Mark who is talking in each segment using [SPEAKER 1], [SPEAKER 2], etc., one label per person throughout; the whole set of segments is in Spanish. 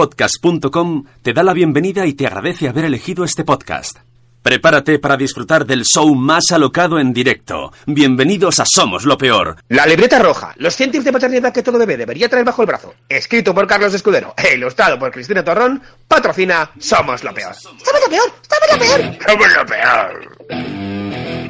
[SPEAKER 1] Nacionpodcast.com te da la bienvenida y te agradece haber elegido este podcast. Prepárate para disfrutar del show más alocado en directo. Bienvenidos a Somos lo Peor.
[SPEAKER 2] La libreta roja, los cientos de paternidad que todo bebé debería traer bajo el brazo, escrito por Carlos Escudero e ilustrado por Cristina Torrón, patrocina Somos lo Peor.
[SPEAKER 3] ¡Somos lo peor! ¡Somos lo peor!
[SPEAKER 2] ¡Somos lo peor!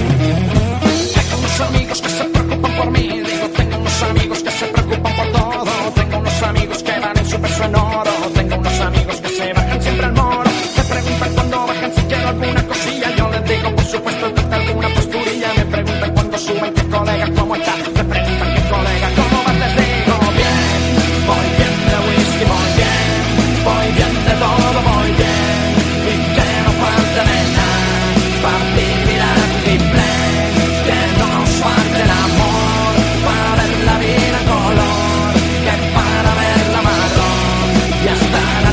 [SPEAKER 4] Tengo unos amigos que se preocupan por mí, digo, tengo unos amigos que se preocupan por todo, tengo unos amigos que van en super sonoro, tengo unos amigos que se bajan siempre al moro, se preguntan cuando bajan si quiero alguna cosilla, yo les digo por supuesto el corte alguna posturilla, me preguntan cuando suben qué colega cómo está, me preguntan qué colega cómo va, les digo bien, voy bien de whisky, voy bien, voy bien de todo, voy bien, y que no falte de nada, para vivir aquí pleno. Que no nos falte el amor para ver la vida en color, que para ver la marrón y hasta la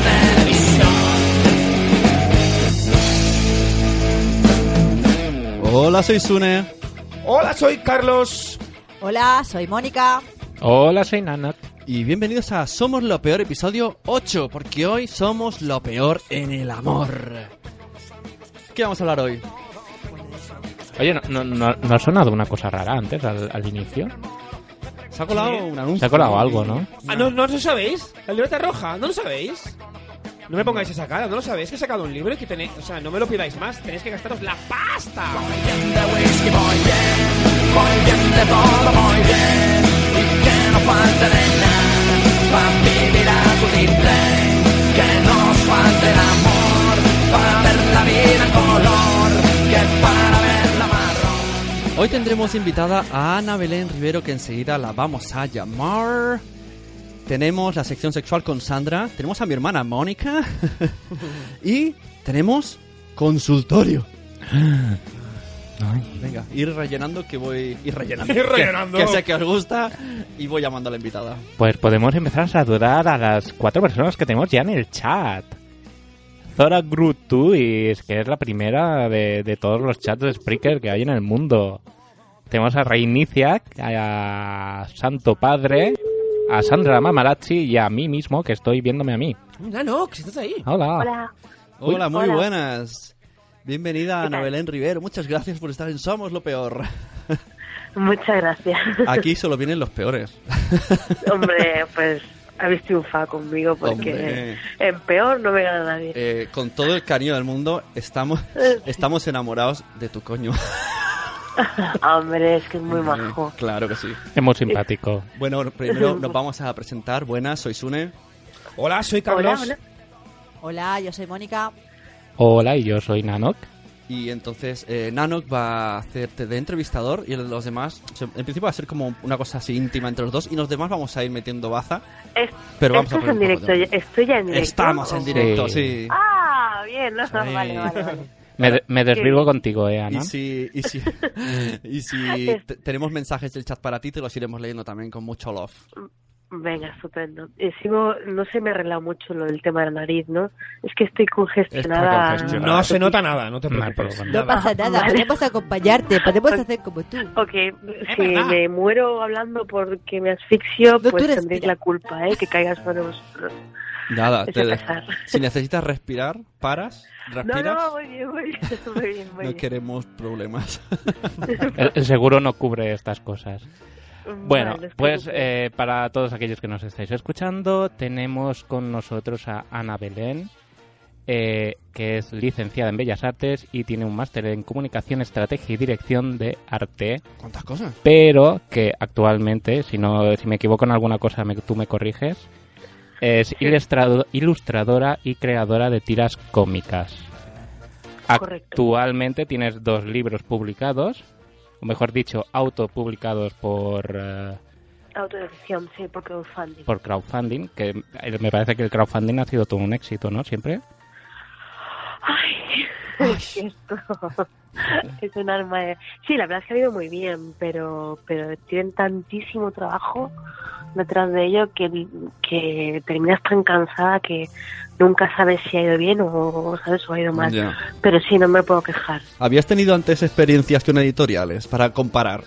[SPEAKER 4] televisión.
[SPEAKER 5] Hola, soy Sune.
[SPEAKER 6] Hola, soy Carlos.
[SPEAKER 3] Hola, soy Mónica.
[SPEAKER 7] Hola, soy Nanat.
[SPEAKER 5] Y bienvenidos a Somos lo Peor, episodio 8, porque hoy somos lo peor en el amor. ¿Qué vamos a hablar hoy?
[SPEAKER 7] Oye, ¿no, no, no, no ha sonado una cosa rara antes, al, al inicio?
[SPEAKER 5] ¿Se ha colado un anuncio?
[SPEAKER 7] Se ha colado algo, ¿no?
[SPEAKER 6] Ah, no, no lo sabéis. La libreta roja, ¿no lo sabéis? No me pongáis esa cara, ¿no lo sabéis? Que he sacado un libro y que tenéis... O sea, no me lo pidáis más, tenéis que gastaros la pasta.
[SPEAKER 4] Voy bien de whisky, voy bien, voy bien de todo, voy bien, y que no falte de nada, para vivir a tu libre, que no nos falte el amor, para ver la vida en color, que para ver la marrón.
[SPEAKER 5] Hoy tendremos invitada a Ana Belén Rivero, que enseguida la vamos a llamar. Tenemos la sección sexual con Sandra. Tenemos a mi hermana Mónica. y tenemos consultorio. Venga, ir rellenando que voy. Ir rellenando.
[SPEAKER 6] Ir rellenando.
[SPEAKER 5] Que, que sé que os gusta. Y voy llamando a la invitada.
[SPEAKER 7] Pues podemos empezar a saludar a las cuatro personas que tenemos ya en el chat. Zora Grutuis, que es la primera de, de todos los chats de Spreaker que hay en el mundo. Tenemos a Reinicia, a Santo Padre, a Sandra Mamarazzi y a mí mismo, que estoy viéndome a mí.
[SPEAKER 6] Hola, no, que estás ahí.
[SPEAKER 7] Hola.
[SPEAKER 8] Hola.
[SPEAKER 7] Uy,
[SPEAKER 5] Hola, muy
[SPEAKER 8] hola.
[SPEAKER 5] buenas. Bienvenida Ana Belén Rivero. Muchas gracias por estar en Somos lo Peor.
[SPEAKER 8] Muchas gracias.
[SPEAKER 5] Aquí solo vienen los peores.
[SPEAKER 8] Hombre, pues habéis triunfado conmigo porque
[SPEAKER 5] Hombre.
[SPEAKER 8] en peor no me gana nadie.
[SPEAKER 5] Eh, con todo el cariño del mundo, estamos, estamos enamorados de tu coño.
[SPEAKER 8] Hombre, es que es muy
[SPEAKER 5] Hombre,
[SPEAKER 8] majo.
[SPEAKER 5] Claro que sí.
[SPEAKER 7] Es muy simpático.
[SPEAKER 5] Bueno, primero nos vamos a presentar. Buenas, soy Sune.
[SPEAKER 6] Hola, soy
[SPEAKER 8] Hola,
[SPEAKER 6] Carlos.
[SPEAKER 8] hola.
[SPEAKER 3] Hola, yo soy Mónica.
[SPEAKER 7] Hola, y yo soy Nanok.
[SPEAKER 5] Y entonces eh, Nanok va a hacerte de entrevistador y los demás, o sea, en principio va a ser como una cosa así íntima entre los dos y los demás vamos a ir metiendo baza.
[SPEAKER 8] Es-
[SPEAKER 5] Pero vamos
[SPEAKER 8] ¿esto
[SPEAKER 5] a
[SPEAKER 8] es en
[SPEAKER 5] poner un
[SPEAKER 8] directo.
[SPEAKER 5] poco de-
[SPEAKER 8] ya- Estoy ya en directo.
[SPEAKER 5] Estamos en
[SPEAKER 8] ¿O-
[SPEAKER 5] directo,
[SPEAKER 7] Sí.
[SPEAKER 5] sí.
[SPEAKER 8] Ah, bien, no, no, vale, vale, vale.
[SPEAKER 7] Me, de- me desvirgo contigo, eh,
[SPEAKER 5] Y
[SPEAKER 7] Ana.
[SPEAKER 5] si, y si, y si te- tenemos mensajes del chat para ti, te los iremos leyendo también con mucho love.
[SPEAKER 8] Venga, estupendo. Eh, sigo, no se me ha arreglado mucho lo del tema de la nariz, ¿no? Es que estoy congestionada.
[SPEAKER 7] congestionada.
[SPEAKER 6] No se nota nada, no te
[SPEAKER 7] No hay
[SPEAKER 6] preocupes.
[SPEAKER 7] problema.
[SPEAKER 3] No pasa nada,
[SPEAKER 8] vale.
[SPEAKER 3] podemos acompañarte, podemos hacer como tú.
[SPEAKER 8] Ok, si
[SPEAKER 6] verdad.
[SPEAKER 8] me muero hablando porque me asfixio,
[SPEAKER 3] No, tú
[SPEAKER 8] pues
[SPEAKER 3] respira.
[SPEAKER 8] tendréis la culpa, ¿eh? Que caigas sobre vosotros.
[SPEAKER 5] Nada,
[SPEAKER 8] Es
[SPEAKER 5] te-
[SPEAKER 8] a pasar.
[SPEAKER 5] si necesitas respirar, paras,
[SPEAKER 8] No,
[SPEAKER 5] respiras.
[SPEAKER 8] no, muy bien, muy bien, muy bien. Muy
[SPEAKER 5] No
[SPEAKER 8] bien.
[SPEAKER 5] queremos problemas.
[SPEAKER 7] El, el seguro no cubre estas cosas. Bueno,
[SPEAKER 8] Vale, os
[SPEAKER 7] pues
[SPEAKER 8] preocupéis.
[SPEAKER 7] eh, para todos aquellos que nos estáis escuchando, tenemos con nosotros a Ana Belén, eh, que es licenciada en Bellas Artes y tiene un máster en Comunicación, Estrategia y Dirección de Arte,
[SPEAKER 5] ¿Cuántas cosas?
[SPEAKER 7] pero que actualmente, si no, si me equivoco en alguna cosa, me- tú me corriges, es ilustrado- ilustradora y creadora de tiras cómicas.
[SPEAKER 8] Correcto.
[SPEAKER 7] Actualmente tienes dos libros publicados, o mejor dicho, autopublicados por eh,
[SPEAKER 8] Autodefinición, sí, por crowdfunding.
[SPEAKER 7] por crowdfunding, que eh, me parece que el crowdfunding ha sido todo un éxito, ¿no? Siempre.
[SPEAKER 8] Ay, es cierto. es un arma de... Sí, la verdad es que ha ido muy bien, pero, pero tienen tantísimo trabajo detrás de ello que, que terminas tan cansada que nunca sabes si ha ido bien o, o sabes o ha ido mal.
[SPEAKER 5] Ya.
[SPEAKER 8] Pero sí, no me puedo quejar.
[SPEAKER 5] ¿Habías tenido antes experiencias con editoriales para comparar?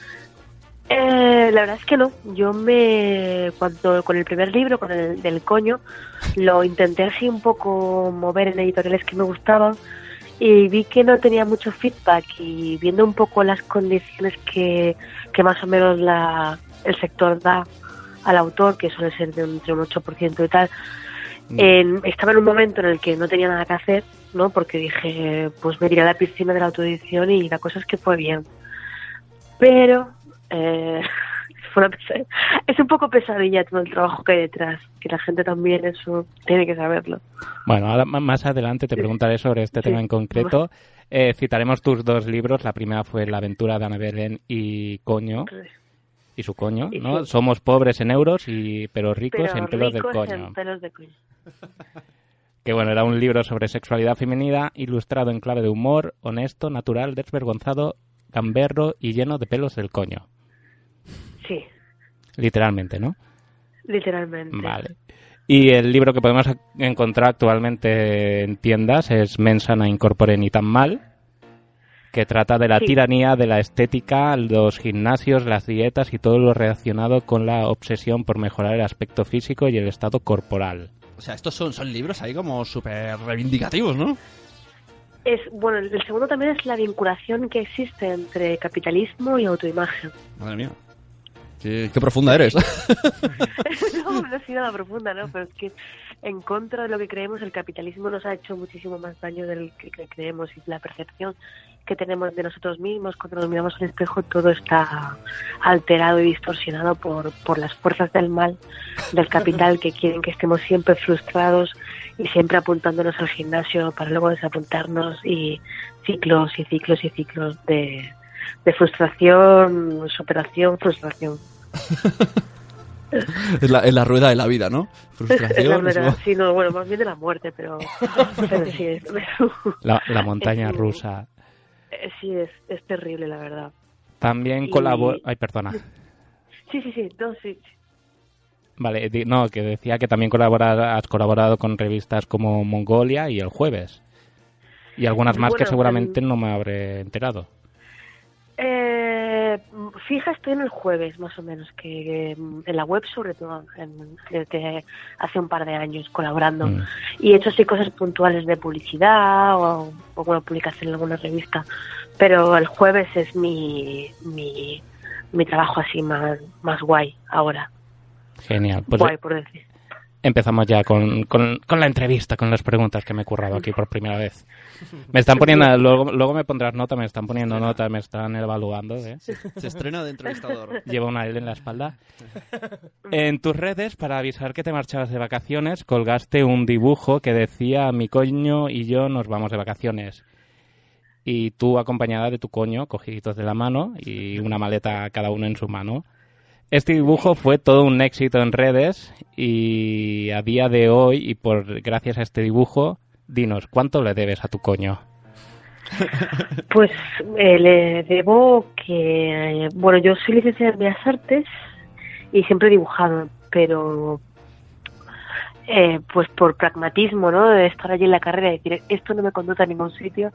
[SPEAKER 8] Eh, la verdad es que no. Yo me. Cuando, con el primer libro, con el del coño, lo intenté así un poco mover en editoriales que me gustaban y vi que no tenía mucho feedback y viendo un poco las condiciones que, que más o menos la, el sector da al autor, que suele ser de un- entre un 8% y tal,
[SPEAKER 7] Mm.
[SPEAKER 3] Mm.
[SPEAKER 8] en- estaba en un momento en el que no tenía nada que hacer, ¿no? Porque dije, pues me tiré a la piscina de la autoedición y la cosa es que fue bien. Pero eh, fue una pesa- es un poco pesadilla todo el trabajo que hay detrás, que la gente también eso tiene que saberlo.
[SPEAKER 7] Bueno, ahora ma- más adelante te preguntaré sobre este
[SPEAKER 8] Sí.
[SPEAKER 7] tema en concreto. Eh, citaremos tus dos libros. La primera fue La aventura de Ana Belén y Coño. Y su coño,
[SPEAKER 8] Y
[SPEAKER 7] ¿no?
[SPEAKER 8] su-
[SPEAKER 7] Somos pobres en euros, y pero ricos
[SPEAKER 8] Pero
[SPEAKER 7] en pelos del
[SPEAKER 8] ricos
[SPEAKER 7] coño.
[SPEAKER 8] en pelos de coño.
[SPEAKER 7] Que bueno, era un libro sobre sexualidad femenina, ilustrado en clave de humor, honesto, natural, desvergonzado, gamberro y lleno de pelos del coño.
[SPEAKER 8] Sí,
[SPEAKER 7] Literalmente, ¿no?
[SPEAKER 8] literalmente.
[SPEAKER 7] Vale. Y el libro que podemos ac- encontrar actualmente en tiendas es Mensana Incorpore ni tan mal, que trata de la
[SPEAKER 8] Sí.
[SPEAKER 7] tiranía de la estética, los gimnasios, las dietas y todo lo relacionado con la obsesión por mejorar el aspecto físico y el estado corporal.
[SPEAKER 5] O sea, estos son, son libros ahí como súper reivindicativos, ¿no?
[SPEAKER 8] Es, bueno, el segundo también es la vinculación que existe entre capitalismo y autoimagen.
[SPEAKER 5] Madre mía. Qué, qué profunda eres.
[SPEAKER 8] no, no ha sido nada profunda, ¿no? Pero es que en contra de lo que creemos, el capitalismo nos ha hecho muchísimo más daño del que, que creemos y la percepción que tenemos de nosotros mismos cuando nos miramos al espejo, todo está alterado y distorsionado por, por las fuerzas del mal, del capital, que quieren que estemos siempre frustrados y siempre apuntándonos al gimnasio para luego desapuntarnos y ciclos y ciclos y ciclos de, de frustración, superación, frustración.
[SPEAKER 5] es, la, es la rueda de la vida, ¿no?
[SPEAKER 8] Es la
[SPEAKER 5] Frustración. es
[SPEAKER 8] verdad,
[SPEAKER 5] como-
[SPEAKER 8] sí, no, bueno, más bien de la muerte, pero, pero sí, es,
[SPEAKER 7] La, la montaña
[SPEAKER 8] Es-
[SPEAKER 7] rusa.
[SPEAKER 8] eh, sí es, es terrible, la verdad.
[SPEAKER 7] También
[SPEAKER 8] Y-
[SPEAKER 7] colabora... Ay, perdona.
[SPEAKER 8] Sí, sí, sí, no, sí, sí.
[SPEAKER 7] Vale, di- no, que decía que también colabora- has colaborado con revistas como Mongolia y El Jueves. Y algunas más que
[SPEAKER 8] Bueno,
[SPEAKER 7] seguramente
[SPEAKER 8] em,
[SPEAKER 7] no me habré enterado.
[SPEAKER 8] Eh, fija, estoy en el jueves, más o menos, que eh, en la web, sobre todo, en- desde hace un par de años colaborando.
[SPEAKER 7] Mm.
[SPEAKER 8] Y he hecho sí cosas puntuales de publicidad o, o, bueno, publicación en alguna revista. Pero el jueves es mi, mi, mi trabajo así más, más guay ahora.
[SPEAKER 7] Genial. Pues
[SPEAKER 8] guay,
[SPEAKER 7] eh,
[SPEAKER 8] por decir.
[SPEAKER 7] empezamos ya con, con- con la entrevista, con las preguntas que me he currado aquí por primera vez. Me están poniendo, luego, luego me pondrás nota, me están poniendo nota, me están evaluando. ¿eh?
[SPEAKER 5] Se estrena de entrevistador.
[SPEAKER 7] Lleva una L en la espalda. En tus redes, para avisar que te marchabas de vacaciones, colgaste un dibujo que decía mi coño y yo nos vamos de vacaciones. Y tú acompañada de tu coño, cogiditos de la mano y una maleta cada uno en su mano. Este dibujo fue todo un éxito en redes y a día de hoy, y por gracias a este dibujo, dinos, ¿cuánto le debes a tu coño?
[SPEAKER 8] Pues eh, le debo que, eh, bueno, yo soy licenciada en Bellas Artes y siempre he dibujado, pero eh, pues por pragmatismo, ¿no? De estar allí en la carrera y decir, esto no me conduce a ningún sitio,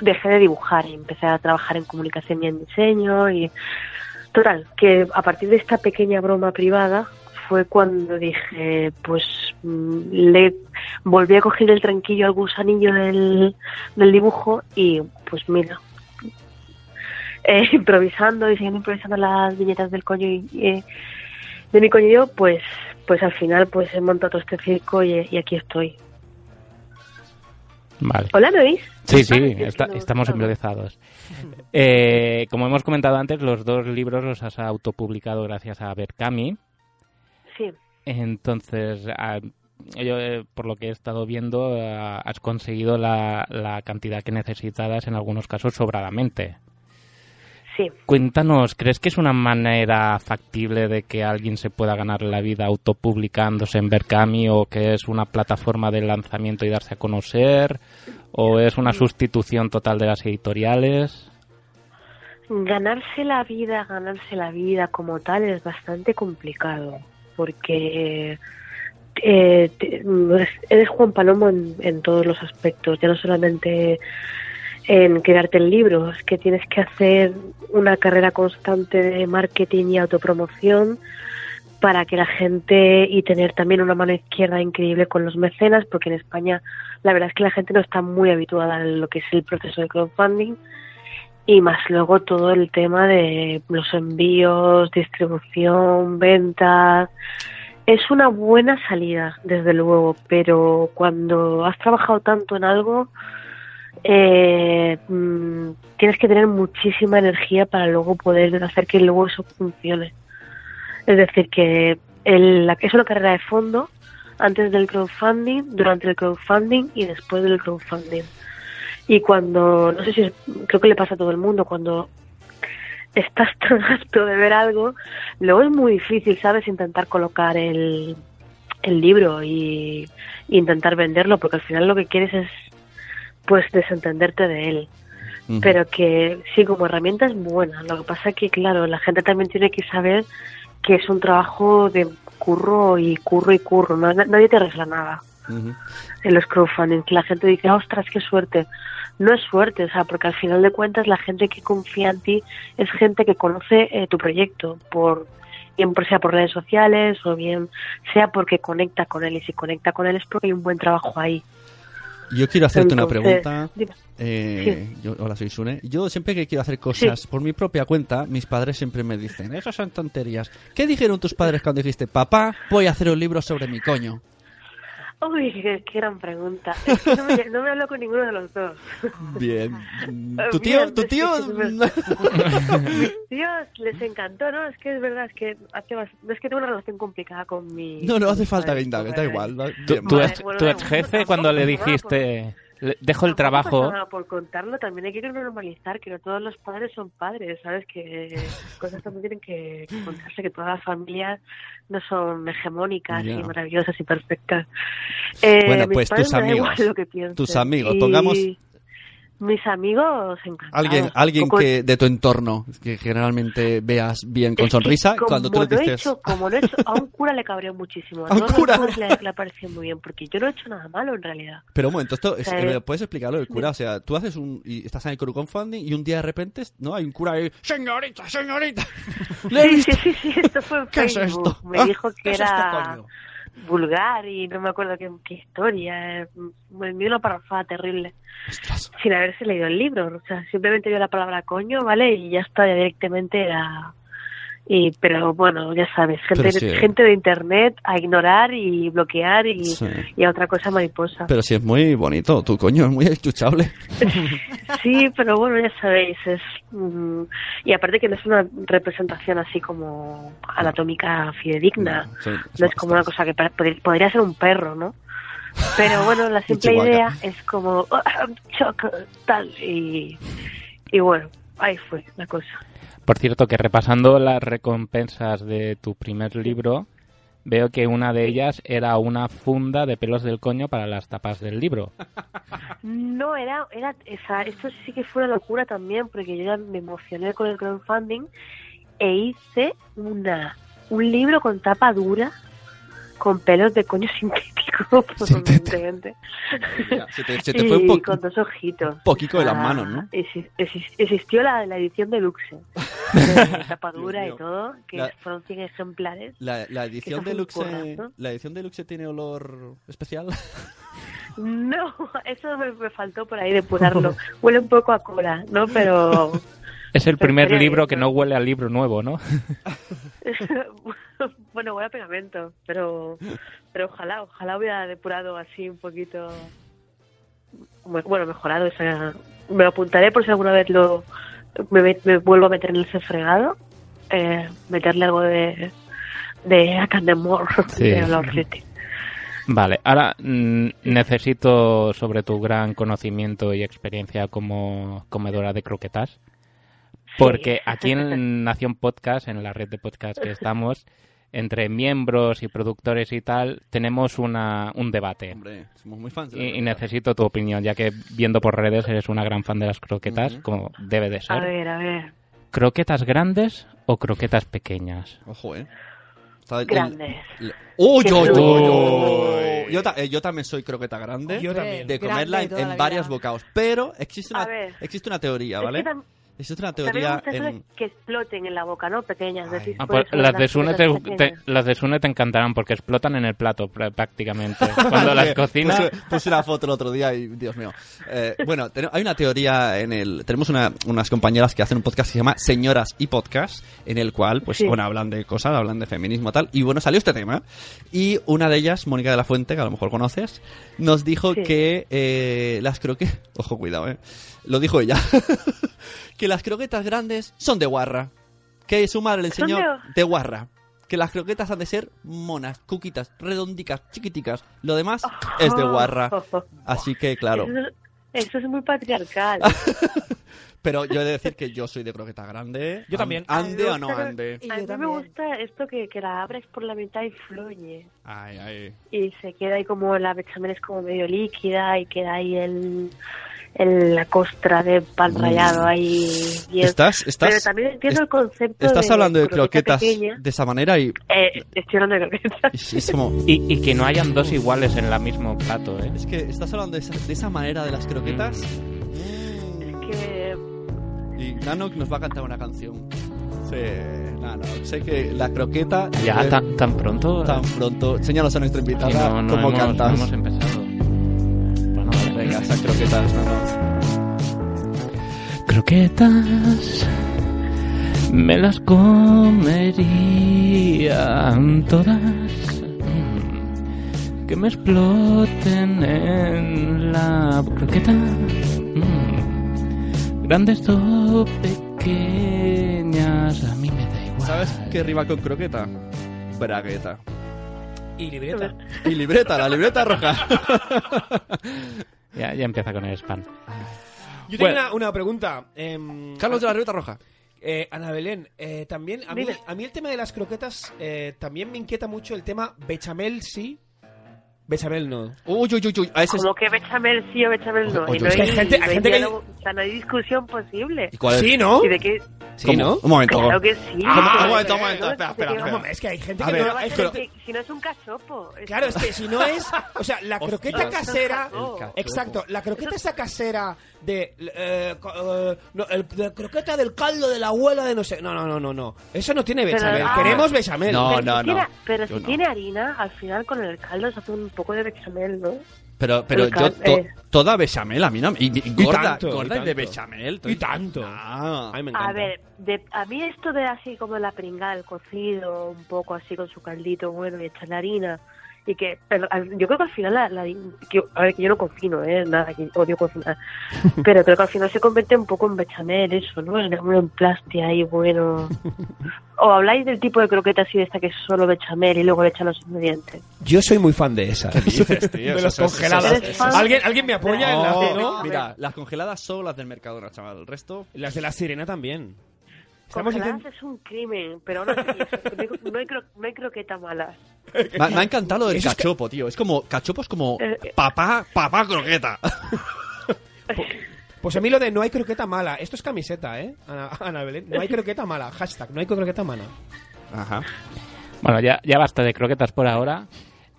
[SPEAKER 8] dejé de dibujar y empecé a trabajar en comunicación y en diseño y total, que a partir de esta pequeña broma privada fue cuando dije, pues mm, le volví a coger el tranquillo al gusanillo del, del dibujo y pues mira eh, improvisando diseñando improvisando las viñetas del coño y eh, de mi coño y yo pues pues al final pues he montado todo este circo y, y aquí estoy
[SPEAKER 7] Vale.
[SPEAKER 8] hola me oís
[SPEAKER 7] Sí, sí,
[SPEAKER 8] Ah, es que
[SPEAKER 7] está-
[SPEAKER 8] no-
[SPEAKER 7] estamos
[SPEAKER 8] no, no.
[SPEAKER 7] embelezados. Eh, como hemos comentado antes, los dos libros los has autopublicado gracias a Berkami.
[SPEAKER 8] sí
[SPEAKER 7] Entonces, ah, yo, eh, por lo que he estado viendo, ah, has conseguido la, la cantidad que necesitabas en algunos casos sobradamente.
[SPEAKER 8] Sí.
[SPEAKER 7] Cuéntanos, ¿crees que es una manera factible de que alguien se pueda ganar la vida autopublicándose en Berkami o que es una plataforma de lanzamiento y darse a conocer o es una sustitución total de las editoriales?
[SPEAKER 8] Ganarse la vida, ganarse la vida como tal es bastante complicado, porque eh, te- eres Juan Palomo en, en todos los aspectos, ya no solamente en crearte el libro, es que tienes que hacer una carrera constante de marketing y autopromoción para que la gente y tener también una mano izquierda increíble con los mecenas, porque en España la verdad es que la gente no está muy habituada a lo que es el proceso de crowdfunding y más luego todo el tema de los envíos, distribución, ventas. Es una buena salida, desde luego, pero cuando has trabajado tanto en algo, eh, mm, tienes que tener muchísima energía para luego poder hacer que luego eso funcione. Es decir, que el- la- es una carrera de fondo antes del crowdfunding, durante el crowdfunding y después del crowdfunding. Y cuando, no sé si es- creo que le pasa a todo el mundo, cuando estás tan harto de ver algo, luego es muy difícil, ¿sabes? Intentar colocar el, el libro y, y intentar venderlo, porque al final lo que quieres es, pues, desentenderte de él.
[SPEAKER 5] Ujú.
[SPEAKER 8] Pero que sí, como herramienta es buena. Lo que pasa que, claro, la gente también tiene que saber que es un trabajo de curro y curro y curro. Na- na- Nadie te arregla nada
[SPEAKER 5] Ujú.
[SPEAKER 8] en los crowdfunding. que La gente dice, ostras, qué suerte. No es suerte, o sea, porque al final de cuentas la gente que confía en ti es gente que conoce eh, tu proyecto, por bien por- sea por redes sociales o bien sea porque conecta con él. Y si conecta con él es porque hay un buen trabajo ahí.
[SPEAKER 5] Yo quiero hacerte una
[SPEAKER 8] Entonces,
[SPEAKER 5] pregunta.
[SPEAKER 8] dime.
[SPEAKER 5] Eh, yo- hola, soy Sune. Yo siempre que quiero hacer cosas por mi propia cuenta, mis padres siempre me dicen, esas son tonterías. ¿Qué dijeron tus padres cuando dijiste, papá, voy a hacer un libro sobre mi coño?
[SPEAKER 8] Uy, qué, qué gran pregunta. Es que no, me, no me hablo con ninguno de los dos.
[SPEAKER 5] Bien.
[SPEAKER 8] Eh,
[SPEAKER 5] ¿Tu tío?
[SPEAKER 8] bien,
[SPEAKER 5] ¿Tu
[SPEAKER 8] sí,
[SPEAKER 5] tío?
[SPEAKER 8] sí, Dios, les encantó, ¿no? Es que es verdad, es que, hace bas- es que tengo una relación complicada con mi... ¿eh?
[SPEAKER 5] No, no
[SPEAKER 8] con
[SPEAKER 5] hace
[SPEAKER 8] mis
[SPEAKER 5] falta que
[SPEAKER 8] padres,
[SPEAKER 5] indagues, da
[SPEAKER 8] ¿verdad?
[SPEAKER 5] igual. va-
[SPEAKER 7] ¿Tu,
[SPEAKER 5] bien.
[SPEAKER 7] tu
[SPEAKER 8] Vale,
[SPEAKER 7] ex,
[SPEAKER 8] bueno,
[SPEAKER 7] tu
[SPEAKER 8] da
[SPEAKER 7] ex
[SPEAKER 8] igual.
[SPEAKER 7] jefe
[SPEAKER 8] Tampoco
[SPEAKER 7] cuando le
[SPEAKER 8] pasa nada,
[SPEAKER 7] dijiste, "Le- dejo el
[SPEAKER 8] Tampoco pasa
[SPEAKER 7] trabajo,
[SPEAKER 8] nada por contarlo, también hay que normalizar que no todos los padres son padres, ¿sabes? Que cosas también tienen que que contarse, que todas las familias no son hegemónicas
[SPEAKER 5] Ya.
[SPEAKER 8] y maravillosas y perfectas. Eh,
[SPEAKER 5] Bueno,
[SPEAKER 8] mis
[SPEAKER 5] pues,
[SPEAKER 8] padres
[SPEAKER 5] tus
[SPEAKER 8] me da igual
[SPEAKER 5] amigos.
[SPEAKER 8] lo que piensen.
[SPEAKER 5] Tus amigos,
[SPEAKER 8] Y
[SPEAKER 5] pongamos-
[SPEAKER 8] Mis amigos encantados.
[SPEAKER 5] Alguien, alguien
[SPEAKER 8] Poco-
[SPEAKER 5] que de tu entorno, que generalmente veas bien con
[SPEAKER 8] Es que
[SPEAKER 5] sonrisa,
[SPEAKER 8] como
[SPEAKER 5] cuando tú le
[SPEAKER 8] no he
[SPEAKER 5] dices...
[SPEAKER 8] hecho- como no he hecho- a un cura le cabreó muchísimo.
[SPEAKER 5] ¿A un
[SPEAKER 8] no, no,
[SPEAKER 5] cura?
[SPEAKER 8] pues le, le pareció muy bien, porque yo no he hecho nada malo en realidad.
[SPEAKER 5] Pero un momento, esto es-
[SPEAKER 8] Eh,
[SPEAKER 5] ¿me ¿puedes explicarlo del cura? O sea, tú haces un... y estás en el crowdfunding y un día de repente, ¿no? Hay un cura ahí...
[SPEAKER 8] Ah.
[SPEAKER 5] ¡Señorita, señorita! ¡Le he
[SPEAKER 8] Sí,
[SPEAKER 5] visto!
[SPEAKER 8] sí, sí, sí, esto fue en
[SPEAKER 5] ¿Qué es
[SPEAKER 8] Facebook.
[SPEAKER 5] esto?
[SPEAKER 8] Me
[SPEAKER 5] Ah,
[SPEAKER 8] dijo que
[SPEAKER 5] ¿qué es esto,
[SPEAKER 8] era
[SPEAKER 5] coño?
[SPEAKER 8] vulgar y no me acuerdo qué, qué historia. eh, Me dio una parrafada terrible.
[SPEAKER 5] Ostras.
[SPEAKER 8] Sin haberse leído el libro. O sea, simplemente vio la palabra coño, ¿vale? Y ya está, ya directamente era... Y, pero bueno, ya sabes, gente,
[SPEAKER 5] Pero sí.
[SPEAKER 8] gente de internet a ignorar y bloquear y,
[SPEAKER 5] Sí.
[SPEAKER 8] y a otra cosa mariposa.
[SPEAKER 5] Pero sí es muy bonito, tu coño es muy escuchable.
[SPEAKER 8] Sí, pero bueno, ya sabéis, es... mm, y aparte que no es una representación así como anatómica fidedigna, no, es como una cosa que pa- podri- podría ser un perro, ¿no? Pero bueno, la simple
[SPEAKER 5] Chihuahua.
[SPEAKER 8] idea es como... "Ah, choco", tal, y, y bueno, ahí fue la cosa.
[SPEAKER 7] Por cierto, que repasando las recompensas de tu primer libro, veo que una de ellas era una funda de pelos del coño para las tapas del libro.
[SPEAKER 8] No, era, era esa, esto sí que fue una locura también, porque yo ya me emocioné con el crowdfunding e hice una un libro con tapa dura, con pelos de coño sintético, probablemente.
[SPEAKER 5] Se te, se te fue un
[SPEAKER 8] y
[SPEAKER 5] poco...
[SPEAKER 8] con dos ojitos.
[SPEAKER 5] un poquito de las
[SPEAKER 8] Ah,
[SPEAKER 5] manos, ¿no?
[SPEAKER 8] exi- exi- existió la, la edición deluxe, de tapa dura
[SPEAKER 5] mío.
[SPEAKER 8] y todo, que
[SPEAKER 5] La-
[SPEAKER 8] fueron 100 ejemplares.
[SPEAKER 5] La, la
[SPEAKER 8] Quizás
[SPEAKER 5] edición
[SPEAKER 8] un
[SPEAKER 5] deluxe,
[SPEAKER 8] currazo.
[SPEAKER 5] la edición deluxe tiene olor especial.
[SPEAKER 8] No, eso me, me faltó por ahí depurarlo. Huele un poco a cola, ¿no? Pero
[SPEAKER 7] Es el
[SPEAKER 8] Pero
[SPEAKER 7] primer
[SPEAKER 8] estaría
[SPEAKER 7] libro
[SPEAKER 8] bien,
[SPEAKER 7] que
[SPEAKER 8] ¿no?
[SPEAKER 7] no huele al libro nuevo, ¿no?
[SPEAKER 8] bueno, huele a pegamento, pero, pero ojalá, ojalá hubiera depurado así un poquito. me- Bueno, mejorado esa. Me lo apuntaré por si alguna vez lo me, met- me vuelvo a meter en ese fregado. Eh, meterle algo de. de Acandemor,
[SPEAKER 7] Sí.
[SPEAKER 8] de olor frutti.
[SPEAKER 7] Vale, ahora mm, necesito sobre tu gran conocimiento y experiencia como comedora de croquetas Porque aquí en Nación Podcast, en la red de podcast que estamos, entre miembros y productores y tal, tenemos una, un debate.
[SPEAKER 5] Hombre, somos muy fans. de la
[SPEAKER 7] Y, y
[SPEAKER 5] verdad.
[SPEAKER 7] necesito tu opinión, ya que viendo por redes eres una gran fan de las croquetas,
[SPEAKER 5] Ujú.
[SPEAKER 7] como debe de
[SPEAKER 8] A
[SPEAKER 7] ser.
[SPEAKER 8] ver, a ver.
[SPEAKER 7] ¿Croquetas grandes o croquetas pequeñas?
[SPEAKER 5] Ojo, eh. Está el-
[SPEAKER 8] Grandes.
[SPEAKER 5] el- ¡Uy,
[SPEAKER 8] Qué
[SPEAKER 5] uy, uy,
[SPEAKER 7] bruto.
[SPEAKER 5] uy! Yo, ta- eh, yo también soy croqueta grande.
[SPEAKER 6] Yo también.
[SPEAKER 5] de comerla
[SPEAKER 3] Grande
[SPEAKER 5] en,
[SPEAKER 3] toda la
[SPEAKER 5] en varios
[SPEAKER 3] vida.
[SPEAKER 5] bocados. Pero existe
[SPEAKER 8] A
[SPEAKER 5] una,
[SPEAKER 8] ver.
[SPEAKER 5] existe una teoría,
[SPEAKER 8] Es
[SPEAKER 5] ¿vale?
[SPEAKER 8] que tam-
[SPEAKER 5] Existe una
[SPEAKER 8] también me
[SPEAKER 5] teoría
[SPEAKER 8] gusta eso de
[SPEAKER 5] en...
[SPEAKER 8] que exploten en la boca, ¿no? Pequeñas.
[SPEAKER 5] Ay.
[SPEAKER 8] decís,
[SPEAKER 7] Ah,
[SPEAKER 8] por
[SPEAKER 7] pues
[SPEAKER 8] eso
[SPEAKER 7] las,
[SPEAKER 8] las
[SPEAKER 7] de Sune te,
[SPEAKER 8] croquetas
[SPEAKER 7] te-
[SPEAKER 8] pequeñas.
[SPEAKER 7] las de Sune te encantarán porque explotan en el plato prá- prácticamente. Cuando las
[SPEAKER 5] Puse-
[SPEAKER 7] cocinas...
[SPEAKER 5] Puse, puse una foto el otro día y, Dios mío. Eh, bueno, ten- hay una teoría en el... Tenemos una- unas compañeras que hacen un podcast que se llama Señoras y Podcast, en el cual, pues,
[SPEAKER 8] Sí.
[SPEAKER 5] bueno, hablan de cosas, hablan de feminismo tal. Y bueno, salió este tema. Y una de ellas, Mónica de la Fuente, que a lo mejor conoces, nos dijo
[SPEAKER 8] Sí.
[SPEAKER 5] que eh, las croquetas... Ojo, cuidado, eh. Lo dijo ella. que las croquetas grandes son de guarra. Que su madre le
[SPEAKER 8] ¿Son
[SPEAKER 5] enseñó de guarra. Que las croquetas han de ser monas, cuquitas, redondicas, chiquiticas. Lo demás es de guarra. Así que, claro.
[SPEAKER 8] Eso es- Eso es muy patriarcal.
[SPEAKER 5] Pero yo he de decir que yo soy de croqueta grande.
[SPEAKER 6] Yo también.
[SPEAKER 5] An- Ande o no
[SPEAKER 8] Pero-
[SPEAKER 5] ande.
[SPEAKER 3] Y
[SPEAKER 8] A
[SPEAKER 3] yo
[SPEAKER 8] mí me
[SPEAKER 3] también.
[SPEAKER 8] gusta esto que, que la abres por la mitad y fluye.
[SPEAKER 5] Ay, ay.
[SPEAKER 8] Y se queda ahí como la bechamel es como medio líquida y queda ahí el, el- la costra de pan rallado ahí. Y es-
[SPEAKER 5] Mm. Estás,
[SPEAKER 8] Pero
[SPEAKER 5] estás,
[SPEAKER 8] también entiendo el concepto
[SPEAKER 5] estás
[SPEAKER 8] de
[SPEAKER 5] hablando de
[SPEAKER 8] croqueta
[SPEAKER 5] croquetas
[SPEAKER 8] pequeña.
[SPEAKER 5] de esa manera y,
[SPEAKER 8] Eh, estoy hablando de croquetas.
[SPEAKER 5] y es como.
[SPEAKER 7] Y, y que no hayan dos iguales en la mismo plato, ¿eh?
[SPEAKER 5] Es que estás hablando de esa, de esa manera de las croquetas.
[SPEAKER 8] Que
[SPEAKER 5] Y Nanox nos va a cantar una canción. Sí, Nanox. Sé que la croqueta.
[SPEAKER 7] Ya
[SPEAKER 5] eh,
[SPEAKER 7] tan, tan pronto...
[SPEAKER 5] tan pronto. Enséñanos a nuestra
[SPEAKER 7] Y
[SPEAKER 5] invitada
[SPEAKER 7] no, no
[SPEAKER 5] cómo
[SPEAKER 7] hemos,
[SPEAKER 5] cantas.
[SPEAKER 7] no hemos em- empezado. Bueno,
[SPEAKER 5] Venga, esas croquetas, Nanox.
[SPEAKER 7] Croquetas me las comerían todas. Mm, Que me exploten en la croqueta. Mm, Grandes o pequeñas, a mí me da igual.
[SPEAKER 5] ¿Sabes qué rima con croqueta? Bragueta.
[SPEAKER 6] Y libreta.
[SPEAKER 5] Y libreta, la libreta roja.
[SPEAKER 7] Ya, ya empieza con el spam.
[SPEAKER 6] Yo
[SPEAKER 7] Bueno.
[SPEAKER 6] tenía una, una pregunta. em,
[SPEAKER 5] Carlos de la libreta roja.
[SPEAKER 6] Eh, Ana Belén, eh, también a mí,
[SPEAKER 8] Dime.
[SPEAKER 6] a mí el tema de las croquetas eh, también me inquieta mucho el tema bechamel sí, bechamel no.
[SPEAKER 5] Uy, uy, uy, uy. A ese es-
[SPEAKER 8] como que bechamel sí o bechamel no.
[SPEAKER 5] Oye,
[SPEAKER 8] y no
[SPEAKER 5] es que
[SPEAKER 8] hay,
[SPEAKER 6] hay gente-
[SPEAKER 8] no
[SPEAKER 6] hay
[SPEAKER 8] hay
[SPEAKER 6] gente que-
[SPEAKER 8] diálogo, o sea, no hay discusión posible.
[SPEAKER 5] ¿Y cuál es?
[SPEAKER 6] Sí, ¿no?
[SPEAKER 8] ¿Y de qué?
[SPEAKER 6] Sí, ¿no?
[SPEAKER 5] Un momento.
[SPEAKER 8] Claro que sí.
[SPEAKER 6] Ah,
[SPEAKER 8] Pero-
[SPEAKER 6] un momento, un
[SPEAKER 5] momento, espera, espera,
[SPEAKER 8] ¿De qué
[SPEAKER 5] espera.
[SPEAKER 6] No,
[SPEAKER 8] vamos?
[SPEAKER 6] mames, es que hay gente
[SPEAKER 5] A
[SPEAKER 6] que
[SPEAKER 5] ver.
[SPEAKER 6] no...
[SPEAKER 8] Pero va a
[SPEAKER 6] es
[SPEAKER 8] ser
[SPEAKER 6] que-
[SPEAKER 8] que- si no es un cachopo. es-
[SPEAKER 6] claro, es que si no es... O sea, la
[SPEAKER 5] Hostias.
[SPEAKER 6] croqueta casera...
[SPEAKER 8] El
[SPEAKER 5] cachopo.
[SPEAKER 6] Exacto, la croqueta esa casera de... eh, co- eh, no, el- la croqueta del caldo de la abuela de no sé... No, no, no, no, no. Eso no tiene
[SPEAKER 8] Pero-
[SPEAKER 6] bechamel.
[SPEAKER 8] ah.
[SPEAKER 6] Queremos bechamel.
[SPEAKER 5] Oh, No,
[SPEAKER 8] pero si tiene- pero
[SPEAKER 5] Yo
[SPEAKER 8] si
[SPEAKER 5] no.
[SPEAKER 8] tiene harina, al final con el caldo se hace un poco de bechamel, ¿no?
[SPEAKER 5] Pero, pero
[SPEAKER 8] El
[SPEAKER 5] yo
[SPEAKER 8] cal-
[SPEAKER 5] to-
[SPEAKER 8] eh.
[SPEAKER 5] toda bechamel, a mí no. Y, y gorda,
[SPEAKER 6] tanto,
[SPEAKER 5] gorda
[SPEAKER 6] y
[SPEAKER 5] de
[SPEAKER 6] tanto.
[SPEAKER 5] bechamel.
[SPEAKER 6] Y tanto.
[SPEAKER 5] Ah.
[SPEAKER 6] A mí me encanta.
[SPEAKER 8] A ver, de- a mí esto de así como la pringada, el cocido, un poco así con su caldito bueno y echarle harina. Y que pero al- yo creo que al final, la, la- que- a ver, que yo no cocino, ¿eh? Nada, que odio cocinar. Pero creo que al final se convierte un poco en bechamel, eso, ¿no? En un emplaste ahí, bueno. O habláis del tipo de croqueta así de esta que es solo bechamel y luego le echan los ingredientes.
[SPEAKER 6] Yo soy muy fan de esas.
[SPEAKER 5] tío?
[SPEAKER 6] de las
[SPEAKER 5] Eso es-
[SPEAKER 6] congeladas.
[SPEAKER 8] eso es- eso es-
[SPEAKER 6] ¿Alguien, ¿Alguien me apoya en
[SPEAKER 5] Oh,
[SPEAKER 6] la...
[SPEAKER 8] No,
[SPEAKER 6] ¿no?
[SPEAKER 5] Mira, las congeladas son las del Mercadona, chaval. El resto.
[SPEAKER 6] Las de la sirena también.
[SPEAKER 8] Congeladas
[SPEAKER 6] intent-
[SPEAKER 8] es un crimen, pero aún así, eso- no hay, cro- no hay croqueta mala.
[SPEAKER 5] Me, me ha encantado lo del
[SPEAKER 6] Eso es
[SPEAKER 5] cachopo, tío. Es como. Cachopo es como.
[SPEAKER 8] Eh, eh.
[SPEAKER 5] Papá, papá croqueta.
[SPEAKER 6] Pues a mí lo de no hay croqueta mala. Esto es camiseta, ¿eh? Ana, Ana Belén. No hay croqueta mala. Hashtag, no hay croqueta mala.
[SPEAKER 5] Ajá.
[SPEAKER 7] Bueno, ya, ya basta de croquetas por ahora.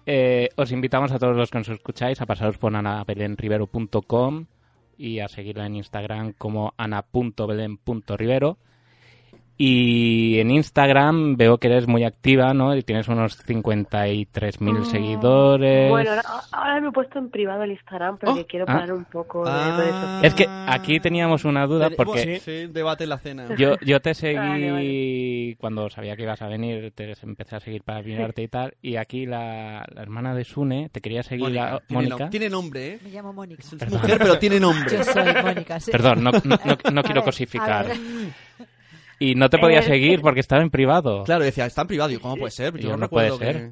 [SPEAKER 7] Eh, os invitamos a todos los que nos escucháis a pasaros por anabelenribero.com y a seguirla en Instagram como ana.belen.ribero. Y en Instagram veo que eres muy activa, ¿no? Y tienes unos
[SPEAKER 5] Oh.
[SPEAKER 7] 53.000 seguidores.
[SPEAKER 8] Ah, Bueno, ahora, ahora me he puesto en privado el Instagram porque quiero
[SPEAKER 7] ah.
[SPEAKER 8] parar un poco de
[SPEAKER 5] Oh. Ah.
[SPEAKER 8] redes sociales.
[SPEAKER 7] Es que aquí teníamos una duda
[SPEAKER 5] Pero-
[SPEAKER 7] porque
[SPEAKER 5] Eh, Sí, debate en la cena.
[SPEAKER 7] yo, yo te seguí
[SPEAKER 8] Vale,
[SPEAKER 7] cuando sabía que ibas a venir, te empecé a seguir para mirarte y tal. Y aquí la, la hermana de Sune te quería seguir,
[SPEAKER 5] Mónica.
[SPEAKER 7] la-
[SPEAKER 5] Tiene, nom-
[SPEAKER 7] Ah, Mónica.
[SPEAKER 5] tiene nombre, ¿eh?
[SPEAKER 3] Me llamo Mónica.
[SPEAKER 5] Es mujer, pero tiene nombre.
[SPEAKER 3] Yo soy Mónica, sí.
[SPEAKER 7] Perdón, no, no- no- no
[SPEAKER 3] A
[SPEAKER 7] quiero
[SPEAKER 3] ver,
[SPEAKER 7] cosificar.
[SPEAKER 3] a ver.
[SPEAKER 7] Y no te podía
[SPEAKER 8] Eh,
[SPEAKER 7] seguir porque estaba en privado.
[SPEAKER 5] Claro, decía, está en privado. ¿Y cómo puede ser?
[SPEAKER 7] Yo
[SPEAKER 5] Yo
[SPEAKER 7] no
[SPEAKER 5] recuerdo
[SPEAKER 7] puede
[SPEAKER 5] que-
[SPEAKER 7] ser.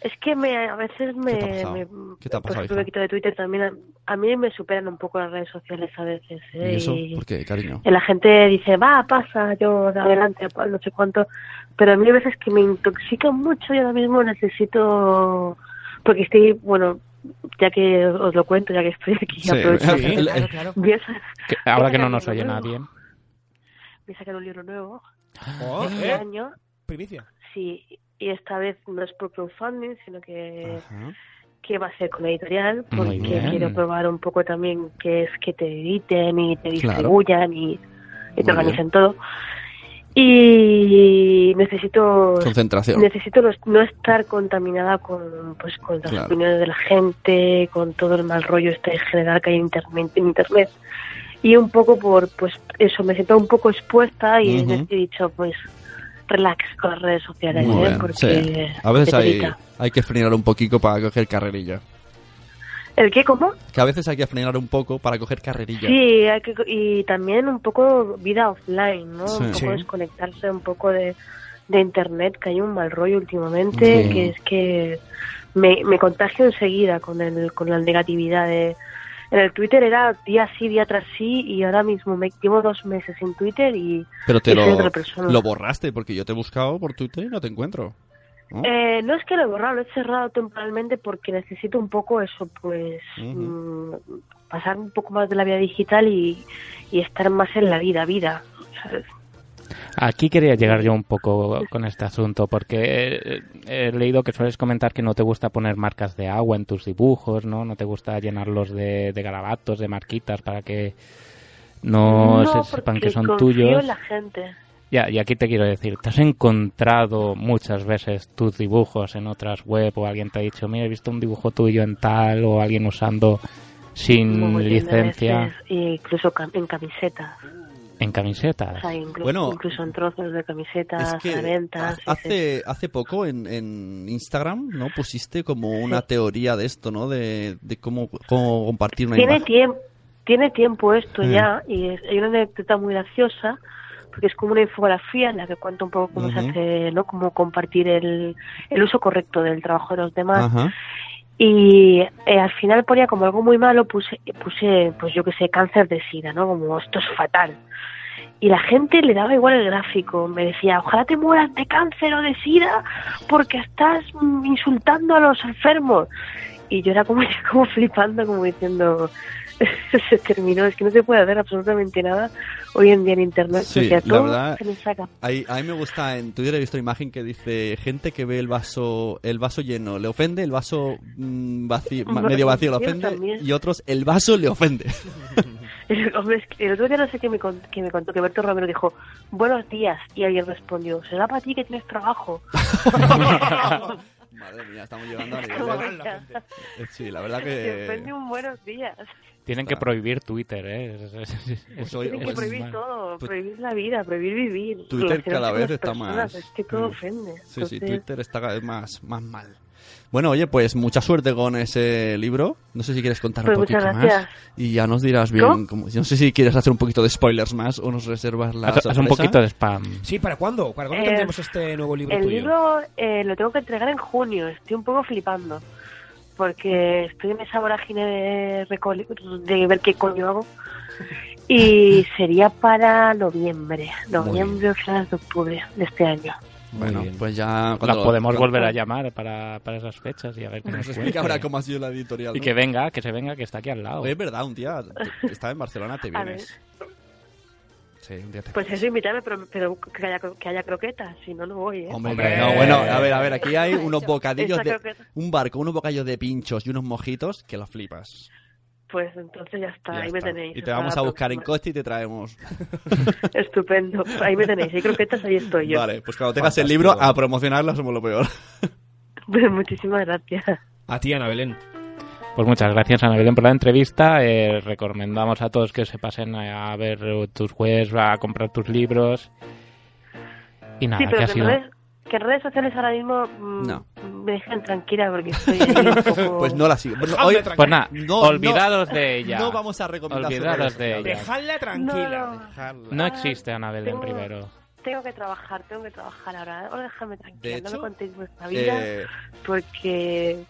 [SPEAKER 8] Es que me, a veces me...
[SPEAKER 5] ¿Qué te ha pasado?
[SPEAKER 8] me-
[SPEAKER 5] ¿Qué te ha pasado,
[SPEAKER 8] por ejemplo, me
[SPEAKER 5] hija?
[SPEAKER 8] quito de Twitter también. A, a mí me superan un poco las redes sociales a veces. ¿eh?
[SPEAKER 5] ¿Y eso? ¿Por qué, cariño?
[SPEAKER 8] la gente dice, va, pasa, yo adelante, pa- no sé cuánto. Pero a mí hay veces que me intoxican mucho y ahora mismo necesito... Porque estoy, bueno, ya que os lo cuento, ya que estoy aquí,
[SPEAKER 5] Sí.
[SPEAKER 8] aprovecho.
[SPEAKER 5] Sí. El-
[SPEAKER 3] Claro,
[SPEAKER 5] el-
[SPEAKER 3] claro.
[SPEAKER 8] Voy a sa-
[SPEAKER 7] Que ahora que no
[SPEAKER 8] Déjame,
[SPEAKER 7] nos oye
[SPEAKER 8] no.
[SPEAKER 7] nadie.
[SPEAKER 8] voy a sacar un libro nuevo
[SPEAKER 5] Ah,
[SPEAKER 6] Oh,
[SPEAKER 8] este
[SPEAKER 6] ¿eh?
[SPEAKER 8] año.
[SPEAKER 6] Primicia.
[SPEAKER 8] Sí, y esta vez no es por crowdfunding, sino que...
[SPEAKER 5] Ajá.
[SPEAKER 8] qué va a hacer con la editorial,
[SPEAKER 7] Muy
[SPEAKER 8] porque
[SPEAKER 7] bien.
[SPEAKER 8] quiero probar un poco también qué es que te editen y te
[SPEAKER 5] Claro.
[SPEAKER 8] distribuyan y, y
[SPEAKER 5] Muy
[SPEAKER 8] te organicen todo. Y necesito
[SPEAKER 5] Concentración.
[SPEAKER 8] necesito los- no estar contaminada con pues con las
[SPEAKER 5] Claro.
[SPEAKER 8] opiniones de la gente, con todo el mal rollo este general que hay en internet, en internet. Y un poco por pues eso me siento un poco expuesta y
[SPEAKER 5] Ujú.
[SPEAKER 8] he dicho pues relax con las redes sociales,
[SPEAKER 5] Muy
[SPEAKER 8] ¿eh?
[SPEAKER 5] bien,
[SPEAKER 8] porque
[SPEAKER 5] sí. A veces
[SPEAKER 8] te
[SPEAKER 5] hay,
[SPEAKER 8] limita.
[SPEAKER 5] hay que frenar un poquito para coger carrerilla.
[SPEAKER 8] ¿El qué cómo?
[SPEAKER 5] Que a veces hay que frenar un poco para coger carrerilla.
[SPEAKER 8] Sí, hay que, y también un poco vida offline, ¿no?
[SPEAKER 5] Sí.
[SPEAKER 8] Un poco
[SPEAKER 5] Sí.
[SPEAKER 8] desconectarse un poco de, de internet, que hay un mal rollo últimamente,
[SPEAKER 5] Sí.
[SPEAKER 8] que es que me, me contagio enseguida con, el, con la negatividad de... En el Twitter era día sí, día tras sí, y ahora mismo me llevo dos meses sin Twitter y...
[SPEAKER 5] Pero te
[SPEAKER 8] y soy
[SPEAKER 5] lo,
[SPEAKER 8] otra persona.
[SPEAKER 5] lo borraste porque yo te he buscado por Twitter y no te encuentro. ¿no?
[SPEAKER 8] Eh, no es que lo he borrado, lo he cerrado temporalmente porque necesito un poco eso, pues
[SPEAKER 5] Ujú.
[SPEAKER 8] mm, pasar un poco más de la vida digital y, y estar más en la vida, vida. ¿sabes?
[SPEAKER 7] Aquí quería llegar yo un poco con este asunto, porque eh, he leído que sueles comentar que no te gusta poner marcas de agua en tus dibujos, ¿no? No te gusta llenarlos de, de garabatos, de marquitas, para que no, se sepan
[SPEAKER 8] porque
[SPEAKER 7] Oh, que son
[SPEAKER 8] confío
[SPEAKER 7] tuyos.
[SPEAKER 8] en la gente.
[SPEAKER 7] Ya, y aquí te quiero decir, ¿te has encontrado muchas veces tus dibujos en otras web o alguien te ha dicho, mira, he visto un dibujo tuyo en tal o alguien usando sin
[SPEAKER 8] mogollón de veces,
[SPEAKER 7] mm, licencia
[SPEAKER 8] e incluso cam- en camisetas.
[SPEAKER 7] en
[SPEAKER 8] O
[SPEAKER 7] camisetas?
[SPEAKER 8] sea, inclu-
[SPEAKER 5] Bueno,
[SPEAKER 8] incluso en trozos de camisetas,
[SPEAKER 5] Es que
[SPEAKER 8] a ventas.
[SPEAKER 5] ha- hace, hace poco en, en Instagram, ¿no? Pusiste como una teoría de esto, ¿no? De, de cómo, cómo compartir una
[SPEAKER 8] Tiene
[SPEAKER 5] imagen.
[SPEAKER 8] tiempo, tiene tiempo esto
[SPEAKER 5] Mm.
[SPEAKER 8] ya y es- hay una anécdota muy graciosa porque es como una infografía en la que cuenta un poco cómo
[SPEAKER 5] Ujú.
[SPEAKER 8] se hace, ¿no? Cómo compartir el, el uso correcto del trabajo de los demás.
[SPEAKER 5] Ajá.
[SPEAKER 8] Y eh, al final ponía como algo muy malo, puse, puse pues yo que sé, cáncer de sida, ¿no? Como esto es fatal. Y la gente le daba igual el gráfico, me decía, ojalá te mueras de cáncer o de sida porque estás mm, insultando a los enfermos. Y yo era como, como flipando, como diciendo, se terminó, es que no se puede hacer absolutamente nada hoy en día en Internet.
[SPEAKER 5] Sí,
[SPEAKER 8] o sea,
[SPEAKER 5] la
[SPEAKER 8] todo
[SPEAKER 5] verdad-
[SPEAKER 8] se le saca.
[SPEAKER 5] Ahí- a mí me gusta, en Twitter he visto una imagen que dice gente que ve el vaso el vaso lleno le ofende, el vaso mm, vacío, ma-
[SPEAKER 8] Bueno,
[SPEAKER 5] medio vacío le
[SPEAKER 8] yo
[SPEAKER 5] ofende
[SPEAKER 8] también.
[SPEAKER 5] y otros el vaso le ofende.
[SPEAKER 8] El, hombre, es que el otro día no sé qué me, con- qué me contó, que Berto Romero dijo, buenos días, y alguien respondió, será para ti que tienes trabajo.
[SPEAKER 5] Madre mía, estamos llegando a niveles- eh, Sí, la verdad
[SPEAKER 8] Te ofende
[SPEAKER 5] que...
[SPEAKER 8] un buenos días.
[SPEAKER 7] Tienen que prohibir Twitter, ¿eh? Es- es- es- es-
[SPEAKER 5] Pues hoy-
[SPEAKER 8] Tienen que
[SPEAKER 5] pues-
[SPEAKER 8] prohibir
[SPEAKER 7] mal.
[SPEAKER 8] todo,
[SPEAKER 5] Pues-
[SPEAKER 8] prohibir la vida, prohibir vivir.
[SPEAKER 5] Twitter
[SPEAKER 8] relacionarse
[SPEAKER 5] cada
[SPEAKER 8] con
[SPEAKER 5] vez
[SPEAKER 8] las
[SPEAKER 5] está
[SPEAKER 8] personas,
[SPEAKER 5] más- mm.
[SPEAKER 8] Es que todo
[SPEAKER 5] Sí.
[SPEAKER 8] ofende.
[SPEAKER 5] Sí, sí,
[SPEAKER 8] Entonces,
[SPEAKER 5] Twitter está cada vez más, más mal. Bueno, oye, pues mucha suerte con ese libro. No sé si quieres contar
[SPEAKER 8] Pues
[SPEAKER 5] un poquito
[SPEAKER 8] muchas gracias.
[SPEAKER 5] más. Y ya nos dirás bien.
[SPEAKER 8] ¿No?
[SPEAKER 5] cómo- no sé si quieres hacer un poquito de spoilers más o nos reservas la.
[SPEAKER 7] Haz- haz un
[SPEAKER 5] sorpresa.
[SPEAKER 7] poquito de spam.
[SPEAKER 6] Sí, ¿para cuándo? ¿Para cuándo
[SPEAKER 8] Eh,
[SPEAKER 6] tendremos este nuevo libro
[SPEAKER 8] El
[SPEAKER 6] tuyo?
[SPEAKER 8] libro eh, lo tengo que entregar en junio, estoy un poco flipando. Porque estoy en esa vorágine de, recole- de ver qué coño hago. Y sería para noviembre, noviembre o finales de octubre de este año.
[SPEAKER 5] Bueno,
[SPEAKER 7] Muy bien.
[SPEAKER 5] pues ya.
[SPEAKER 7] La
[SPEAKER 5] cuando-
[SPEAKER 7] podemos
[SPEAKER 5] cuando-
[SPEAKER 7] volver a llamar para, para esas fechas y a ver qué
[SPEAKER 5] Nos
[SPEAKER 7] nos
[SPEAKER 5] explica
[SPEAKER 7] cuenta.
[SPEAKER 5] ahora cómo ha sido la editorial.
[SPEAKER 7] Y
[SPEAKER 5] ¿no?
[SPEAKER 7] que venga, que se venga, que está aquí al lado.
[SPEAKER 5] Oye, es verdad, un día. te- Estaba en Barcelona, te
[SPEAKER 8] A
[SPEAKER 5] vienes. Sí, un día te
[SPEAKER 8] Pues eso, invitarme, pero, pero que, haya, que haya croquetas, si no, no voy. ¿eh?
[SPEAKER 5] Hombre,
[SPEAKER 6] Hombre.
[SPEAKER 5] no, bueno, a ver, a ver, aquí hay unos
[SPEAKER 3] Esa
[SPEAKER 5] bocadillos de.
[SPEAKER 8] croqueta.
[SPEAKER 5] Un barco, unos bocadillos de pinchos y unos mojitos que los flipas.
[SPEAKER 8] Pues entonces ya está,
[SPEAKER 5] Ya
[SPEAKER 8] ahí me
[SPEAKER 5] está.
[SPEAKER 8] tenéis.
[SPEAKER 5] y te
[SPEAKER 8] hasta
[SPEAKER 5] vamos
[SPEAKER 8] la
[SPEAKER 5] a buscar en
[SPEAKER 8] próxima.
[SPEAKER 5] coche y te traemos.
[SPEAKER 8] Estupendo, ahí me tenéis. Hay croquetas, ahí estoy yo.
[SPEAKER 5] Vale, pues cuando tengas el libro, a promocionarlo somos lo peor.
[SPEAKER 8] Muchísimas gracias.
[SPEAKER 6] A ti, Ana Belén.
[SPEAKER 7] Pues muchas gracias, Ana Belén, por la entrevista. Eh, recomendamos a todos que se pasen a ver eh, tus webs, a comprar tus libros. Y nada,
[SPEAKER 8] sí,
[SPEAKER 7] que
[SPEAKER 8] pero
[SPEAKER 7] ha
[SPEAKER 8] que,
[SPEAKER 7] sido...
[SPEAKER 8] en redes, que en redes sociales ahora mismo mm,
[SPEAKER 5] No.
[SPEAKER 8] me dejan tranquila porque estoy ahí un poco...
[SPEAKER 5] Pues no la sigo. Bueno,
[SPEAKER 6] Dejadme
[SPEAKER 5] hoy
[SPEAKER 6] tranquila.
[SPEAKER 7] Pues nada,
[SPEAKER 5] No,
[SPEAKER 7] olvidados de ella.
[SPEAKER 5] no vamos a recomendar.
[SPEAKER 7] Olvidaros
[SPEAKER 5] sus
[SPEAKER 7] de
[SPEAKER 5] redes
[SPEAKER 7] ella.
[SPEAKER 6] Dejadla
[SPEAKER 8] No,
[SPEAKER 6] tranquila.
[SPEAKER 8] no.
[SPEAKER 5] sociales.
[SPEAKER 7] No existe Ana Belén
[SPEAKER 8] Tengo-
[SPEAKER 7] Rivero.
[SPEAKER 8] tengo que trabajar, tengo que trabajar ahora. Ahora déjame tranquila,
[SPEAKER 5] De
[SPEAKER 8] no
[SPEAKER 5] hecho,
[SPEAKER 8] me contéis vuestra vida
[SPEAKER 5] Eh,
[SPEAKER 8] porque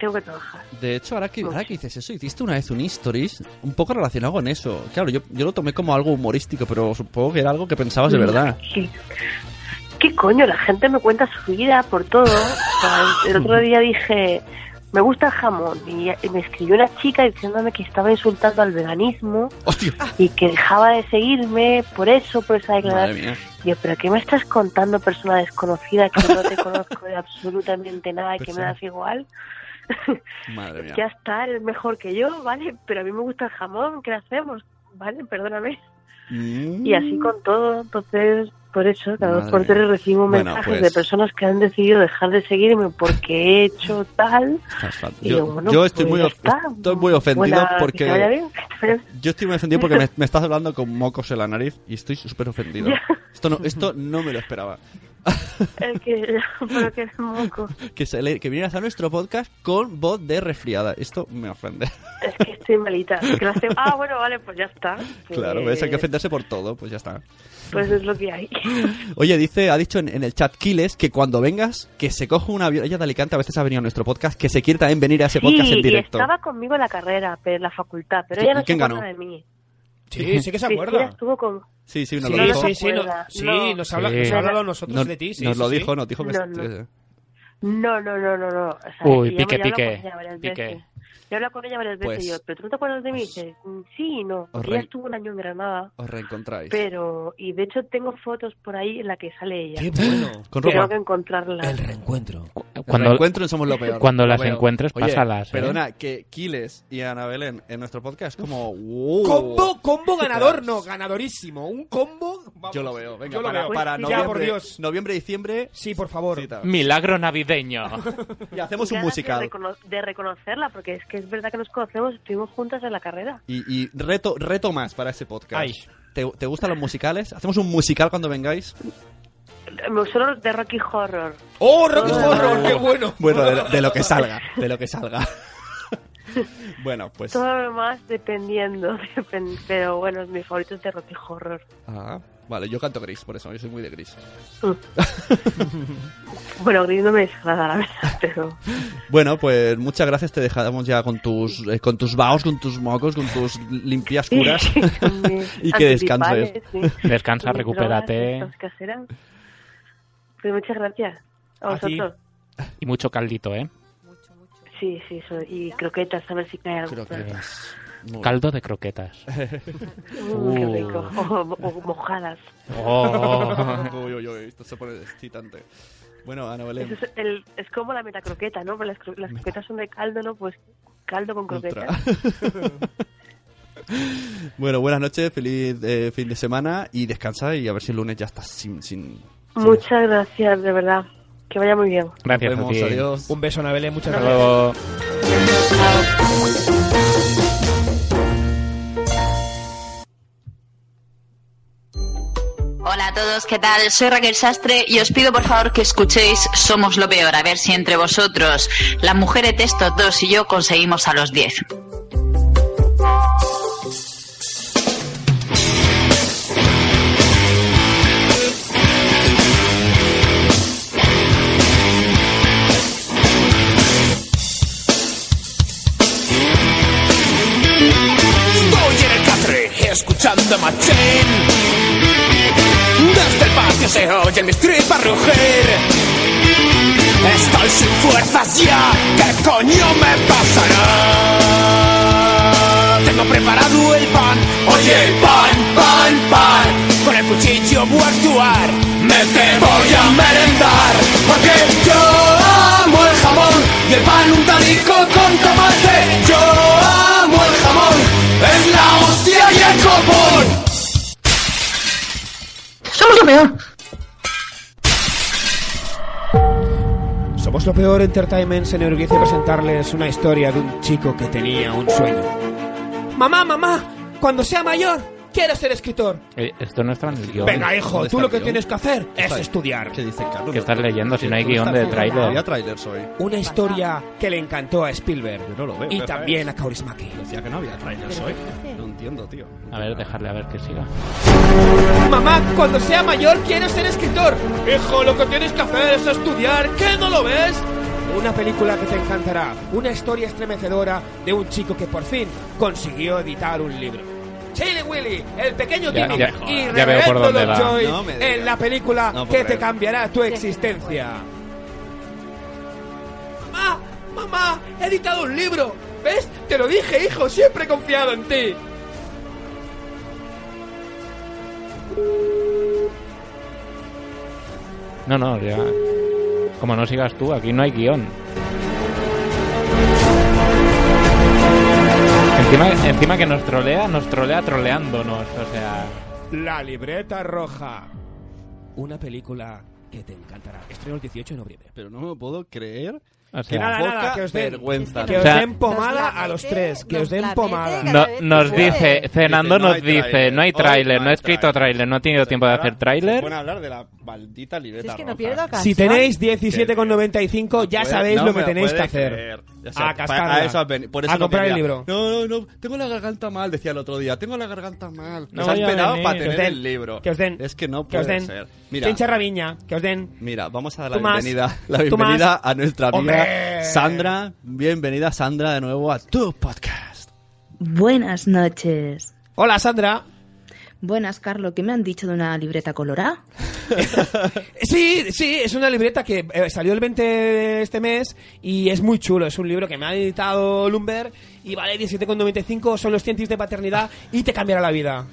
[SPEAKER 8] tengo que trabajar.
[SPEAKER 5] de hecho, ahora que, ahora que dices eso, hiciste una vez un stories un poco relacionado con eso. Claro, yo, yo lo tomé como algo humorístico, pero supongo que era algo que pensabas de verdad.
[SPEAKER 8] Sí. ¿Qué coño? La gente me cuenta su vida por todo. O sea, el otro día dije, me gusta el jamón. Y, y me escribió una chica diciéndome que estaba insultando al veganismo
[SPEAKER 5] ¡Hostia!
[SPEAKER 8] y que dejaba de seguirme por eso, por esa
[SPEAKER 5] Madre
[SPEAKER 8] declaración.
[SPEAKER 5] mía.
[SPEAKER 8] Yo, ¿pero qué me estás contando, persona desconocida, que no te conozco de absolutamente nada, que me
[SPEAKER 5] Persona.
[SPEAKER 8] das igual?
[SPEAKER 5] Madre Pues mía.
[SPEAKER 8] Ya está, eres mejor que yo, ¿vale? Pero a mí me gusta el jamón, ¿qué hacemos? ¿Vale? Perdóname.
[SPEAKER 5] Mm.
[SPEAKER 8] Y así con todo, entonces, por eso, cada dos
[SPEAKER 5] Madre
[SPEAKER 8] por tres recibo
[SPEAKER 5] Bueno,
[SPEAKER 8] mensajes
[SPEAKER 5] pues-
[SPEAKER 8] de personas que han decidido dejar de seguirme porque he hecho tal.
[SPEAKER 5] Estás fatal.
[SPEAKER 8] Y
[SPEAKER 5] Yo,
[SPEAKER 8] bueno,
[SPEAKER 5] yo estoy,
[SPEAKER 8] pues
[SPEAKER 5] muy,
[SPEAKER 8] ya
[SPEAKER 5] of-
[SPEAKER 8] está.
[SPEAKER 5] estoy muy ofendido
[SPEAKER 8] Buena- que te vaya
[SPEAKER 5] porque...
[SPEAKER 8] bien, que te vaya bien.
[SPEAKER 5] Yo estoy muy ofendido porque me, me estás hablando con mocos en la nariz y estoy súper ofendido.
[SPEAKER 8] Ya.
[SPEAKER 5] Esto no, esto no me lo esperaba.
[SPEAKER 8] Eh, que- pero que eres moco.
[SPEAKER 5] que, se le- que vinieras a nuestro podcast con voz de resfriada. Esto me ofende.
[SPEAKER 8] Es que estoy malita. Gracias. Ah, bueno, vale, pues ya está.
[SPEAKER 5] Claro,
[SPEAKER 8] Pues-
[SPEAKER 5] ves, hay que ofenderse por todo, pues ya está.
[SPEAKER 8] Pues es lo que hay.
[SPEAKER 5] Oye, dice, ha dicho en, en el chat Kiles que cuando vengas, que se coja un avión. Ella de Alicante a veces ha venido a nuestro podcast, que se quiere también venir a ese Este podcast en
[SPEAKER 8] y
[SPEAKER 5] directo.
[SPEAKER 8] estaba conmigo en la carrera, pero en la facultad, pero
[SPEAKER 5] ¿Y
[SPEAKER 8] ella no se
[SPEAKER 5] quién
[SPEAKER 8] acuerda
[SPEAKER 5] ganó?
[SPEAKER 8] de mí.
[SPEAKER 6] Sí, sí que se
[SPEAKER 8] Cristina
[SPEAKER 6] acuerda.
[SPEAKER 8] estuvo con...
[SPEAKER 5] Sí, sí, nos
[SPEAKER 6] Sí,
[SPEAKER 5] lo dijo.
[SPEAKER 6] sí, sí, no-
[SPEAKER 8] Acuerda.
[SPEAKER 6] sí,
[SPEAKER 8] No.
[SPEAKER 6] nos, habla,
[SPEAKER 7] Sí.
[SPEAKER 6] nos ha hablado a nosotros
[SPEAKER 5] Nos-
[SPEAKER 6] de ti. Sí,
[SPEAKER 5] nos
[SPEAKER 6] sí,
[SPEAKER 5] lo
[SPEAKER 6] sí.
[SPEAKER 5] dijo, nos dijo que... eh,
[SPEAKER 8] No, no. No, no, no, no, no. O sea,
[SPEAKER 7] Uy,
[SPEAKER 8] que yo
[SPEAKER 7] pique,
[SPEAKER 8] me- yo hablo
[SPEAKER 7] pique,
[SPEAKER 8] con ella varias
[SPEAKER 7] pique.
[SPEAKER 8] veces. Yo hablo con ella varias veces
[SPEAKER 5] Pues-
[SPEAKER 8] y yo, pero tú no te acuerdas de mí. Y dice, "Mm, sí y no.
[SPEAKER 5] Os
[SPEAKER 8] porque Ella
[SPEAKER 5] re-
[SPEAKER 8] estuvo un año en Granada,
[SPEAKER 5] Os reencontráis.
[SPEAKER 8] pero... Y de hecho tengo fotos por ahí en la que sale ella.
[SPEAKER 6] Qué bueno.
[SPEAKER 5] Con
[SPEAKER 8] Tengo
[SPEAKER 5] ropa.
[SPEAKER 8] que encontrarla.
[SPEAKER 6] El reencuentro.
[SPEAKER 5] Cuando
[SPEAKER 7] Cuando,
[SPEAKER 5] encuentren somos lo peor.
[SPEAKER 7] cuando
[SPEAKER 5] Lo
[SPEAKER 7] las
[SPEAKER 5] peor.
[SPEAKER 7] encuentres,
[SPEAKER 5] Oye,
[SPEAKER 7] pásalas, ¿eh?
[SPEAKER 5] Perdona, que Kiles y Ana Belén en nuestro podcast como... wow.
[SPEAKER 6] Combo, combo ganador, no, ganadorísimo. Un combo. vamos.
[SPEAKER 5] Yo lo veo. Venga,
[SPEAKER 6] Yo lo
[SPEAKER 5] para,
[SPEAKER 6] veo.
[SPEAKER 5] para
[SPEAKER 8] Pues sí.
[SPEAKER 5] noviembre,
[SPEAKER 6] Ya, por Dios.
[SPEAKER 5] noviembre, diciembre.
[SPEAKER 6] Sí, por favor.
[SPEAKER 5] cita.
[SPEAKER 7] milagro navideño.
[SPEAKER 5] Y hacemos un
[SPEAKER 8] Ganas de
[SPEAKER 5] musical.
[SPEAKER 8] recono- De, reconocerla, porque es que es verdad que nos conocemos, estuvimos juntas en la carrera.
[SPEAKER 5] Y, y reto, reto más para ese podcast.
[SPEAKER 6] Ay.
[SPEAKER 5] ¿Te, te gustan los musicales? ¿Hacemos un musical cuando vengáis?
[SPEAKER 8] Eh, Solo de Rocky Horror.
[SPEAKER 6] ¡Oh, Rocky Horror! ¡Qué bueno!
[SPEAKER 5] Bueno, de, de lo que salga. De lo que salga. bueno, pues.
[SPEAKER 8] Todo lo demás dependiendo, depen- pero bueno, mi favorito es de Rocky Horror.
[SPEAKER 5] Ah, vale, yo canto gris, por eso. Yo soy muy de gris.
[SPEAKER 8] Bueno, Gris no me desagrada, la verdad, pero
[SPEAKER 5] Bueno, pues muchas gracias. Te dejamos ya con tus, eh, con tus vaos, con tus mocos, con tus limpias curas.
[SPEAKER 8] con mis
[SPEAKER 5] y que descanses.
[SPEAKER 8] antigripales, mis-
[SPEAKER 7] Descansa,
[SPEAKER 8] mis
[SPEAKER 7] recupérate.
[SPEAKER 8] drogas, mis cosas caseras. Pues muchas gracias. A
[SPEAKER 6] A ti.
[SPEAKER 8] vosotros.
[SPEAKER 7] Y mucho caldito, ¿eh?
[SPEAKER 3] Mucho, mucho.
[SPEAKER 8] Sí, sí, soy- y croquetas, a ver si cae algo.
[SPEAKER 5] Croquetas. Muy-
[SPEAKER 7] Caldo de croquetas.
[SPEAKER 8] Mm, qué
[SPEAKER 7] Uh.
[SPEAKER 8] rico. O, o mojadas.
[SPEAKER 7] Oh.
[SPEAKER 5] Uy, uy, uy, esto se pone excitante. Bueno, Ana
[SPEAKER 8] Eso
[SPEAKER 5] Belén.
[SPEAKER 8] es, el- es como la metacroqueta, ¿no? Pero las, cro- las croquetas son de caldo, ¿no? Pues caldo con
[SPEAKER 5] Ultra.
[SPEAKER 8] croquetas.
[SPEAKER 5] bueno, buenas noches, feliz eh, fin de semana y descansa y a ver si el lunes ya estás sin... sin...
[SPEAKER 8] Muchas gracias, de verdad. Que vaya muy bien.
[SPEAKER 7] Gracias
[SPEAKER 5] Nos
[SPEAKER 7] a ti.
[SPEAKER 5] vemos, adiós.
[SPEAKER 6] Un beso, Ana Belén. Muchas
[SPEAKER 7] Hasta
[SPEAKER 6] gracias.
[SPEAKER 7] luego.
[SPEAKER 9] Hola a todos, ¿qué tal? Soy Raquel Sastre y os pido por favor que escuchéis Somos lo Peor, a ver si entre vosotros, las mujeres de estos dos y yo conseguimos a los 10.
[SPEAKER 4] Estoy en el catre escuchando Machín. Desde el patio se oyen mis tripas rugir. Estoy sin fuerzas ya, ¿qué coño me pasará? Tengo preparado el pan, oye el pan, pan, pan. Con el cuchillo voy a actuar, me te voy a merendar. Porque yo amo el jamón y el pan untadico con tomate. Yo amo el jamón, es la hostia y el copón.
[SPEAKER 9] ¡Somos lo Peor!
[SPEAKER 6] Somos lo peor Entertainment, se enorgullece de presentarles una historia de un chico que tenía un sueño. Mamá, mamá, cuando sea mayor, quiero ser escritor.
[SPEAKER 7] Eh, Esto no está en el guión.
[SPEAKER 6] Venga, hijo,
[SPEAKER 5] ¿Dónde
[SPEAKER 6] tú
[SPEAKER 5] está
[SPEAKER 6] lo
[SPEAKER 5] el
[SPEAKER 6] que
[SPEAKER 5] guión?
[SPEAKER 6] tienes que hacer es
[SPEAKER 5] Está-
[SPEAKER 6] estudiar.
[SPEAKER 5] ¿Qué dice Carlos?
[SPEAKER 7] ¿Qué estás leyendo? Si no hay
[SPEAKER 5] ¿Tú estás
[SPEAKER 7] guión de
[SPEAKER 5] leyendo?
[SPEAKER 7] tráiler.
[SPEAKER 5] Había trailers hoy.
[SPEAKER 6] Una historia que le encantó a Spielberg
[SPEAKER 5] Yo no lo veo.
[SPEAKER 6] y también a Kaurismäki.
[SPEAKER 5] Decía que no había trailers hoy.
[SPEAKER 3] ¿Qué dice?
[SPEAKER 5] No entiendo, tío.
[SPEAKER 7] A ver, dejarle a ver que siga.
[SPEAKER 6] Mamá, cuando sea mayor quiero ser escritor. Hijo, lo que tienes que hacer es estudiar. ¿Qué no lo ves? Una película que te encantará. Una historia estremecedora de un chico que por fin consiguió editar un libro. Chile Willy, el pequeño
[SPEAKER 7] Ya-
[SPEAKER 6] Timmy
[SPEAKER 7] ya-
[SPEAKER 6] y
[SPEAKER 7] ya veo por
[SPEAKER 6] Reverendo
[SPEAKER 7] dónde va.
[SPEAKER 6] Lovejoy
[SPEAKER 5] No me digas.
[SPEAKER 6] en la película
[SPEAKER 5] No puedo
[SPEAKER 6] que te
[SPEAKER 5] creer.
[SPEAKER 6] cambiará tu existencia. ¡Mamá! ¡Mamá! ¡He editado un libro! ¿Ves? Te lo dije, hijo. Siempre he confiado en ti.
[SPEAKER 7] No, no, ya. Como no sigas tú, aquí no hay guión. Encima, encima que nos trolea, nos trolea troleándonos. O sea,
[SPEAKER 6] La libreta roja. Una película que te encantará. Estreno el 18 de noviembre.
[SPEAKER 5] Pero no me lo puedo creer.
[SPEAKER 7] o
[SPEAKER 5] Qué
[SPEAKER 6] Que nada,
[SPEAKER 7] sea
[SPEAKER 6] nada,
[SPEAKER 5] poca
[SPEAKER 6] que os den-
[SPEAKER 5] vergüenza.
[SPEAKER 7] que
[SPEAKER 6] Que os
[SPEAKER 7] O sea-
[SPEAKER 6] den pomada a los tres. Que os den pomada.
[SPEAKER 7] no- nos dice, cenando
[SPEAKER 5] Dice, no
[SPEAKER 7] nos
[SPEAKER 5] hay
[SPEAKER 7] dice,
[SPEAKER 5] tráiler.
[SPEAKER 7] no hay
[SPEAKER 5] Hoy
[SPEAKER 7] tráiler, no
[SPEAKER 5] hay
[SPEAKER 7] he escrito
[SPEAKER 5] tráiler.
[SPEAKER 7] tráiler, no he tenido tiempo de hacer tráiler.
[SPEAKER 5] Bueno, hablar de la maldita libreta
[SPEAKER 3] Si es que no
[SPEAKER 5] roja.
[SPEAKER 3] pierdo ocasión.
[SPEAKER 6] Si tenéis 17,95 ya
[SPEAKER 5] Puede-
[SPEAKER 6] sabéis
[SPEAKER 5] no
[SPEAKER 6] lo que
[SPEAKER 5] me
[SPEAKER 6] tenéis que
[SPEAKER 5] puede
[SPEAKER 6] hacer.
[SPEAKER 5] creer. Ya sé,
[SPEAKER 6] A
[SPEAKER 5] pa-
[SPEAKER 6] cascarla.
[SPEAKER 5] a eso has veni- por eso
[SPEAKER 6] A
[SPEAKER 5] no
[SPEAKER 6] comprar el
[SPEAKER 5] quería.
[SPEAKER 6] libro.
[SPEAKER 5] No, no, no, tengo la garganta mal, decía el otro día. Tengo la garganta mal.
[SPEAKER 7] No
[SPEAKER 5] Nos ha
[SPEAKER 7] voy a
[SPEAKER 5] esperado
[SPEAKER 7] venir.
[SPEAKER 5] para
[SPEAKER 6] Que os
[SPEAKER 5] tener
[SPEAKER 6] den.
[SPEAKER 5] el libro.
[SPEAKER 6] Que os den.
[SPEAKER 5] Es que no
[SPEAKER 6] Que
[SPEAKER 5] puede
[SPEAKER 6] os den.
[SPEAKER 5] ser. Mira,
[SPEAKER 6] Chincha Rabiña. Que os den.
[SPEAKER 5] mira, vamos a dar la
[SPEAKER 6] Tú más.
[SPEAKER 5] bienvenida, la
[SPEAKER 6] Tú
[SPEAKER 5] bienvenida
[SPEAKER 6] más.
[SPEAKER 5] a nuestra amiga
[SPEAKER 6] ¡Hombre!
[SPEAKER 5] Sandra. Bienvenida Sandra de nuevo a tu podcast.
[SPEAKER 10] Buenas noches.
[SPEAKER 6] Hola, Sandra.
[SPEAKER 10] Buenas, Carlos. ¿Qué me han dicho de una libreta colorada?
[SPEAKER 6] Sí, sí, es una libreta que eh, salió el 20 de este mes y es muy chulo. Es un libro que me ha editado Lumber y vale 17,95. Son los 100 tips de paternidad y te cambiará la vida.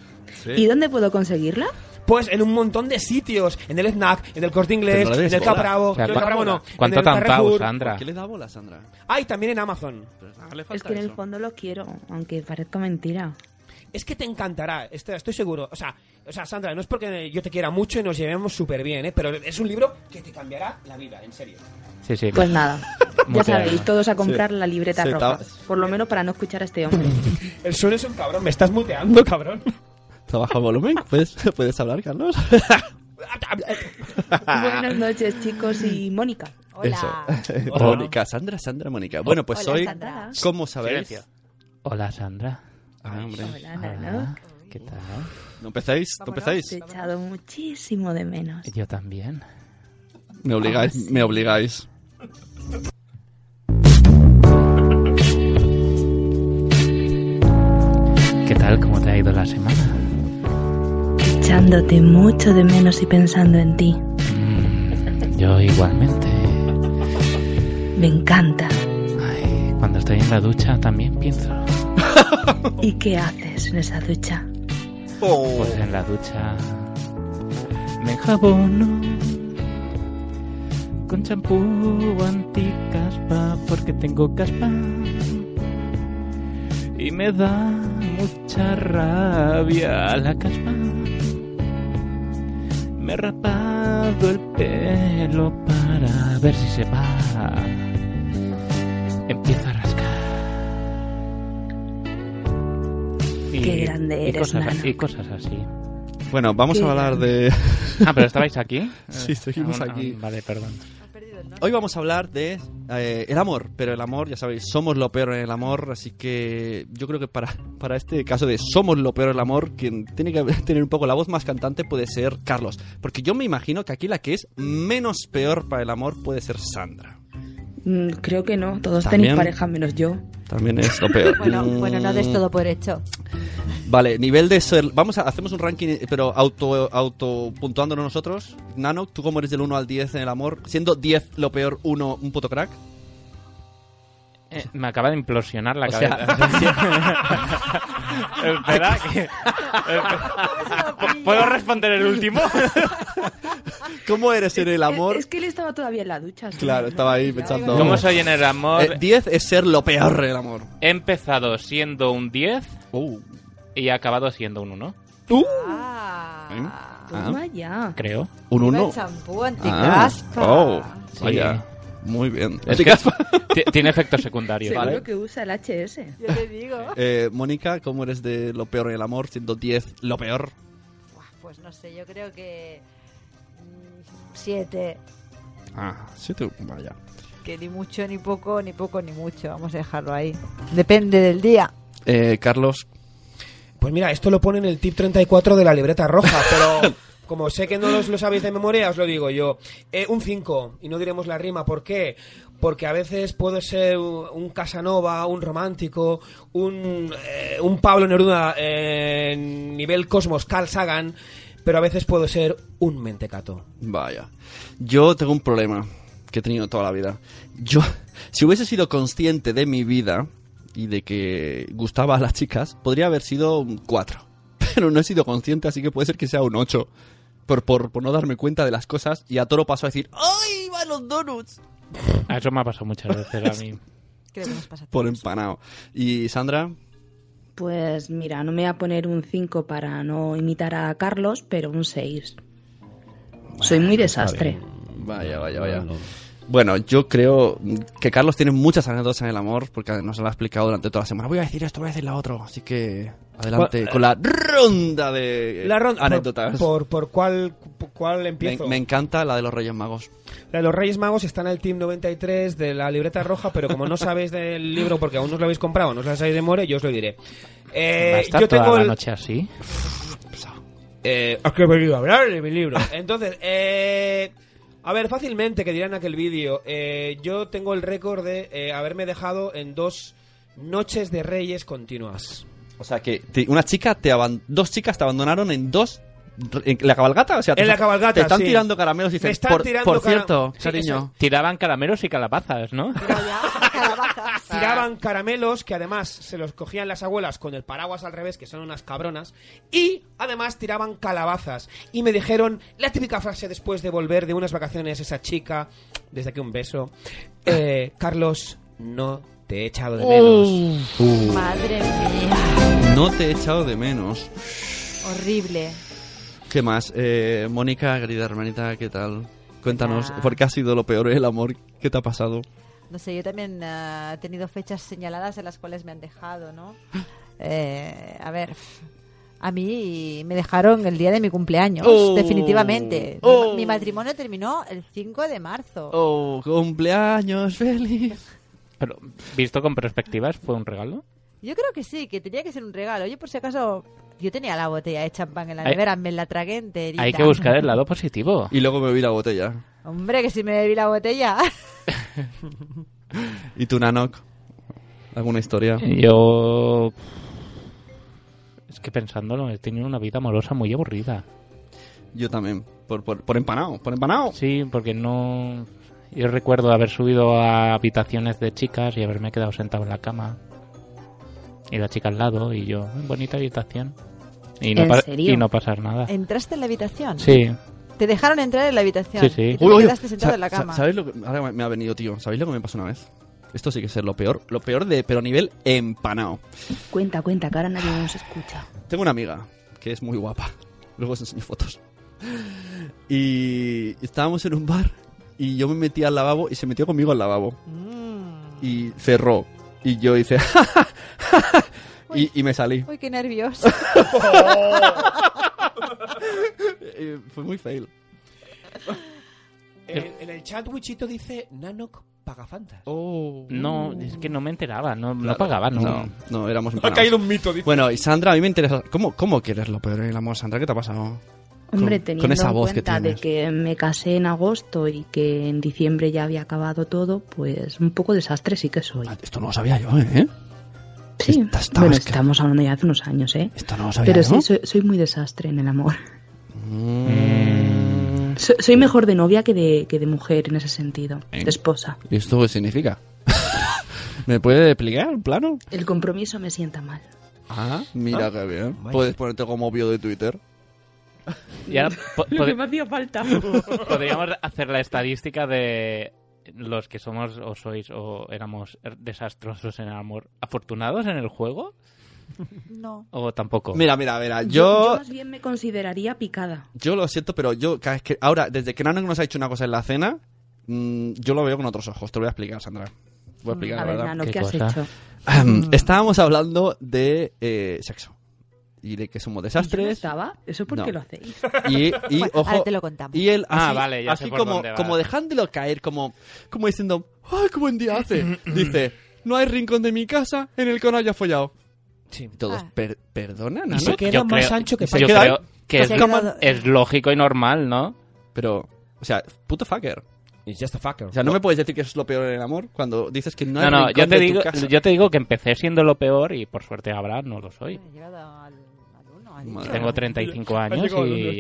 [SPEAKER 10] ¿Y dónde puedo conseguirla?
[SPEAKER 6] Pues en un montón de sitios, en el Snack, en el Corte Inglés,
[SPEAKER 5] Pero no le
[SPEAKER 6] en
[SPEAKER 5] des
[SPEAKER 6] el
[SPEAKER 5] bola.
[SPEAKER 6] Capravo,
[SPEAKER 7] O sea,
[SPEAKER 6] en el Capravo no,
[SPEAKER 7] ¿Cuánto
[SPEAKER 6] en el
[SPEAKER 7] tan
[SPEAKER 6] Carrefour.
[SPEAKER 7] Sandra?
[SPEAKER 5] ¿Por qué le da bola Sandra?
[SPEAKER 6] Ah, y también en Amazon.
[SPEAKER 5] Pero nada, le falta
[SPEAKER 10] Es que en el
[SPEAKER 5] eso.
[SPEAKER 10] fondo lo quiero, aunque parezca mentira.
[SPEAKER 6] Es que te encantará, est- estoy seguro. O sea, o sea, Sandra, no es porque yo te quiera mucho y nos llevemos súper bien, ¿eh? pero es un libro que te cambiará la vida, en serio.
[SPEAKER 7] Sí, sí.
[SPEAKER 10] Pues nada, ya
[SPEAKER 7] Muchas
[SPEAKER 10] sabéis,
[SPEAKER 7] gracias.
[SPEAKER 10] todos a comprar
[SPEAKER 5] Sí.
[SPEAKER 10] la libreta
[SPEAKER 5] Sí,
[SPEAKER 10] roja.
[SPEAKER 5] está-
[SPEAKER 10] Por lo menos para no escuchar a este hombre.
[SPEAKER 6] El suelo es un cabrón, me estás muteando, cabrón.
[SPEAKER 5] ¿Está bajo el volumen? ¿Puedes, ¿Puedes hablar, Carlos?
[SPEAKER 6] Ah.
[SPEAKER 10] Buenas noches, chicos y Mónica.
[SPEAKER 3] Hola.
[SPEAKER 6] Hola.
[SPEAKER 5] Mónica, Sandra, Sandra, Mónica. Bueno, pues
[SPEAKER 3] Hola,
[SPEAKER 5] hoy,
[SPEAKER 3] Sandra.
[SPEAKER 5] ¿cómo sabéis?
[SPEAKER 7] Hola, Sandra.
[SPEAKER 5] Ah, hombre.
[SPEAKER 10] Hola,
[SPEAKER 7] Hola,
[SPEAKER 6] Ah.
[SPEAKER 10] Nano.
[SPEAKER 7] ¿Qué tal?
[SPEAKER 5] ¿No empezáis? ¿No
[SPEAKER 10] Te he
[SPEAKER 5] empezáis?
[SPEAKER 10] echado muchísimo de menos.
[SPEAKER 7] Yo también.
[SPEAKER 5] Me obligáis, me obligáis.
[SPEAKER 7] ¿Qué tal? ¿Cómo te ha ido la semana?
[SPEAKER 10] Echándote mucho de menos y pensando en ti.
[SPEAKER 7] Mm, Yo igualmente.
[SPEAKER 10] Me encanta.
[SPEAKER 7] Ay, cuando estoy en la ducha también pienso.
[SPEAKER 10] ¿Y qué haces en esa ducha?
[SPEAKER 5] Oh.
[SPEAKER 7] Pues en la ducha me jabono con champú anticaspa porque tengo caspa y me da mucha rabia la caspa. Me he rapado el pelo para ver si se va. Empiezo a rascar. Y-
[SPEAKER 10] Qué grande
[SPEAKER 7] y
[SPEAKER 10] eres,
[SPEAKER 7] cosas-
[SPEAKER 10] Nano.
[SPEAKER 7] y cosas así.
[SPEAKER 5] Bueno, vamos a
[SPEAKER 10] ¿Qué?
[SPEAKER 5] hablar de...
[SPEAKER 7] Ah, pero estabais aquí.
[SPEAKER 5] Sí, seguimos
[SPEAKER 7] Aún-
[SPEAKER 5] aquí.
[SPEAKER 7] aún- Vale, perdón.
[SPEAKER 5] Hoy vamos a hablar de eh, el amor, pero el amor, ya sabéis, somos lo peor en el amor, así que yo creo que para, para este caso de somos lo peor en el amor, quien tiene que tener un poco la voz más cantante puede ser Carlos, porque yo me imagino que aquí la que es menos peor para el amor puede ser Sandra.
[SPEAKER 10] Mm, Creo que no, todos
[SPEAKER 5] También.
[SPEAKER 10] tenéis pareja menos yo.
[SPEAKER 5] También es lo peor.
[SPEAKER 3] Bueno,
[SPEAKER 5] Mm,
[SPEAKER 3] bueno, no des todo por hecho.
[SPEAKER 5] Vale, nivel de ser. Vamos a hacemos un ranking, eh, pero auto auto puntuándonos nosotros. Nano, ¿tú cómo eres del 1 al 10 en el amor? Siendo 10 lo peor, 1 un puto crack.
[SPEAKER 7] Eh, me acaba de implosionar la
[SPEAKER 5] O sea-
[SPEAKER 7] cabeza. Espera, que- ¿Puedo responder el último?
[SPEAKER 5] ¿Cómo eres en el amor?
[SPEAKER 10] Es, es que él estaba todavía en la ducha. ¿sí?
[SPEAKER 5] Claro, estaba ahí pensando.
[SPEAKER 7] ¿Cómo soy en el amor?
[SPEAKER 5] Eh, 10 es ser lo peor en el amor.
[SPEAKER 7] He empezado siendo un 10
[SPEAKER 5] Uh.
[SPEAKER 7] y he acabado siendo un 1,
[SPEAKER 3] Ah.
[SPEAKER 10] Toma ya.
[SPEAKER 7] creo.
[SPEAKER 5] un
[SPEAKER 3] Lleva
[SPEAKER 5] 1.
[SPEAKER 3] el champú anticaspa.
[SPEAKER 5] Oh,
[SPEAKER 7] Sí.
[SPEAKER 5] vaya. Muy bien.
[SPEAKER 7] Es que ti- tiene efectos secundarios.
[SPEAKER 10] Seguro
[SPEAKER 5] Vale.
[SPEAKER 10] que usa el HS.
[SPEAKER 3] Yo te digo.
[SPEAKER 5] Eh, Mónica, ¿cómo eres de lo peor en el amor? Siendo 10 lo peor.
[SPEAKER 3] Buah, Pues no sé, yo creo que. mm, Siete.
[SPEAKER 5] Ah, sí, tú. Vaya.
[SPEAKER 3] Que ni mucho, ni poco, ni poco, ni mucho. Vamos a dejarlo ahí. Depende del día.
[SPEAKER 5] Eh, Carlos,
[SPEAKER 6] Pues mira, esto lo pone en el tip 34 de la libreta roja, pero como sé que no os lo sabéis de memoria, os lo digo yo. Eh, un 5, y no diremos la rima, ¿por qué? Porque a veces puedo ser un un Casanova, un romántico, un, eh, un Pablo Neruda eh, nivel Cosmos, Carl Sagan, pero a veces puedo ser un mentecato.
[SPEAKER 5] Vaya. Yo tengo un problema que he tenido toda la vida. Yo, si hubiese sido consciente de mi vida y de que gustaba a las chicas, podría haber sido un 4. Pero no he sido consciente, así que puede ser que sea un 8. Por, por, por no darme cuenta de las cosas y a toro paso a decir, "Ah". ¡ay, van los donuts!
[SPEAKER 7] Ah, Eso me ha pasado muchas veces a mí.
[SPEAKER 3] Creo que nos pasa.
[SPEAKER 5] Por empanado. ¿Y Sandra?
[SPEAKER 10] Pues mira, no me voy a poner un 5 para no imitar a Carlos, pero un 6. Soy muy desastre.
[SPEAKER 5] Vaya, vaya, vaya. Bueno, yo creo que Carlos tiene muchas anécdotas en el amor porque nos lo ha explicado durante toda la semana. Voy a decir esto, voy a decir la otra. Así que adelante
[SPEAKER 6] Cu-
[SPEAKER 5] con la
[SPEAKER 7] eh,
[SPEAKER 5] ronda de eh,
[SPEAKER 6] La ronda.
[SPEAKER 5] anécdotas.
[SPEAKER 6] ¿Por, por, por cuál, por cuál
[SPEAKER 5] me,
[SPEAKER 6] empiezo?
[SPEAKER 5] me encanta la de los Reyes Magos.
[SPEAKER 6] La de los Reyes Magos está en el Team 93 de la libreta roja, pero como no sabéis del libro porque aún no os lo habéis comprado, no os la sabéis de more, yo os lo diré. Eh,
[SPEAKER 7] ¿Va a estar
[SPEAKER 6] yo
[SPEAKER 7] toda
[SPEAKER 6] tengo
[SPEAKER 7] la
[SPEAKER 6] el-
[SPEAKER 7] noche así?
[SPEAKER 6] Eh, ¿A qué he venido a hablar de mi libro? Entonces, eh, a ver, fácilmente, que dirán en aquel vídeo, eh, yo tengo el récord de eh, haberme dejado en dos noches de Reyes continuas.
[SPEAKER 5] O sea que te- una chica te aban- dos chicas te abandonaron en dos en la cabalgata, o sea, te-
[SPEAKER 6] En la cabalgata,
[SPEAKER 5] te están
[SPEAKER 6] sí.
[SPEAKER 5] tirando caramelos y
[SPEAKER 6] Me
[SPEAKER 5] dices,
[SPEAKER 6] están
[SPEAKER 5] por,
[SPEAKER 6] tirando
[SPEAKER 5] por
[SPEAKER 6] cara-
[SPEAKER 5] cierto,
[SPEAKER 6] Sí,
[SPEAKER 5] cariño,
[SPEAKER 6] eso.
[SPEAKER 7] Tiraban caramelos y calabazas, ¿no?
[SPEAKER 6] Tiraban caramelos que además se los cogían las abuelas con el paraguas al revés, que son unas cabronas, y además tiraban calabazas. Y me dijeron la típica frase después de volver de unas vacaciones esa chica, desde aquí un beso, eh, Carlos, no te he echado de menos. Uh.
[SPEAKER 3] Madre mía.
[SPEAKER 5] no te he echado de menos.
[SPEAKER 3] Horrible.
[SPEAKER 5] ¿Qué más? Eh, Mónica, querida hermanita, ¿qué tal? Cuéntanos,
[SPEAKER 3] Hola.
[SPEAKER 5] ¿por qué ha sido lo peor el amor? ¿Qué te ha pasado?
[SPEAKER 3] No sé, yo también ah, he tenido fechas señaladas en las cuales me han dejado, ¿no? Eh, a ver, a mí me dejaron el día de mi cumpleaños,
[SPEAKER 5] Oh.
[SPEAKER 3] definitivamente. Mi-
[SPEAKER 5] Oh.
[SPEAKER 3] Mi, matrimonio terminó el 5 de marzo.
[SPEAKER 5] Oh, cumpleaños feliz.
[SPEAKER 7] Pero visto con perspectivas, ¿fue un regalo?
[SPEAKER 3] Yo creo que sí, que tenía que ser un regalo. Yo por si acaso, yo tenía la botella de champán en la
[SPEAKER 7] Hay-
[SPEAKER 3] nevera, me la tragué enterita.
[SPEAKER 7] Hay que buscar ¿eh? el lado positivo.
[SPEAKER 5] Y luego me vi la botella.
[SPEAKER 3] Hombre, que si me bebí la botella.
[SPEAKER 5] ¿Y tú, Nanok? ¿Alguna historia?
[SPEAKER 7] Yo... Es que pensándolo, he tenido una vida amorosa muy aburrida.
[SPEAKER 5] Yo también. Por, por, por empanado, por empanado.
[SPEAKER 7] Sí, porque no... Yo recuerdo haber subido a habitaciones de chicas y haberme quedado sentado en la cama. Y la chica al lado y yo, bonita habitación. Y no,
[SPEAKER 10] ¿En
[SPEAKER 7] pa-
[SPEAKER 10] serio?
[SPEAKER 7] Y no pasar nada.
[SPEAKER 3] ¿Entraste en la habitación?
[SPEAKER 7] Sí,
[SPEAKER 3] Te dejaron entrar en la habitación.
[SPEAKER 7] Sí, sí.
[SPEAKER 3] Y tú te quedaste sentado
[SPEAKER 5] sa-
[SPEAKER 3] en la
[SPEAKER 5] sa-
[SPEAKER 3] cama.
[SPEAKER 5] ¿Sabéis lo que ahora me ha venido, tío? ¿Sabéis lo que me pasó una vez? Esto sí que es lo peor, lo peor de, pero a nivel empanado.
[SPEAKER 10] Cuenta, cuenta, que ahora nadie nos escucha.
[SPEAKER 5] Tengo una amiga que es muy guapa. Luego os enseño fotos. Y estábamos en un bar y yo me metí al lavabo y se metió conmigo al lavabo. Y cerró. Y yo hice... "Ja, ja, ja, ja", y, y me salí.
[SPEAKER 3] Uy, qué nervioso.
[SPEAKER 5] Eh, Fue muy fail.
[SPEAKER 6] En, en el chat Wichito dice Nanok Pagafantas.
[SPEAKER 7] No, es que no me enteraba, no, no
[SPEAKER 5] Claro.
[SPEAKER 7] pagaba, no.
[SPEAKER 5] No, no, éramos empanados.
[SPEAKER 6] un mito, dice.
[SPEAKER 5] Bueno, y Sandra, a mí me interesa... ¿Cómo, cómo quieres lo peor en el amor, Sandra? ¿Qué te ha pasado?
[SPEAKER 10] Hombre,
[SPEAKER 5] Con-
[SPEAKER 10] teniendo
[SPEAKER 5] con esa
[SPEAKER 10] en
[SPEAKER 5] voz que
[SPEAKER 10] cuenta de
[SPEAKER 5] tienes.
[SPEAKER 10] que me casé en agosto y que en diciembre ya había acabado todo, pues un poco desastre sí que soy.
[SPEAKER 5] Ah, Esto no lo sabía yo, ¿eh?
[SPEAKER 10] Sí,
[SPEAKER 5] esta- esta
[SPEAKER 10] bueno,
[SPEAKER 5] es que-
[SPEAKER 10] estamos hablando ya hace unos años, ¿eh?
[SPEAKER 5] Esto no lo sabía
[SPEAKER 10] Pero
[SPEAKER 5] yo.
[SPEAKER 10] sí, soy, soy muy desastre en el amor.
[SPEAKER 9] Mm.
[SPEAKER 10] So- soy mejor de novia que de, que de mujer en ese sentido,
[SPEAKER 5] ¿Eh?
[SPEAKER 10] de esposa.
[SPEAKER 5] ¿Y esto qué significa? ¿Me puede explicar, plano?
[SPEAKER 10] El compromiso me sienta mal.
[SPEAKER 5] Ah, mira qué bien. Puedes ponerte como bio de Twitter.
[SPEAKER 7] Y ahora po- pod-
[SPEAKER 10] hacía falta.
[SPEAKER 7] podríamos hacer la estadística de los que somos o sois o éramos desastrosos en el amor. ¿Afortunados en el juego
[SPEAKER 3] No.
[SPEAKER 7] o tampoco?
[SPEAKER 5] Mira, mira, mira.
[SPEAKER 10] Yo
[SPEAKER 5] Yo,
[SPEAKER 10] más bien me consideraría picada.
[SPEAKER 5] yo lo siento, pero yo cada vez que ahora desde que Nano nos ha hecho una cosa en la cena, mm, yo lo veo con otros ojos. Te lo voy a explicar, Sandra. Voy a explicar,
[SPEAKER 10] Mm, A
[SPEAKER 5] la
[SPEAKER 10] ver,
[SPEAKER 5] verdad.
[SPEAKER 10] Nano,
[SPEAKER 7] qué
[SPEAKER 10] ¿qué has
[SPEAKER 7] cosa.
[SPEAKER 10] hecho?
[SPEAKER 5] Ahem, Estábamos hablando de eh, sexo y de que somos
[SPEAKER 10] Yo no
[SPEAKER 5] desastres
[SPEAKER 10] estaba? ¿Eso por
[SPEAKER 5] No.
[SPEAKER 10] qué lo hacéis?
[SPEAKER 5] y, y,
[SPEAKER 3] Bueno,
[SPEAKER 5] ojo.
[SPEAKER 3] ahora te lo contamos.
[SPEAKER 5] Y él
[SPEAKER 7] Ah,
[SPEAKER 5] así,
[SPEAKER 7] vale, ya sé
[SPEAKER 5] así
[SPEAKER 7] por
[SPEAKER 5] como,
[SPEAKER 7] dónde va.
[SPEAKER 5] como dejándolo caer, como, como diciendo, ¡ay, qué buen día hace! Dice, no hay rincón de mi casa en el que no haya follado.
[SPEAKER 6] Sí.
[SPEAKER 5] Y todos,
[SPEAKER 3] Ah.
[SPEAKER 5] "Per- ¿perdona,
[SPEAKER 6] Y
[SPEAKER 5] Nano?
[SPEAKER 6] se queda
[SPEAKER 7] Yo
[SPEAKER 6] más
[SPEAKER 7] creo-
[SPEAKER 6] ancho que
[SPEAKER 5] se
[SPEAKER 6] para
[SPEAKER 7] Yo
[SPEAKER 5] queda-
[SPEAKER 7] creo que
[SPEAKER 3] Se
[SPEAKER 7] es,
[SPEAKER 3] ha quedado-
[SPEAKER 7] es lógico y normal, ¿no?
[SPEAKER 5] Pero, o sea, puto fucker.
[SPEAKER 6] It's just a fucker.
[SPEAKER 5] O sea, no me puedes decir que es lo peor en el amor cuando dices que
[SPEAKER 7] No,
[SPEAKER 5] no hay
[SPEAKER 7] no,
[SPEAKER 5] rincón
[SPEAKER 7] yo te,
[SPEAKER 5] de tu
[SPEAKER 7] digo,
[SPEAKER 5] casa.
[SPEAKER 7] yo te digo que empecé siendo lo peor y por suerte ahora no lo soy.
[SPEAKER 3] Ha llegado al, al uno, ha
[SPEAKER 5] Madre
[SPEAKER 3] dicho.
[SPEAKER 7] Tengo 35 años
[SPEAKER 6] llegado el
[SPEAKER 7] y
[SPEAKER 6] lunes.
[SPEAKER 3] Lo ha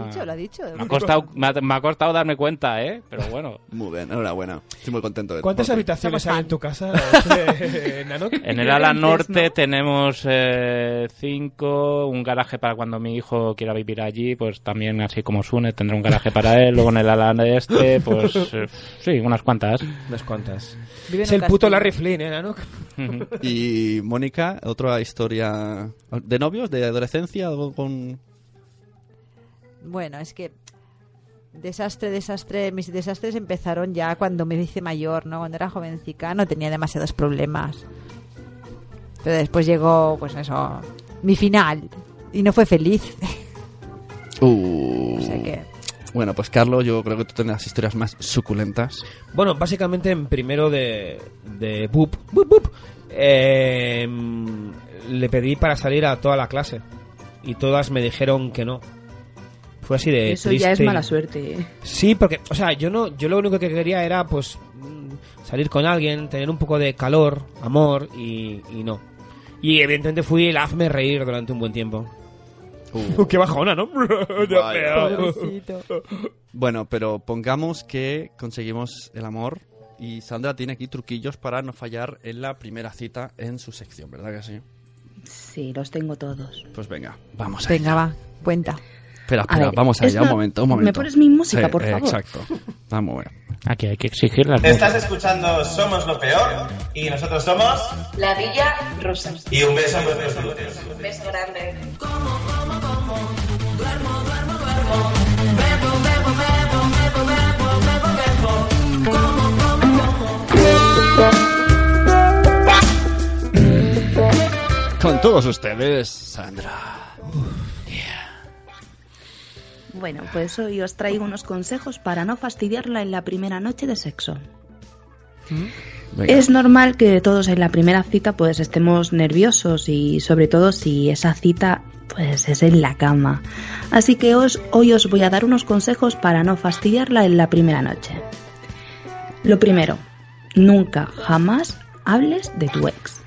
[SPEAKER 7] ya...
[SPEAKER 3] dicho, lo ha dicho.
[SPEAKER 7] Me ha, costado, me, ha, me ha costado darme cuenta, ¿eh? Pero bueno,
[SPEAKER 5] Muy bien, enhorabuena. Estoy muy contento de
[SPEAKER 6] ¿Cuántas
[SPEAKER 5] por ti.
[SPEAKER 6] habitaciones hay en tu casa, Eh, Nanok?
[SPEAKER 7] en el
[SPEAKER 10] Era
[SPEAKER 7] ala
[SPEAKER 10] antes,
[SPEAKER 7] norte
[SPEAKER 10] ¿no?
[SPEAKER 7] tenemos eh, cinco, un garaje para cuando mi hijo quiera vivir allí, pues también así como Sune tendrá un garaje para él, luego en el ala este, pues eh, sí, unas cuantas.
[SPEAKER 6] Unas cuantas.
[SPEAKER 3] Vive en
[SPEAKER 6] Es
[SPEAKER 3] un
[SPEAKER 6] el
[SPEAKER 3] castillo.
[SPEAKER 6] puto Larry Flynn, ¿eh, Nanok?
[SPEAKER 5] Y Mónica, otra historia de novios, de adolescencia, algo con...
[SPEAKER 3] Bueno, es que desastre, desastre. Mis desastres empezaron ya cuando me hice mayor, ¿no? Cuando era jovencica no tenía demasiados problemas. Pero después llegó, pues eso, mi final. Y no fue feliz.
[SPEAKER 5] Uh.
[SPEAKER 3] o sea Pues que.
[SPEAKER 5] Bueno, pues Carlos, yo creo que tú tienes las historias más suculentas.
[SPEAKER 6] Bueno, básicamente en primero de, de Boop, Boop, Boop, eh, le pedí para salir a toda la clase y todas me dijeron que no. Fue así de
[SPEAKER 10] Eso
[SPEAKER 6] triste.
[SPEAKER 10] ya es
[SPEAKER 6] y-
[SPEAKER 10] mala suerte.
[SPEAKER 6] Sí, porque, o sea, yo no, yo lo único que quería era, pues, mm, salir con alguien, tener un poco de calor, amor y, y no. Y evidentemente fui el hazme reír durante un buen tiempo.
[SPEAKER 5] Uh.
[SPEAKER 6] Qué bajona, ¿no?
[SPEAKER 5] Bueno, pero pongamos que conseguimos el amor y Sandra tiene aquí truquillos para no fallar en la primera cita en su sección, ¿verdad que sí?
[SPEAKER 10] Sí, los tengo todos.
[SPEAKER 5] Pues venga, vamos a
[SPEAKER 3] Venga, va, cuenta.
[SPEAKER 5] Espera,
[SPEAKER 10] A
[SPEAKER 5] espera,
[SPEAKER 10] ver,
[SPEAKER 5] vamos allá,
[SPEAKER 10] esta-
[SPEAKER 5] un momento, un
[SPEAKER 10] ¿me
[SPEAKER 5] momento.
[SPEAKER 10] pones mi música, por
[SPEAKER 5] eh,
[SPEAKER 10] favor?
[SPEAKER 5] Exacto. Vamos, bueno.
[SPEAKER 7] Aquí hay que exigir las
[SPEAKER 11] Estás escuchando Somos lo Peor y nosotros somos.
[SPEAKER 9] La Villa Rosa.
[SPEAKER 11] Y un beso en vuestros glúteos.
[SPEAKER 9] Un beso grande.
[SPEAKER 5] Con todos ustedes, Sandra.
[SPEAKER 10] Bueno, pues hoy os traigo unos consejos para no fastidiarla en la primera noche de sexo.
[SPEAKER 5] Venga.
[SPEAKER 10] Es normal que todos en la primera cita pues estemos nerviosos y sobre todo si esa cita pues es en la cama. Así que os- hoy os voy a dar unos consejos para no fastidiarla en la primera noche. Lo primero, nunca jamás hables de tu ex.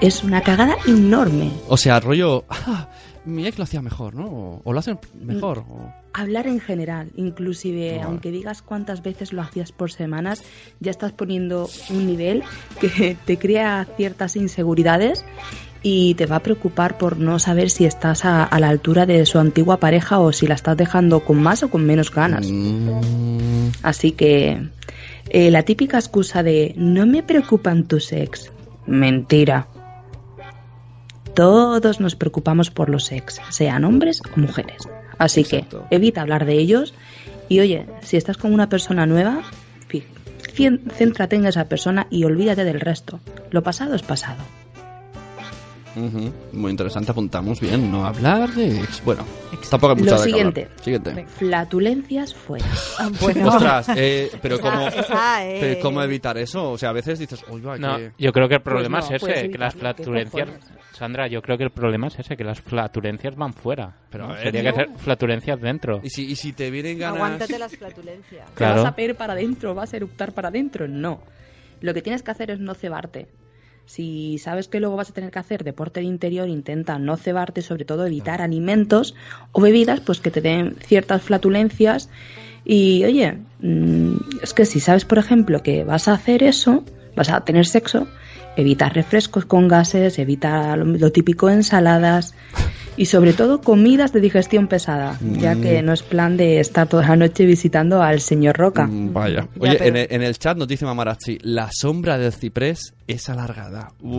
[SPEAKER 10] Es una cagada enorme.
[SPEAKER 5] O sea, rollo... "Ah, mi ex lo hacía mejor, ¿no? O, o lo hacen mejor. o-
[SPEAKER 10] Hablar en general, inclusive
[SPEAKER 5] Vale.
[SPEAKER 10] aunque digas cuántas veces lo hacías por semanas, ya estás poniendo un nivel que te crea ciertas inseguridades y te va a preocupar por no saber si estás a, a la altura de su antigua pareja o si la estás dejando con más o con menos ganas.
[SPEAKER 5] Mm,
[SPEAKER 10] Así que eh, la típica excusa de no me preocupan tus ex. Mentira. Todos nos preocupamos por los ex, sean hombres o mujeres. Así
[SPEAKER 6] Exacto.
[SPEAKER 10] que evita hablar de ellos y oye, si estás con una persona nueva, fi- cien- céntrate en esa persona y olvídate del resto. Lo pasado es pasado.
[SPEAKER 5] ujú. Muy interesante, apuntamos bien. No hablar de ex. Bueno, tampoco hay mucho
[SPEAKER 10] Lo
[SPEAKER 5] de qué
[SPEAKER 10] siguiente.
[SPEAKER 5] hablar. Siguiente.
[SPEAKER 10] Flatulencias fuera.
[SPEAKER 5] Ostras, eh, pero
[SPEAKER 3] Ah, Esa-
[SPEAKER 5] ¿cómo,
[SPEAKER 3] esa, eh. Pues
[SPEAKER 5] pero ¿cómo evitar eso? O sea, a veces dices, oye, va,
[SPEAKER 7] No,
[SPEAKER 5] que-
[SPEAKER 7] yo creo que el problema
[SPEAKER 10] no,
[SPEAKER 7] es
[SPEAKER 10] puedes
[SPEAKER 7] ese, que las
[SPEAKER 10] evitarlo, ¿qué
[SPEAKER 7] flatulencias... Sandra, yo creo que el problema es ese, que las flatulencias van fuera. Pero
[SPEAKER 5] Pero a ver,
[SPEAKER 7] Sería que hacer flatulencias dentro.
[SPEAKER 5] ¿Y, si, y si te vienen ganas...
[SPEAKER 3] Aguántate las flatulencias.
[SPEAKER 10] ¿Te vas
[SPEAKER 7] Claro.
[SPEAKER 10] a peer para adentro? ¿Vas a eructar para adentro? No. Lo que tienes que hacer es no cebarte. Si sabes que luego vas a tener que hacer deporte de interior, intenta no cebarte, sobre todo evitar alimentos o bebidas pues que te den ciertas flatulencias. Y oye, mm, es que si sabes, por ejemplo, que vas a hacer eso, vas a tener sexo, evita refrescos con gases, evita lo, lo típico ensaladas y sobre todo comidas de digestión pesada, ya que
[SPEAKER 5] Mm.
[SPEAKER 10] no es plan de estar toda la noche visitando al señor Roca.
[SPEAKER 5] Mm, Vaya.
[SPEAKER 3] Ya,
[SPEAKER 5] Oye,
[SPEAKER 3] pero-
[SPEAKER 5] en, el, en el chat nos dice Mamarazzi, la sombra del ciprés es alargada.
[SPEAKER 6] Uh.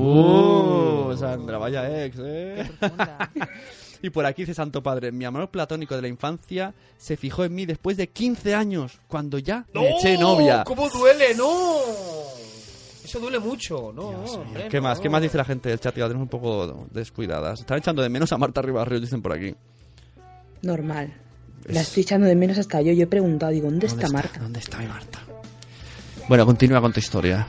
[SPEAKER 5] Uh, Sandra, vaya ex, eh.
[SPEAKER 3] Profunda.
[SPEAKER 5] Y por aquí dice Santo Padre, mi amor platónico de la infancia se fijó en mí después de 15 años, cuando ya me eché novia.
[SPEAKER 6] ¿Cómo duele? ¡No! Eso duele mucho, ¿no?
[SPEAKER 5] Dios mío,
[SPEAKER 3] Eh,
[SPEAKER 6] hombre,
[SPEAKER 5] ¿Qué más?
[SPEAKER 6] no.
[SPEAKER 5] ¿Qué más dice la gente del chat? Que La tenemos un poco descuidadas. Están echando de menos a Marta Ribarrio, dicen por aquí.
[SPEAKER 10] Normal.
[SPEAKER 5] Es-
[SPEAKER 10] La estoy echando de menos hasta yo. Yo he preguntado, digo, ¿dónde, está, Marta?
[SPEAKER 5] ¿Dónde está mi Marta? Bueno, continúa con tu historia.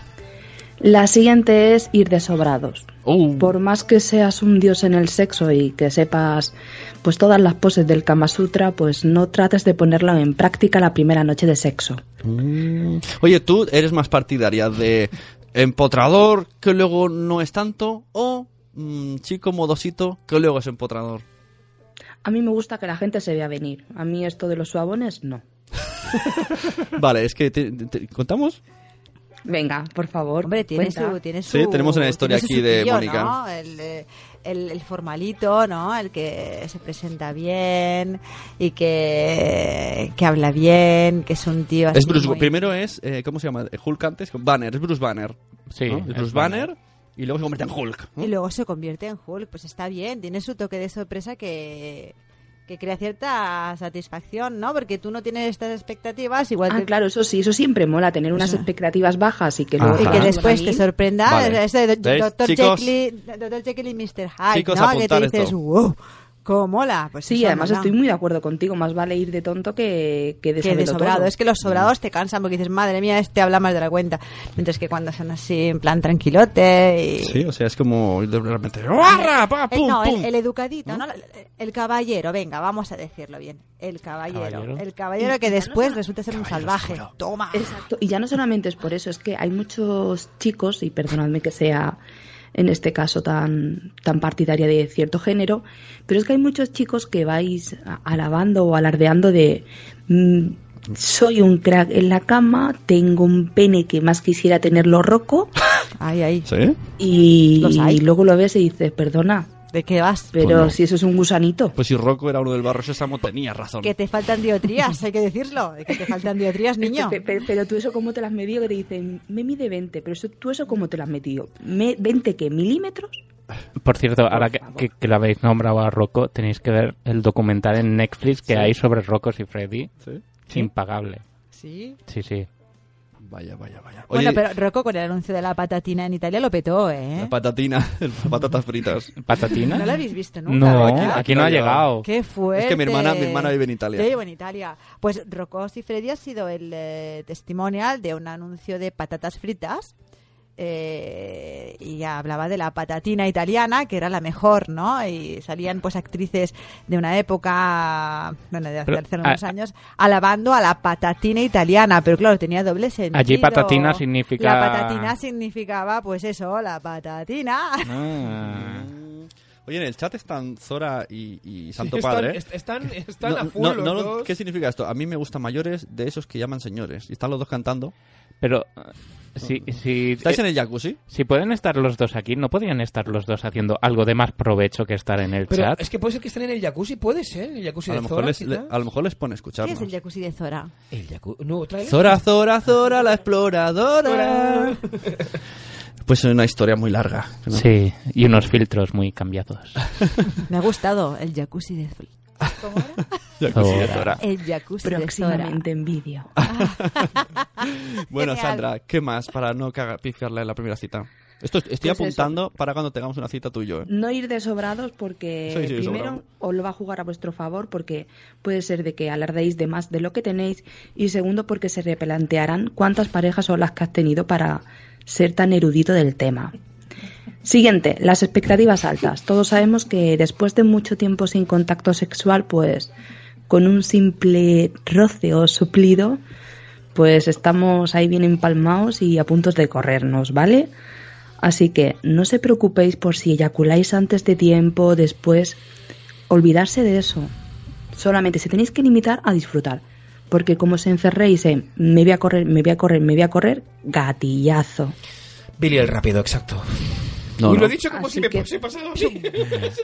[SPEAKER 10] La siguiente es ir de sobrados.
[SPEAKER 5] Oh.
[SPEAKER 10] Por más que seas un dios en el sexo y que sepas pues todas las poses del Kama Sutra, pues no trates de ponerlo en práctica la primera noche de sexo.
[SPEAKER 5] Mm. Oye, ¿tú eres más partidaria de empotrador, que luego no es tanto, o mm, chico modosito, que luego es empotrador?
[SPEAKER 10] A mí me gusta que la gente se vea venir. A mí esto de los suabones, no.
[SPEAKER 5] Vale, es que te- te- contamos.
[SPEAKER 10] Venga, por favor.
[SPEAKER 3] Hombre, tiene
[SPEAKER 10] cuenta.
[SPEAKER 3] su, tiene
[SPEAKER 5] Sí,
[SPEAKER 3] su-
[SPEAKER 5] tenemos una historia
[SPEAKER 3] tiene su
[SPEAKER 5] aquí de
[SPEAKER 3] truquillo,
[SPEAKER 5] Mónica.
[SPEAKER 3] ¿no? El, eh, el- el formalito, ¿no? El que se presenta bien y que, que habla bien, que es un tío así.
[SPEAKER 5] Es Bruce,
[SPEAKER 3] muy-
[SPEAKER 5] Primero es, eh, ¿cómo se llama? Hulk antes, Banner, es Bruce Banner.
[SPEAKER 7] Sí,
[SPEAKER 5] ¿no?
[SPEAKER 7] es
[SPEAKER 5] Es Bruce
[SPEAKER 7] Banner.
[SPEAKER 5] Banner, y luego se convierte en Hulk. ¿no?
[SPEAKER 3] Y luego se convierte en Hulk. Pues está bien, tiene su toque de sorpresa que, que crea cierta satisfacción, ¿no? Porque tú no tienes estas expectativas, igual
[SPEAKER 10] Ah,
[SPEAKER 3] te-
[SPEAKER 10] claro, eso sí, eso siempre mola, tener unas expectativas bajas y que luego...
[SPEAKER 7] Ajá.
[SPEAKER 3] Y que después te
[SPEAKER 10] venir.
[SPEAKER 3] sorprenda
[SPEAKER 5] Ah, Vale.
[SPEAKER 3] ese de-
[SPEAKER 5] ¿Veis?
[SPEAKER 3] Dr.
[SPEAKER 5] Chicos.
[SPEAKER 3] Jekyll, Dr. Jekyll y Mr. Hyde,
[SPEAKER 5] Chicos,
[SPEAKER 3] ¿no? Que te
[SPEAKER 5] apuntar
[SPEAKER 3] dices,
[SPEAKER 5] esto.
[SPEAKER 3] wow, cómo mola. Pues
[SPEAKER 10] Sí,
[SPEAKER 3] eso
[SPEAKER 10] además
[SPEAKER 3] mola.
[SPEAKER 10] estoy muy de acuerdo contigo, más vale ir de tonto que, Mm.
[SPEAKER 3] que
[SPEAKER 10] que de
[SPEAKER 3] de
[SPEAKER 10] sobretotono.
[SPEAKER 3] sobrado. Es que los sobrados te cansan porque dices, madre mía, este habla más de la cuenta. Mientras que cuando son así, en plan tranquilote y...
[SPEAKER 5] Sí, o sea, es como de repente. ¡guarra! Pa,
[SPEAKER 3] El, Eh,
[SPEAKER 5] pum,
[SPEAKER 3] no,
[SPEAKER 5] pum!
[SPEAKER 3] el, el educadito, ¿no? El caballero, venga, vamos a decirlo bien. El caballero.
[SPEAKER 7] Caballero.
[SPEAKER 3] El caballero que después resulta ser un salvaje. Toma.
[SPEAKER 10] Exacto, y ya no solamente es por eso, es que hay muchos chicos, y perdonadme que sea en este caso tan, tan partidaria de cierto género, pero es que hay muchos chicos que vais a- alabando o alardeando de mm, soy un crack en la cama, tengo un pene que más quisiera tenerlo roco,
[SPEAKER 3] Ahí, ahí.
[SPEAKER 5] ¿Sí?
[SPEAKER 10] y,
[SPEAKER 3] Los hay.
[SPEAKER 10] y luego lo ves y dices, perdona,
[SPEAKER 3] ¿De qué vas?
[SPEAKER 10] pero
[SPEAKER 5] Pues no.
[SPEAKER 10] si eso es un gusanito.
[SPEAKER 5] Pues si Rocco era uno del barrio Sésamo, tenía razón.
[SPEAKER 3] Que te faltan diotrías, hay que decirlo. Que te faltan diotrías, niño.
[SPEAKER 10] Pe- pe- Pero, tú eso cómo te las medido que te dicen, me mide 20, pero eso, tú eso cómo te las has metido. Me, ¿20 qué? ¿Milímetros?
[SPEAKER 7] Por cierto, ahora que,
[SPEAKER 10] favor.
[SPEAKER 7] que, que lo habéis nombrado a Rocco, tenéis que ver el documental en Netflix que
[SPEAKER 5] Sí.
[SPEAKER 7] hay sobre Rocco y Freddy.
[SPEAKER 5] ¿Sí?
[SPEAKER 7] Impagable.
[SPEAKER 3] Sí.
[SPEAKER 7] Sí, sí.
[SPEAKER 5] Vaya, vaya, vaya.
[SPEAKER 3] bueno, pero Rocco con el anuncio de la patatina en Italia lo petó, ¿eh?
[SPEAKER 5] La patatina, las patatas fritas.
[SPEAKER 7] ¿Patatina?
[SPEAKER 3] No lo habéis visto nunca.
[SPEAKER 7] No, aquí,
[SPEAKER 3] ¿verdad?
[SPEAKER 7] aquí no ha llegado.
[SPEAKER 3] Qué fuerte.
[SPEAKER 5] Es que mi hermana, mi hermana vive en Italia.
[SPEAKER 3] Yo vivo en Italia. Pues Rocco y Freddy ha sido el eh, testimonial de un anuncio de patatas fritas. eh, y ya hablaba de la patatina italiana, que era la mejor, ¿no? Y salían pues actrices de una época, bueno, de hace,
[SPEAKER 7] Pero,
[SPEAKER 3] hace unos
[SPEAKER 7] ah,
[SPEAKER 3] años, alabando a la patatina italiana, pero claro, tenía doble sentido.
[SPEAKER 7] Allí patatina significa-
[SPEAKER 3] La patatina significaba, pues eso, la patatina.
[SPEAKER 7] Ah.
[SPEAKER 5] Oye, en el chat están Zora y, y Santo
[SPEAKER 6] Están-
[SPEAKER 5] Padre. ¿eh?
[SPEAKER 6] est- Están, están
[SPEAKER 5] No,
[SPEAKER 6] a
[SPEAKER 5] no,
[SPEAKER 6] full los
[SPEAKER 5] no lo-
[SPEAKER 6] dos.
[SPEAKER 5] ¿Qué significa esto? A mí me gustan mayores de esos que llaman señores. Y están los dos cantando.
[SPEAKER 7] Pero eh, si, si,
[SPEAKER 5] ¿Estáis
[SPEAKER 7] eh,
[SPEAKER 5] en el jacuzzi?
[SPEAKER 7] si pueden estar los dos aquí, ¿no podrían estar los dos haciendo algo de más provecho que estar en el
[SPEAKER 6] Pero
[SPEAKER 7] chat?
[SPEAKER 6] es que puede ser que estén en el jacuzzi, puede ser, en el jacuzzi
[SPEAKER 5] A lo,
[SPEAKER 6] de
[SPEAKER 5] mejor
[SPEAKER 6] Zora,
[SPEAKER 5] les,
[SPEAKER 6] quizá.
[SPEAKER 5] le- a lo mejor les pone a
[SPEAKER 3] ¿Qué
[SPEAKER 5] escucharnos.
[SPEAKER 3] es el jacuzzi de Zora?
[SPEAKER 6] El jacuzzi... No, otra vez.
[SPEAKER 5] Zora, Zora, Zora, la exploradora. Pues es una historia muy larga. ¿no?
[SPEAKER 7] Sí, y unos filtros muy cambiados.
[SPEAKER 3] Me ha gustado el jacuzzi de Zora.
[SPEAKER 5] Jacuzzi de
[SPEAKER 7] Zora.
[SPEAKER 5] Zora.
[SPEAKER 3] El jacuzzi de Zora.
[SPEAKER 10] Próximamente en vídeo.
[SPEAKER 5] Bueno,
[SPEAKER 3] Genial.
[SPEAKER 5] Sandra, ¿qué más para no caga- pifiarla en la primera cita? Esto estoy
[SPEAKER 10] Pues eso.
[SPEAKER 5] apuntando para cuando tengamos una cita tuyo. ¿eh?
[SPEAKER 10] No ir de sobrados porque
[SPEAKER 5] Sí, sí,
[SPEAKER 10] primero
[SPEAKER 5] sobrado.
[SPEAKER 10] os lo va a jugar a vuestro favor porque puede ser de que alardéis de más de lo que tenéis y segundo porque se replantearán cuántas parejas son las que has tenido para ser tan erudito del tema. Siguiente, las expectativas altas. Todos sabemos que después de mucho tiempo sin contacto sexual, pues con un simple roce o suplido, pues estamos ahí bien empalmados y a puntos de corrernos, ¿vale? Así que no se preocupéis por si eyaculáis antes de tiempo, después. Olvidarse de eso. Solamente se tenéis que limitar a disfrutar. Porque como se encerréis en me voy a correr, me voy a correr, me voy a correr, gatillazo.
[SPEAKER 6] Billy el rápido, exacto.
[SPEAKER 5] No,
[SPEAKER 6] Uy,
[SPEAKER 5] no.
[SPEAKER 6] lo he dicho como
[SPEAKER 10] Así
[SPEAKER 6] si me
[SPEAKER 10] que-
[SPEAKER 6] hubiese pasado a mí.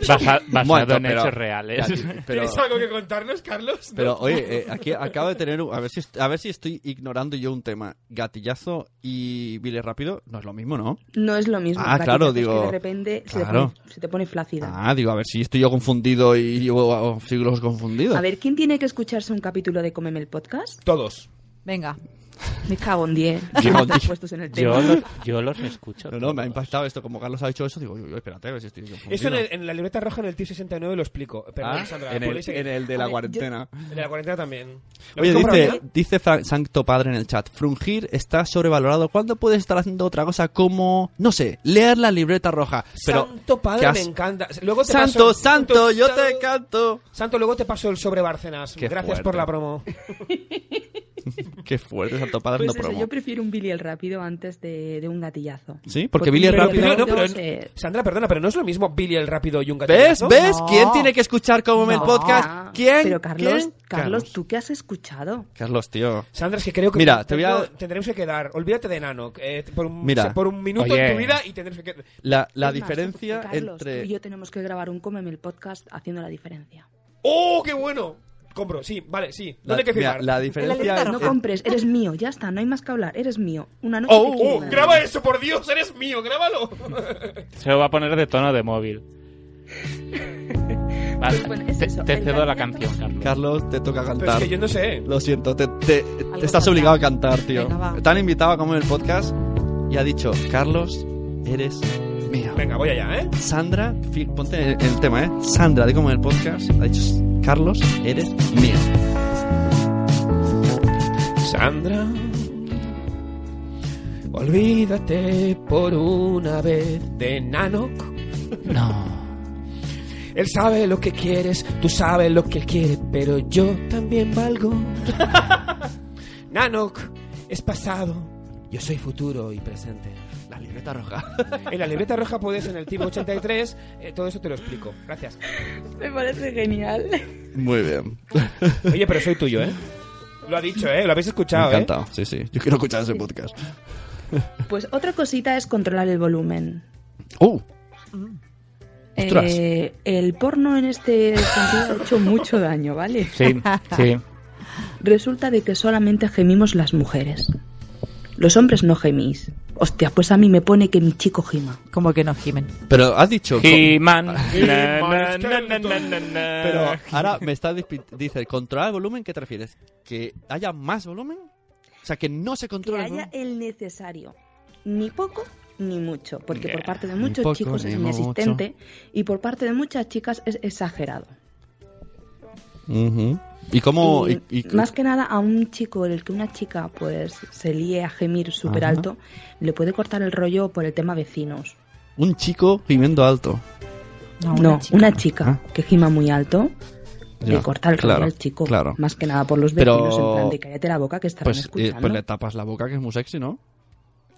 [SPEAKER 7] Basa- basado
[SPEAKER 5] Momento,
[SPEAKER 7] en
[SPEAKER 5] pero-
[SPEAKER 7] hechos reales.
[SPEAKER 5] Katy, Ah, pero-
[SPEAKER 6] ¿Tienes algo que contarnos, Carlos? No.
[SPEAKER 5] Pero oye, eh, aquí acabo de tener un- a ver si est- a ver si estoy ignorando yo un tema. Gatillazo y bile rápido no es lo mismo, ¿no?
[SPEAKER 10] No es lo mismo.
[SPEAKER 5] Ah,
[SPEAKER 10] gatillazo,
[SPEAKER 5] claro,
[SPEAKER 10] es que
[SPEAKER 5] digo,
[SPEAKER 10] de repente se, te
[SPEAKER 5] claro.
[SPEAKER 10] pone, se te pone flácida.
[SPEAKER 5] Ah, digo, a ver si estoy yo confundido y llevo oh, siglos confundido.
[SPEAKER 10] A ver, ¿quién tiene que escucharse un capítulo de Cómeme el podcast?
[SPEAKER 6] Todos.
[SPEAKER 3] Venga,
[SPEAKER 10] Me cago en 10. puestos en el tema. Pues
[SPEAKER 7] los escucho.
[SPEAKER 5] No, no, me ha impactado esto. Como Carlos ha dicho eso, digo, yo, yo, espérate, a ver si estoy confundido.
[SPEAKER 6] Eso en, el- en la libreta roja en el TIP 69 lo explico. Perdón,
[SPEAKER 5] Ah,
[SPEAKER 6] Sandra,
[SPEAKER 5] en el-
[SPEAKER 6] podéis seguir.
[SPEAKER 5] en el de la A ver, yo- cuarentena.
[SPEAKER 6] En el de la cuarentena también. ¿Lo
[SPEAKER 5] Oye,
[SPEAKER 6] habéis comprado
[SPEAKER 5] dice,
[SPEAKER 6] ya?
[SPEAKER 5] dice Fra- Sancto Padre en el chat, frungir está sobrevalorado cuando puedes estar haciendo otra cosa como, no sé, leer la libreta roja. Pero,
[SPEAKER 6] Santo
[SPEAKER 5] ¿qué
[SPEAKER 6] padre,
[SPEAKER 5] has-
[SPEAKER 6] me encanta. Luego te
[SPEAKER 5] santo,
[SPEAKER 6] paso-
[SPEAKER 5] santo, yo
[SPEAKER 6] santo-
[SPEAKER 5] te canto.
[SPEAKER 6] Santo, luego te paso el sobre Barcenas.
[SPEAKER 5] Qué
[SPEAKER 6] Gracias
[SPEAKER 5] fuerte.
[SPEAKER 6] por la promo.
[SPEAKER 5] Qué fuerte, Santo Padre
[SPEAKER 10] Pues
[SPEAKER 5] no
[SPEAKER 10] eso,
[SPEAKER 5] promo.
[SPEAKER 10] yo prefiero un Billy el rápido antes de, de un gatillazo.
[SPEAKER 5] Sí, porque Billy el
[SPEAKER 6] Pero-
[SPEAKER 5] rápido...
[SPEAKER 6] pero- no, pero-
[SPEAKER 10] No sé.
[SPEAKER 6] Sandra, perdona, pero no es lo mismo Billy el rápido y un gato.
[SPEAKER 5] ¿Ves?
[SPEAKER 6] ¿no?
[SPEAKER 5] ¿Ves?
[SPEAKER 3] No.
[SPEAKER 5] ¿Quién tiene que escuchar como el
[SPEAKER 10] No.
[SPEAKER 5] podcast? ¿Quién?
[SPEAKER 10] Pero Carlos,
[SPEAKER 5] ¿Quién?
[SPEAKER 10] Carlos, ¿tú qué has escuchado?
[SPEAKER 5] Carlos, tío.
[SPEAKER 6] Sandra, es que creo que
[SPEAKER 5] Mira,
[SPEAKER 6] no-
[SPEAKER 5] te voy a-
[SPEAKER 6] no, tendremos que quedar. Olvídate de Nano. eh, por, un,
[SPEAKER 5] Mira.
[SPEAKER 6] por un minuto
[SPEAKER 7] Oye.
[SPEAKER 6] en tu vida y tendremos que quedar.
[SPEAKER 5] La, la
[SPEAKER 10] Es más,
[SPEAKER 5] diferencia
[SPEAKER 10] Carlos, tú y
[SPEAKER 5] entre...
[SPEAKER 10] yo tenemos que grabar un Cómeme el podcast haciendo la diferencia.
[SPEAKER 6] ¡Oh, qué bueno! Compro, sí, vale, sí.
[SPEAKER 5] La,
[SPEAKER 6] ¿Dónde hay que
[SPEAKER 5] mira,
[SPEAKER 6] firmar?
[SPEAKER 5] la diferencia...
[SPEAKER 10] No
[SPEAKER 5] entre-
[SPEAKER 10] compres, eres mío, ya está, no hay más que hablar, eres mío. Una noche
[SPEAKER 5] Oh,
[SPEAKER 10] te quiero
[SPEAKER 6] ¡Oh,
[SPEAKER 10] dar.
[SPEAKER 6] graba eso, por Dios! ¡Eres mío! ¡Grábalo!
[SPEAKER 7] Se lo va a poner de tono de móvil. Vale,
[SPEAKER 10] Pues bueno, es
[SPEAKER 7] te,
[SPEAKER 10] eso,
[SPEAKER 7] te
[SPEAKER 10] el
[SPEAKER 7] cedo la
[SPEAKER 10] gallinazo.
[SPEAKER 7] canción, Carlos.
[SPEAKER 5] Carlos, te toca
[SPEAKER 6] Pero es
[SPEAKER 5] cantar.
[SPEAKER 6] que yo no sé.
[SPEAKER 5] Lo siento, te, te- te estás
[SPEAKER 3] cantar.
[SPEAKER 5] obligado a cantar, tío.
[SPEAKER 3] Venga, va.
[SPEAKER 5] Te han invitado a comer el podcast y ha dicho, Carlos, eres mío.
[SPEAKER 6] Venga, voy allá, ¿eh?
[SPEAKER 5] Sandra, fi- ponte el, el tema, ¿eh? Sandra de comer el podcast ha dicho, Carlos, eres mío.
[SPEAKER 6] Sandra, olvídate por una vez de Nanoc.
[SPEAKER 7] No.
[SPEAKER 6] Él sabe lo que quieres, tú sabes lo que él quiere, pero yo también valgo. Nanok es pasado, yo soy futuro y presente.
[SPEAKER 5] La libreta roja.
[SPEAKER 6] En la libreta roja puedes, en el tipo 83, eh, todo eso te lo explico. Gracias.
[SPEAKER 10] Me parece genial.
[SPEAKER 5] Muy bien.
[SPEAKER 6] Oye, pero soy tuyo, ¿eh? Lo ha dicho, ¿eh? Lo habéis escuchado,
[SPEAKER 5] Me ha
[SPEAKER 6] ¿eh?
[SPEAKER 5] encantado. Sí, sí. Yo quiero escuchar ese podcast.
[SPEAKER 10] Pues otra cosita es controlar el volumen.
[SPEAKER 5] ¡Uh! Ostras.
[SPEAKER 10] Eh, el porno en este sentido ha hecho mucho daño, ¿vale?
[SPEAKER 7] Sí, sí.
[SPEAKER 10] Resulta de que solamente gemimos las mujeres. Los hombres no gemís. Hostia, pues a mí me pone que mi chico gima.
[SPEAKER 3] Como que no gimen.
[SPEAKER 5] Pero has dicho...
[SPEAKER 7] He-Man. Na, na,
[SPEAKER 6] He-Man
[SPEAKER 7] na, na, na, na, na.
[SPEAKER 5] Pero ahora me está dispi- dice controlar el volumen, ¿qué te refieres? ¿Que haya más volumen? O sea, que no se
[SPEAKER 10] Que
[SPEAKER 5] controle el
[SPEAKER 10] haya
[SPEAKER 5] volumen.
[SPEAKER 10] el necesario. Ni poco ni mucho. Porque por
[SPEAKER 5] Ya,
[SPEAKER 10] parte de
[SPEAKER 5] ni
[SPEAKER 10] muchos
[SPEAKER 5] poco
[SPEAKER 10] chicos
[SPEAKER 5] ni
[SPEAKER 10] es
[SPEAKER 5] mucho.
[SPEAKER 10] inexistente y por parte de muchas chicas es exagerado.
[SPEAKER 5] Ujú. ¿Y cómo...?
[SPEAKER 10] Y
[SPEAKER 5] y- y-
[SPEAKER 10] más que nada a un chico en el que una chica pues se líe a gemir súper alto, le puede cortar el rollo por el tema vecinos.
[SPEAKER 5] Un chico gimiendo alto.
[SPEAKER 3] No,
[SPEAKER 10] no,
[SPEAKER 3] una chica.
[SPEAKER 10] que gima muy alto le
[SPEAKER 5] Ya,
[SPEAKER 10] corta el rollo
[SPEAKER 5] claro,
[SPEAKER 10] al chico.
[SPEAKER 5] claro.
[SPEAKER 10] Más que nada por los
[SPEAKER 5] Pero-
[SPEAKER 10] vecinos, en plan de cállate la boca que estarán
[SPEAKER 5] Oh. Pues, eh,
[SPEAKER 10] escuchando.
[SPEAKER 5] pues le tapas la boca, que es muy sexy, ¿no?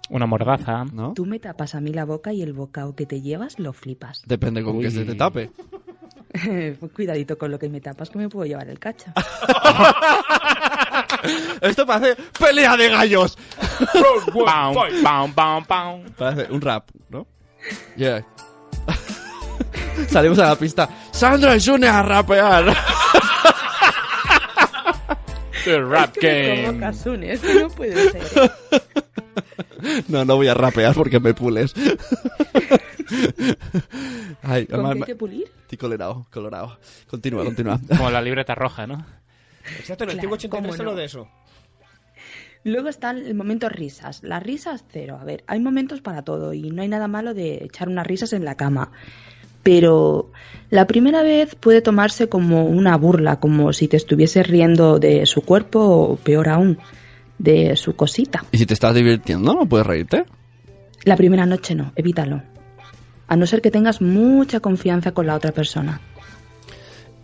[SPEAKER 7] Una mordaza.
[SPEAKER 5] ¿No?
[SPEAKER 10] Tú me tapas a mí la boca y el bocado que te llevas lo flipas.
[SPEAKER 5] Depende con que se te tape.
[SPEAKER 10] Cuidadito con lo que me tapas que me puedo llevar el cacha.
[SPEAKER 5] Esto parece pelea de gallos.
[SPEAKER 7] Pam, pam, pam, pam.
[SPEAKER 5] Parece un rap, ¿no? Yeah. Salimos a la pista. Sandra y June a rapear.
[SPEAKER 7] The Rap
[SPEAKER 10] Es que me
[SPEAKER 7] Game.
[SPEAKER 10] provoca, Sune, es que no puede ser. ¿eh?
[SPEAKER 5] No, no voy a rapear porque me pules. Ay,
[SPEAKER 10] ¿Con qué
[SPEAKER 5] además,
[SPEAKER 10] hay que pulir?
[SPEAKER 5] estoy colorado, colorado. Continúa, continúa.
[SPEAKER 7] Como la libreta roja, ¿no?
[SPEAKER 6] ¿eh? Exacto, en el
[SPEAKER 10] Claro,
[SPEAKER 6] tipo 83
[SPEAKER 10] cómo
[SPEAKER 6] solo
[SPEAKER 10] no.
[SPEAKER 6] de eso.
[SPEAKER 10] Luego están el momento risas. Las risas, cero. A ver, hay momentos para todo y no hay nada malo de echar unas risas en la cama. Pero la primera vez puede tomarse como una burla, como si te estuviese riendo de su cuerpo o peor aún, de su cosita.
[SPEAKER 5] Y si te estás divirtiendo, no puedes reírte.
[SPEAKER 10] La primera noche no, evítalo. A no ser que tengas mucha confianza con la otra persona.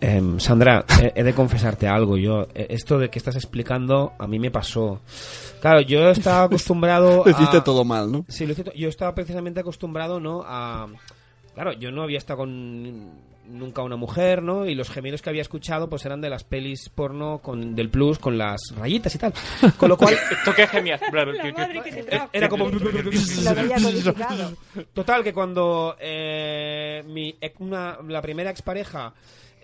[SPEAKER 6] Em, Sandra, he, he de confesarte algo. Yo eh, esto de que estás explicando a mí me pasó. Claro, yo estaba acostumbrado. a-
[SPEAKER 5] Hiciste todo mal, ¿no?
[SPEAKER 6] Sí, lo cierto, yo estaba precisamente acostumbrado, ¿no? A. Claro, yo no había estado con nunca una mujer, ¿no? Y los gemidos que había escuchado, pues eran de las pelis porno con, del plus con las rayitas y tal. Con lo cual,
[SPEAKER 7] ¿Tú qué gemías?
[SPEAKER 6] eh, era como.
[SPEAKER 3] Lo había codificado.
[SPEAKER 6] Total, que cuando eh, mi, ex- una- la primera expareja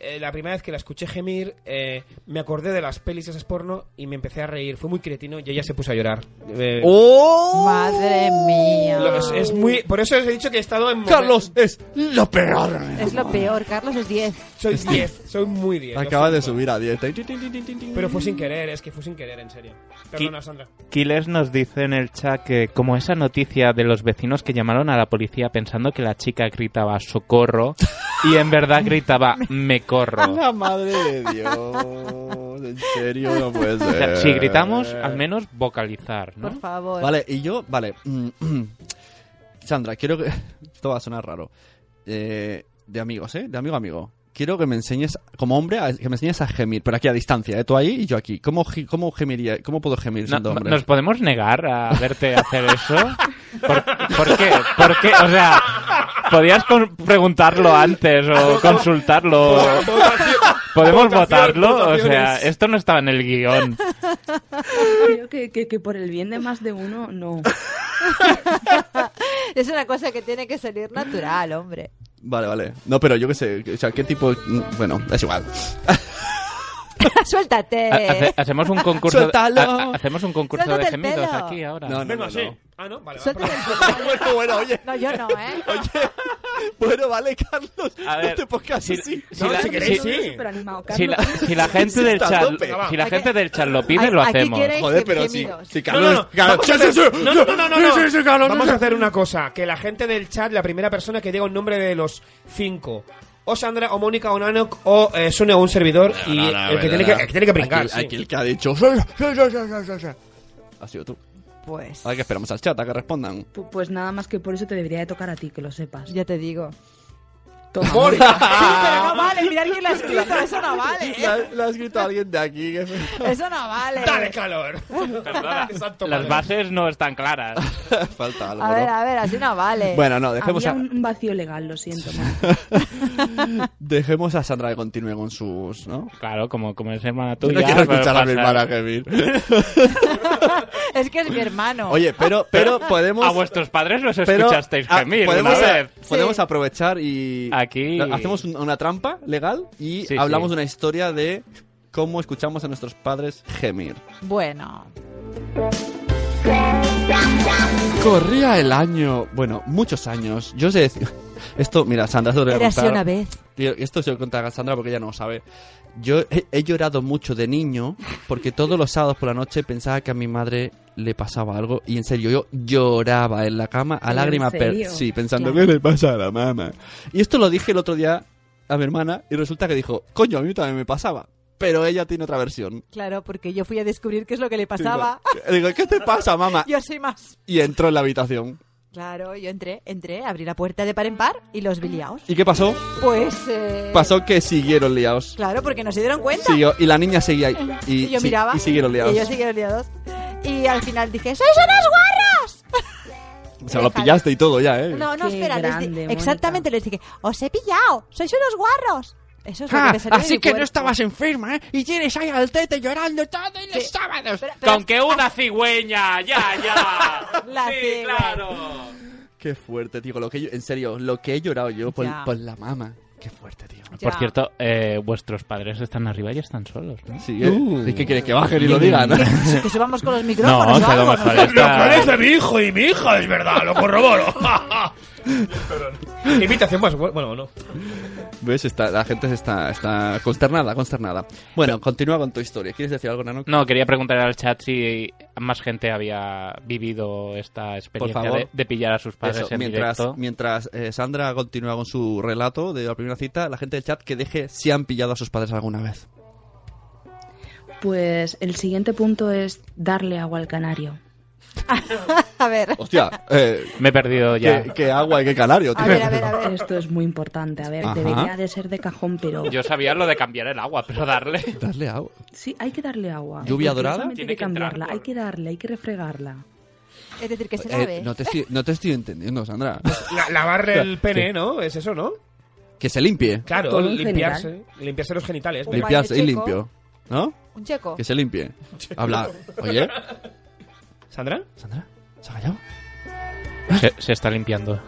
[SPEAKER 6] eh, la primera vez que la escuché gemir, eh, me acordé de las pelis esas porno y me empecé a reír. Fue muy cretino y ella se puso a llorar. Eh,
[SPEAKER 5] Oh,
[SPEAKER 3] Madre mía.
[SPEAKER 6] lo- es, es muy. Por eso os he dicho que he estado en.
[SPEAKER 4] Carlos es lo peor.
[SPEAKER 3] Es lo peor, Carlos es 10.
[SPEAKER 6] Soy 10, soy muy 10. lo
[SPEAKER 5] Acaba de
[SPEAKER 6] siento.
[SPEAKER 5] subir a 10.
[SPEAKER 6] Pero fue sin querer, es que fue sin querer, en serio. Perdona, Sandra.
[SPEAKER 7] Killers nos dice en el chat que como esa noticia de los vecinos que llamaron a la policía pensando que la chica gritaba socorro y en verdad gritaba me corro.
[SPEAKER 5] La madre de Dios. En serio, no puede
[SPEAKER 7] O sea,
[SPEAKER 5] ser.
[SPEAKER 7] si gritamos, al menos vocalizar, ¿no?
[SPEAKER 3] Por favor.
[SPEAKER 5] Vale, y yo, vale. mm, Sandra, quiero que. Esto va a sonar raro. Eh, de amigos, ¿eh? De amigo a amigo. Quiero que me enseñes, como hombre, a- que me enseñes a gemir, pero aquí a distancia, ¿eh? Tú ahí y yo aquí. ¿Cómo, gi- cómo gemiría? ¿Cómo puedo gemir
[SPEAKER 7] No,
[SPEAKER 5] siendo hombre?
[SPEAKER 7] ¿Nos podemos negar a verte hacer eso? ¿Por, por qué? ¿Por qué? O sea, podías con- preguntarlo antes o consultarlo. ¿Podemos votarlo? O sea,
[SPEAKER 6] votaciones.
[SPEAKER 7] esto no estaba en el guión.
[SPEAKER 10] Creo que, que- que por el bien de más de uno, no.
[SPEAKER 3] Es una cosa que tiene que salir natural, hombre.
[SPEAKER 5] Vale, vale. No, pero yo qué sé. O sea, ¿qué tipo.? mm, Bueno, es igual.
[SPEAKER 3] Suéltate.
[SPEAKER 7] Ha- hace- hacemos un concurso.
[SPEAKER 5] Suéltalo.
[SPEAKER 7] ha- hacemos un concurso de
[SPEAKER 3] Suéltate el
[SPEAKER 7] gemidos
[SPEAKER 3] pelo.
[SPEAKER 7] aquí ahora.
[SPEAKER 5] No, no,
[SPEAKER 6] Venga,
[SPEAKER 5] no,
[SPEAKER 6] sí.
[SPEAKER 5] no.
[SPEAKER 6] Ah, no, vale.
[SPEAKER 3] Suéltate el pelo.
[SPEAKER 5] Bueno, bueno, oye.
[SPEAKER 3] No, yo no, ¿eh?
[SPEAKER 5] Bueno, vale, Carlos.
[SPEAKER 7] A ver,
[SPEAKER 5] no te pongas
[SPEAKER 7] si-
[SPEAKER 5] así.
[SPEAKER 7] si la-
[SPEAKER 6] si
[SPEAKER 7] si-
[SPEAKER 6] queréis, sí.
[SPEAKER 10] Pero animado,
[SPEAKER 7] Si la,
[SPEAKER 10] Carlos.
[SPEAKER 7] si la gente
[SPEAKER 5] Sí,
[SPEAKER 7] del
[SPEAKER 5] está a
[SPEAKER 7] chat,
[SPEAKER 5] tope.
[SPEAKER 7] si la
[SPEAKER 3] Aquí-
[SPEAKER 7] gente del chat lo pide, lo
[SPEAKER 3] aquí
[SPEAKER 7] hacemos.
[SPEAKER 3] queréis
[SPEAKER 5] Joder,
[SPEAKER 3] gem-
[SPEAKER 5] pero si,
[SPEAKER 3] gemidos.
[SPEAKER 5] si
[SPEAKER 6] No, no,
[SPEAKER 5] Carlos.
[SPEAKER 6] no. Vamos a
[SPEAKER 5] Carlos-
[SPEAKER 6] hacer- no, no, no, no, no.
[SPEAKER 5] Sí, sí, sí, Carlos.
[SPEAKER 6] Vamos a hacer una cosa, que la gente del chat, la primera persona que diga un nombre de los cinco, o Sandra, o Mónica, o Nanok, o eh, Sune, o un servidor, y
[SPEAKER 5] No, no, no,
[SPEAKER 6] el, que
[SPEAKER 5] no,
[SPEAKER 6] tiene
[SPEAKER 5] no.
[SPEAKER 6] que, el que tiene que brincar.
[SPEAKER 5] Aquí,
[SPEAKER 6] sí.
[SPEAKER 5] aquí el que ha dicho. "Sí, sí, sí, sí, sí, sí". Ha sido tú.
[SPEAKER 3] Pues
[SPEAKER 5] Ahora que esperamos al chat a que respondan.
[SPEAKER 10] Pu- Pues nada más que por eso te debería de tocar a ti, que lo sepas.
[SPEAKER 3] ya te digo.
[SPEAKER 10] Toma.
[SPEAKER 3] Sí, pero no vale, mirad quién la ha escrito, eso no vale.
[SPEAKER 5] Ah.
[SPEAKER 3] ¿eh?
[SPEAKER 5] La, la ha escrito alguien de aquí. que-
[SPEAKER 3] Eso no vale.
[SPEAKER 6] Dale calor. Santo
[SPEAKER 7] Las
[SPEAKER 6] padre.
[SPEAKER 7] bases no están claras.
[SPEAKER 5] Falta algo.
[SPEAKER 3] A ver,
[SPEAKER 5] ¿no?
[SPEAKER 3] a ver, así no vale.
[SPEAKER 5] Bueno, no, dejemos
[SPEAKER 10] Había
[SPEAKER 5] a,
[SPEAKER 10] un un vacío legal, lo siento. Mar.
[SPEAKER 5] dejemos a Sandra que continúe con sus. ¿no?
[SPEAKER 7] Claro, como, como es hermana
[SPEAKER 5] Yo
[SPEAKER 7] tuya.
[SPEAKER 5] no quiero
[SPEAKER 7] pero
[SPEAKER 5] escuchar a mi
[SPEAKER 7] pasa-
[SPEAKER 5] hermana gemir.
[SPEAKER 3] Es que es mi hermano.
[SPEAKER 5] Oye, pero, pero podemos.
[SPEAKER 7] A vuestros padres los
[SPEAKER 5] pero-
[SPEAKER 7] escuchasteis
[SPEAKER 5] ah,
[SPEAKER 7] gemir
[SPEAKER 5] podemos,
[SPEAKER 7] una
[SPEAKER 5] a-
[SPEAKER 7] vez.
[SPEAKER 5] podemos
[SPEAKER 3] Sí.
[SPEAKER 5] aprovechar y.
[SPEAKER 7] Aquí-
[SPEAKER 5] Hacemos un- una trampa legal y
[SPEAKER 7] Sí,
[SPEAKER 5] hablamos
[SPEAKER 7] sí.
[SPEAKER 5] de una historia de cómo escuchamos a nuestros padres gemir.
[SPEAKER 3] Bueno,
[SPEAKER 5] Corría el año, bueno, muchos años. Yo sé decir. Esto, mira, Sandra, esto te lo voy a
[SPEAKER 3] era así
[SPEAKER 5] contar.
[SPEAKER 3] una vez.
[SPEAKER 5] Yo- Esto se lo contaré a Sandra porque ella no lo sabe. Yo he, he llorado mucho de niño porque todos los sábados por la noche pensaba que a mi madre le pasaba algo y en serio yo lloraba en la cama a
[SPEAKER 10] ¿En
[SPEAKER 5] lágrima per-
[SPEAKER 10] serio?
[SPEAKER 5] sí pensando
[SPEAKER 10] Claro.
[SPEAKER 5] qué le pasa a la mamá y esto lo dije el otro día a mi hermana y resulta que dijo coño a mí también me pasaba pero ella tiene otra versión
[SPEAKER 3] Claro, porque yo fui a descubrir qué es lo que le pasaba.
[SPEAKER 5] digo qué te pasa mamá
[SPEAKER 3] Yo soy más.
[SPEAKER 5] y entró en la habitación
[SPEAKER 3] Claro, yo entré, entré, abrí la puerta de par en par y los vi liaos.
[SPEAKER 5] y qué pasó
[SPEAKER 3] Pues. eh,
[SPEAKER 5] pasó que siguieron liados
[SPEAKER 3] Claro, porque no se dieron cuenta.
[SPEAKER 5] Siguió, y la niña seguía ahí. Y,
[SPEAKER 3] Y yo
[SPEAKER 5] sí,
[SPEAKER 3] miraba.
[SPEAKER 5] Y siguieron liados.
[SPEAKER 3] Y ellos siguieron liados. Y al final dije: ¡Sois unos guarros!
[SPEAKER 5] O sea, lo pillaste y todo ya, ¿eh?
[SPEAKER 3] No, no,
[SPEAKER 10] Qué
[SPEAKER 3] espera. les di-
[SPEAKER 10] grande, Mónica.
[SPEAKER 3] exactamente, les dije: ¡Os he pillado! ¡Sois unos guarros! Eso es lo que me salió de mi cuerpo.
[SPEAKER 4] enferma, ¿eh? Y tienes ahí al tete llorando todo y
[SPEAKER 3] Sí.
[SPEAKER 4] sábados.
[SPEAKER 3] Pero- pero
[SPEAKER 7] Con que una cigüeña, ya, ya.
[SPEAKER 3] La
[SPEAKER 7] sí,
[SPEAKER 3] cigüeña.
[SPEAKER 7] claro.
[SPEAKER 5] Qué fuerte, tío. Lo que yo- en serio, lo que he llorado yo por,
[SPEAKER 3] Ya.
[SPEAKER 5] por la mama. Qué fuerte, tío.
[SPEAKER 3] Ya.
[SPEAKER 7] Por cierto, eh, vuestros padres están arriba y están solos, ¿no?
[SPEAKER 5] Sí, ¿eh? ¿Y qué quieres que bajen y lo digan?
[SPEAKER 3] Que, que subamos con los micrófonos. o
[SPEAKER 7] que
[SPEAKER 3] algo,
[SPEAKER 7] lo mejor
[SPEAKER 3] sé.
[SPEAKER 7] está-
[SPEAKER 6] mi hijo y mi hija, es verdad, lo corroboro. Invitación más bu- bueno, no.
[SPEAKER 5] ¿Ves? Está, la gente está, está consternada, consternada. Bueno, continúa con tu historia. ¿Quieres decir algo, Nano?
[SPEAKER 7] No, quería preguntar al chat si más gente había vivido esta experiencia
[SPEAKER 5] favor.
[SPEAKER 7] de, de pillar a sus padres
[SPEAKER 5] Eso,
[SPEAKER 7] en
[SPEAKER 5] mientras
[SPEAKER 7] directo.
[SPEAKER 5] mientras eh, Sandra continúa con su relato de la primera cita, la gente del chat que deje si han pillado a sus padres alguna vez.
[SPEAKER 10] Pues el siguiente punto es darle agua al canario.
[SPEAKER 3] A ver.
[SPEAKER 5] Hostia, eh,
[SPEAKER 7] Me he perdido ya.
[SPEAKER 5] qué, qué agua y qué canario, tío.
[SPEAKER 3] A ver, a ver, a ver.
[SPEAKER 10] Esto es muy importante. A ver,
[SPEAKER 5] Ajá.
[SPEAKER 10] debería de ser de cajón, pero
[SPEAKER 7] Yo sabía lo de cambiar el agua, pero darle.
[SPEAKER 5] Darle agua.
[SPEAKER 10] sí, hay que darle agua.
[SPEAKER 5] ¿Lluvia
[SPEAKER 10] Porque
[SPEAKER 5] dorada?
[SPEAKER 10] solamente
[SPEAKER 7] Tiene
[SPEAKER 10] Hay que
[SPEAKER 7] que entrar
[SPEAKER 10] cambiarla,
[SPEAKER 7] por-
[SPEAKER 10] hay que darle, hay que refregarla.
[SPEAKER 3] Es decir, que se
[SPEAKER 5] Eh,
[SPEAKER 3] sabe.
[SPEAKER 5] no, te estoy, no te estoy entendiendo, Sandra.
[SPEAKER 6] La- lavarle el pene, ¿no? Es eso, ¿no?
[SPEAKER 5] Que se limpie.
[SPEAKER 6] Claro,
[SPEAKER 10] Todo en
[SPEAKER 6] limpiarse. Limpiarse los genitales.
[SPEAKER 3] Un
[SPEAKER 6] venga.
[SPEAKER 3] baño
[SPEAKER 5] Limpiarse y
[SPEAKER 3] checo.
[SPEAKER 5] limpio. ¿No?
[SPEAKER 3] Un checo.
[SPEAKER 5] Que se limpie. Habla. Oye,
[SPEAKER 6] ¿Sandra?
[SPEAKER 5] Sandra, ¿se ha callado?
[SPEAKER 7] Se, se está limpiando.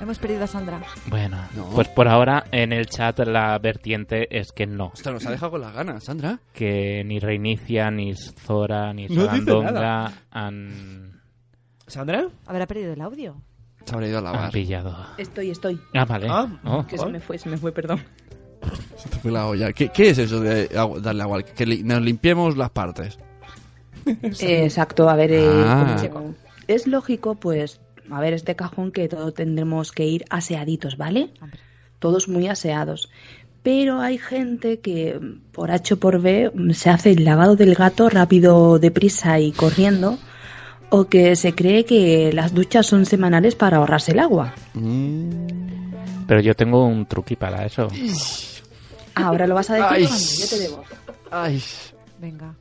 [SPEAKER 3] Hemos perdido a Sandra.
[SPEAKER 7] Bueno,
[SPEAKER 5] No.
[SPEAKER 7] pues por ahora en el chat la vertiente es que no.
[SPEAKER 5] Ostras, nos ha dejado con las ganas, Sandra.
[SPEAKER 7] Que ni Reinicia, ni Zora, ni
[SPEAKER 5] No dice
[SPEAKER 7] Sarandonga
[SPEAKER 5] nada.
[SPEAKER 7] han,
[SPEAKER 6] ¿Sandra?
[SPEAKER 3] Habrá perdido el audio.
[SPEAKER 5] Se habrá ido a lavar.
[SPEAKER 7] han pillado.
[SPEAKER 10] Estoy, estoy.
[SPEAKER 7] Ah, vale.
[SPEAKER 5] Ah,
[SPEAKER 7] Oh.
[SPEAKER 10] Que se me fue, se me fue, perdón.
[SPEAKER 5] Se te fue la olla. ¿Qué, qué es eso de agu- darle agua? al- Que li- nos limpiemos las partes.
[SPEAKER 10] Eh, Exacto, a ver, eh,
[SPEAKER 5] Ah.
[SPEAKER 10] como- es lógico, pues, a ver, este cajón que todos tendremos que ir aseaditos, ¿vale? Todos muy aseados. Pero hay gente que mm, por H o por B mm, se hace el lavado del gato rápido, deprisa y corriendo, o que se cree que las duchas son semanales para ahorrarse el agua.
[SPEAKER 7] Pero yo tengo un truqui para eso.
[SPEAKER 10] Ahora lo vas a decir
[SPEAKER 5] Ay.
[SPEAKER 10] cuando yo te debo.
[SPEAKER 5] Ay.
[SPEAKER 3] Venga.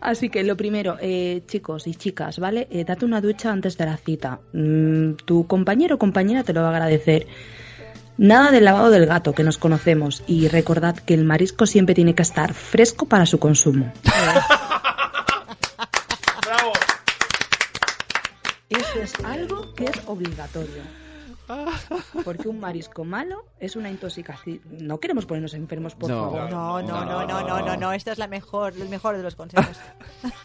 [SPEAKER 10] Así que lo primero, eh, chicos y chicas, ¿vale? Eh, date una ducha antes de la cita. Mm, tu compañero o compañera te lo va a agradecer. Nada del lavado del gato, que nos conocemos. Y recordad que el marisco siempre tiene que estar fresco para su consumo.
[SPEAKER 8] ¡Bravo!
[SPEAKER 10] Eso es algo que es obligatorio. Porque un marisco malo es una intoxicación. No queremos ponernos enfermos, por
[SPEAKER 3] No.
[SPEAKER 10] favor.
[SPEAKER 3] No, no, no, no, no, no, no. Esto es la mejor, el mejor de los consejos.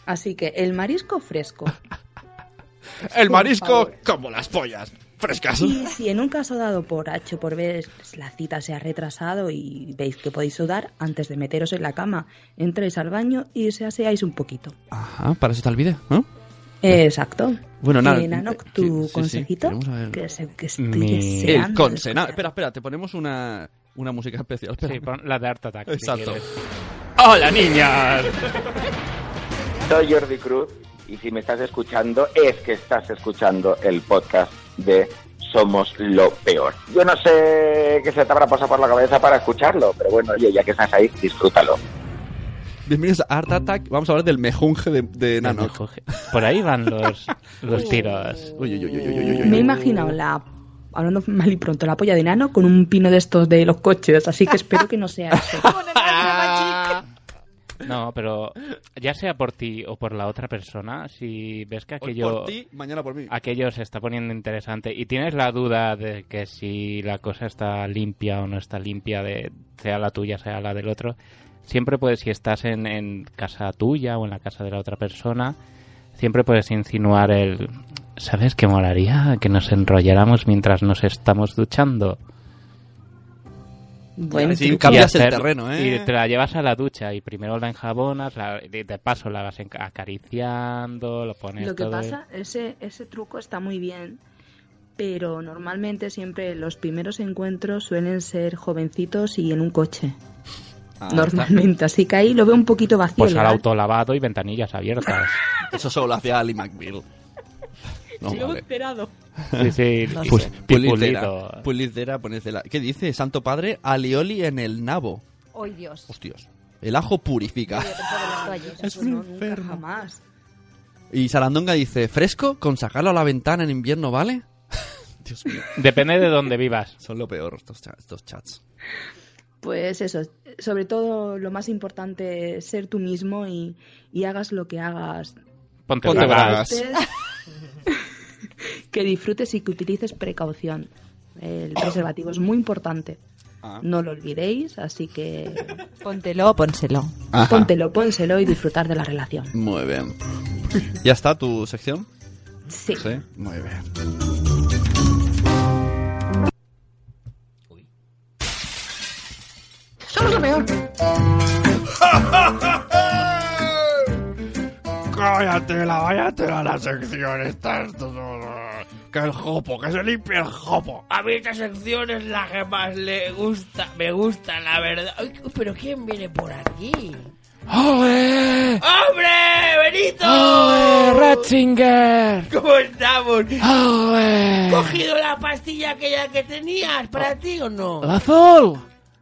[SPEAKER 10] Así que el marisco fresco.
[SPEAKER 5] El
[SPEAKER 10] Por
[SPEAKER 5] marisco
[SPEAKER 10] favor.
[SPEAKER 5] como las pollas. Frescas.
[SPEAKER 10] Y si en un caso dado por H o por B pues, la cita se ha retrasado y veis que podéis sudar, antes de meteros en la cama, entréis al baño y se aseáis un poquito.
[SPEAKER 5] Ajá, para eso está el vídeo, ¿no?
[SPEAKER 10] Exacto.
[SPEAKER 5] Bueno, nada.
[SPEAKER 10] Eh, Nanoc, tu
[SPEAKER 5] Sí, sí,
[SPEAKER 10] consejito.
[SPEAKER 5] queremos saber.
[SPEAKER 10] que se- que estoy
[SPEAKER 7] Mi-
[SPEAKER 10] deseando
[SPEAKER 5] El consena. Espera, espera, te ponemos una, una música especial. espera.
[SPEAKER 7] Sí, pon la de Art Attack. si
[SPEAKER 5] Exacto.
[SPEAKER 7] quieres.
[SPEAKER 5] ¡Hola, niñas!
[SPEAKER 12] Soy Jordi Cruz y si me estás escuchando es que estás escuchando el podcast de Somos lo Peor. Yo no sé qué se te habrá pasado por la cabeza para escucharlo, pero bueno, oye, ya que estás ahí, disfrútalo.
[SPEAKER 5] Bienvenidos a Art Attack. Vamos a hablar del mejunje de, de Nano.
[SPEAKER 7] Por ahí van los, los tiros.
[SPEAKER 5] Uy, uy, uy, uy, uy, uy, uy.
[SPEAKER 10] Me he imaginado la hablando mal y pronto la polla de nano con un pino de estos de los coches, así que espero que no sea eso.
[SPEAKER 7] No, pero ya sea por ti o por la otra persona, si ves que
[SPEAKER 5] Hoy
[SPEAKER 7] aquello...
[SPEAKER 5] por ti, mañana por mí.
[SPEAKER 7] aquello se está poniendo interesante y tienes la duda de que si la cosa está limpia o no está limpia, de, sea la tuya, sea la del otro, siempre puedes, si estás en, en casa tuya o en la casa de la otra persona, siempre puedes insinuar el... ¿Sabes qué molaría? Que nos enrolláramos mientras nos estamos duchando.
[SPEAKER 10] Buen
[SPEAKER 5] Así
[SPEAKER 10] truco.
[SPEAKER 5] cambias
[SPEAKER 7] Y
[SPEAKER 5] el
[SPEAKER 7] hacer-
[SPEAKER 5] terreno, ¿eh?
[SPEAKER 7] Y te la llevas a la ducha y primero la enjabonas, la, de, de paso la vas enca- acariciando, lo pones
[SPEAKER 10] Lo que
[SPEAKER 7] todo-
[SPEAKER 10] pasa, ese, ese truco está muy bien, pero normalmente siempre los primeros encuentros suelen ser jovencitos y en un coche.
[SPEAKER 5] Ah,
[SPEAKER 10] normalmente, así que ahí lo veo un poquito vacío.
[SPEAKER 7] Pues al
[SPEAKER 10] legal.
[SPEAKER 7] autolavado y ventanillas abiertas.
[SPEAKER 5] Eso solo lo hacía Ali McBeal. No,
[SPEAKER 10] Sigo
[SPEAKER 5] vale.
[SPEAKER 10] enterado.
[SPEAKER 7] Sí, sí,
[SPEAKER 5] No
[SPEAKER 7] y-
[SPEAKER 5] sé.
[SPEAKER 7] y pulido.
[SPEAKER 5] Pulitera. Pulitera, ponedela. ¿Qué dice? Santo Padre, alioli en el nabo.
[SPEAKER 3] Hoy Dios.
[SPEAKER 5] Hostios. El ajo purifica.
[SPEAKER 10] Ah, Es un enfermo. Jamás.
[SPEAKER 5] Y Sarandonga dice, fresco, con sacarlo a la ventana en invierno, ¿vale? Dios mío.
[SPEAKER 7] Depende de dónde vivas.
[SPEAKER 5] Son lo peor estos, cha- estos chats.
[SPEAKER 10] Pues eso, sobre todo lo más importante es ser tú mismo y, y hagas lo que hagas.
[SPEAKER 7] Ponte,
[SPEAKER 5] Ponte
[SPEAKER 7] bragas.
[SPEAKER 5] bragas.
[SPEAKER 10] que disfrutes y que utilices precaución. El preservativo es muy importante.
[SPEAKER 5] Ah.
[SPEAKER 10] No lo olvidéis, así que
[SPEAKER 3] Póntelo, pónselo.
[SPEAKER 5] Ajá.
[SPEAKER 10] póntelo, pónselo y disfrutar de la relación.
[SPEAKER 5] Muy bien. ¿Ya está tu sección?
[SPEAKER 10] Sí.
[SPEAKER 5] Sí. Muy bien.
[SPEAKER 8] ¡Somos lo peor!
[SPEAKER 4] Cállatela, váyatela a la sección esta, esto, que el jopo, que se limpie el jopo.
[SPEAKER 6] A mí esta sección es la que más le gusta, me gusta, la verdad. Ay, pero ¿quién viene por aquí?
[SPEAKER 8] ¡Ole!
[SPEAKER 6] ¡Hombre! ¡Benito!
[SPEAKER 8] ¡Ole,
[SPEAKER 7] Ratzinger!
[SPEAKER 6] ¿Cómo estamos?
[SPEAKER 8] ¡Ole!
[SPEAKER 6] ¿Cogido la pastilla aquella que tenías
[SPEAKER 3] Oh.
[SPEAKER 6] para ti o no?
[SPEAKER 8] ¡La azul!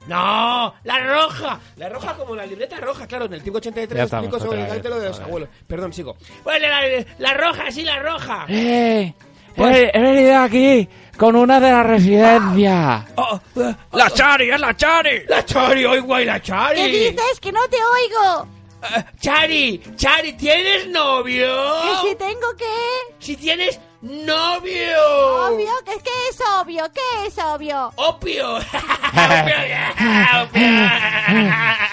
[SPEAKER 6] ¡No! ¡La roja! La roja como la libreta roja, claro, en el tipo 83
[SPEAKER 7] Ya
[SPEAKER 6] explico
[SPEAKER 7] estamos
[SPEAKER 6] sobre el
[SPEAKER 7] otra vez,
[SPEAKER 6] cálculo de los
[SPEAKER 7] joder.
[SPEAKER 6] abuelos. Perdón, sigo. Bueno, la, la roja, sí, la roja.
[SPEAKER 7] ¡Eh!
[SPEAKER 13] pues,
[SPEAKER 7] He, he venido aquí con una de las residencias.
[SPEAKER 5] ¡Oh,
[SPEAKER 6] ¡La Chari, es la Chari! Oh, eh, ¡La Chari, hoy guay, la Chari!
[SPEAKER 3] ¿Qué dices? ¡Que no te oigo!
[SPEAKER 6] Eh, Chari, Chari, ¿tienes novio?
[SPEAKER 3] ¿Que si tengo que...?
[SPEAKER 6] Si tienes
[SPEAKER 14] ¡Novio!
[SPEAKER 15] Obvio, que es que es obvio, que es obvio.
[SPEAKER 14] ¡Opio!
[SPEAKER 5] oh,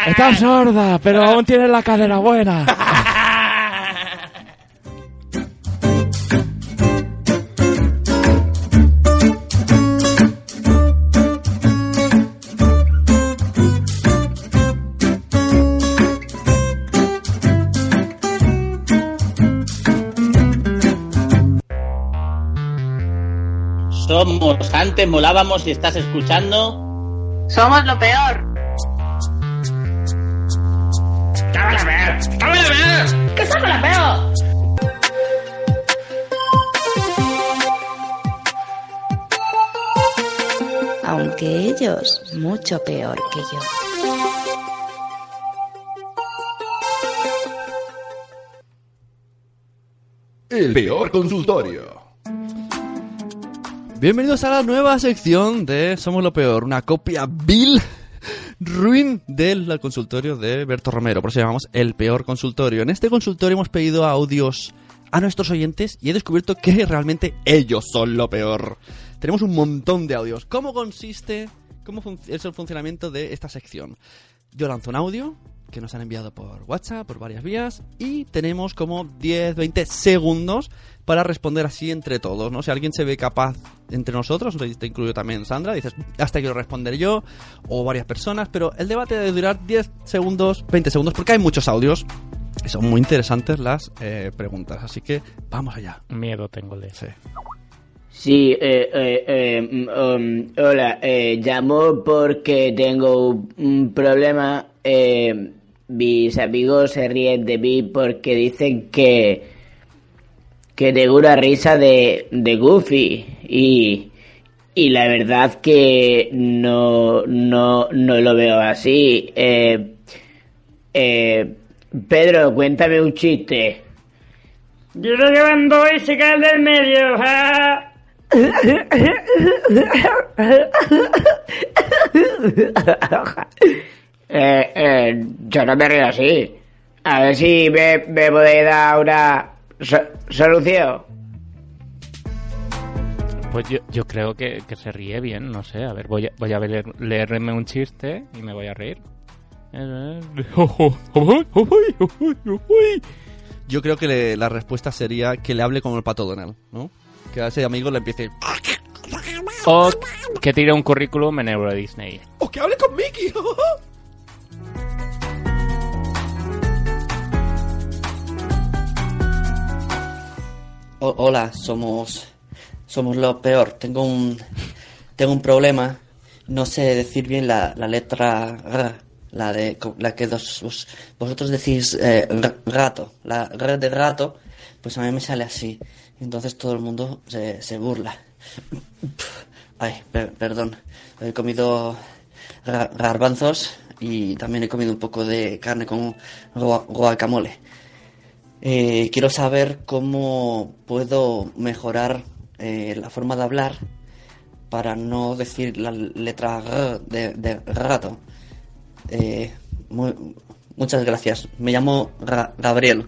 [SPEAKER 13] Está sorda, pero aún tiene la cadera buena.
[SPEAKER 16] Somos, antes molábamos y estás escuchando.
[SPEAKER 17] Somos lo peor.
[SPEAKER 4] ¿Qué saco la veo?
[SPEAKER 10] Aunque ellos mucho peor que yo.
[SPEAKER 11] El peor consultorio.
[SPEAKER 5] Bienvenidos a la nueva sección de Somos lo Peor, una copia vil, ruin del consultorio de Berto Romero, por eso llamamos el peor consultorio. En este consultorio hemos pedido audios a nuestros oyentes y he descubierto que realmente ellos son lo peor. Tenemos un montón de audios. ¿Cómo consiste, cómo fun- es el funcionamiento de esta sección? Yo lanzo un audio que nos han enviado por WhatsApp, por varias vías, y tenemos como 10, 20 segundos para responder así entre todos, ¿no? Si alguien se ve capaz entre nosotros, te incluyo también Sandra, dices, hasta aquí lo responderé yo, o varias personas, pero el debate debe durar 10 segundos, 20 segundos, porque hay muchos audios, y son muy interesantes las eh, preguntas, así que vamos allá.
[SPEAKER 7] Miedo tengo de
[SPEAKER 5] ese.
[SPEAKER 16] Sí, eh, eh, eh, mm, um, hola, eh, llamo porque tengo un- un problema. eh, mis amigos se ríen de mí porque dicen que que tengo una risa de, de Goofy y, y la verdad que no, no, no lo veo así. Eh, eh, Pedro, cuéntame un chiste.
[SPEAKER 4] Yo estoy llevando ese que es del medio. ja.
[SPEAKER 16] Eh, eh, yo no me río así. A ver si me, me podéis dar una so- solución.
[SPEAKER 7] Pues yo, yo creo que, que se ríe bien, no sé. A ver, voy a, voy a leer- leerme un chiste y me voy a reír. Eh, eh,
[SPEAKER 5] Yo creo que le- la respuesta sería que le hable como el pato Donald, ¿no? Que a ese amigo le empiece...
[SPEAKER 7] O que tire un currículum en Euro Disney.
[SPEAKER 4] ¡O que hable con Mickey!
[SPEAKER 18] O- hola, somos somos lo peor. Tengo un tengo un problema. No sé decir bien la, la letra R, la de la que dos- vos- vosotros decís eh, r- gato, la red de gato, pues a mí me sale así. Entonces todo el mundo se, se burla. Ay, per- perdón. He comido ga- garbanzos y también he comido un poco de carne con gua- guacamole. Eh, quiero saber cómo puedo mejorar eh, la forma de hablar para no decir la letra R de, de rato. Eh, mu- muchas gracias. Me llamo Ra- Gabriel.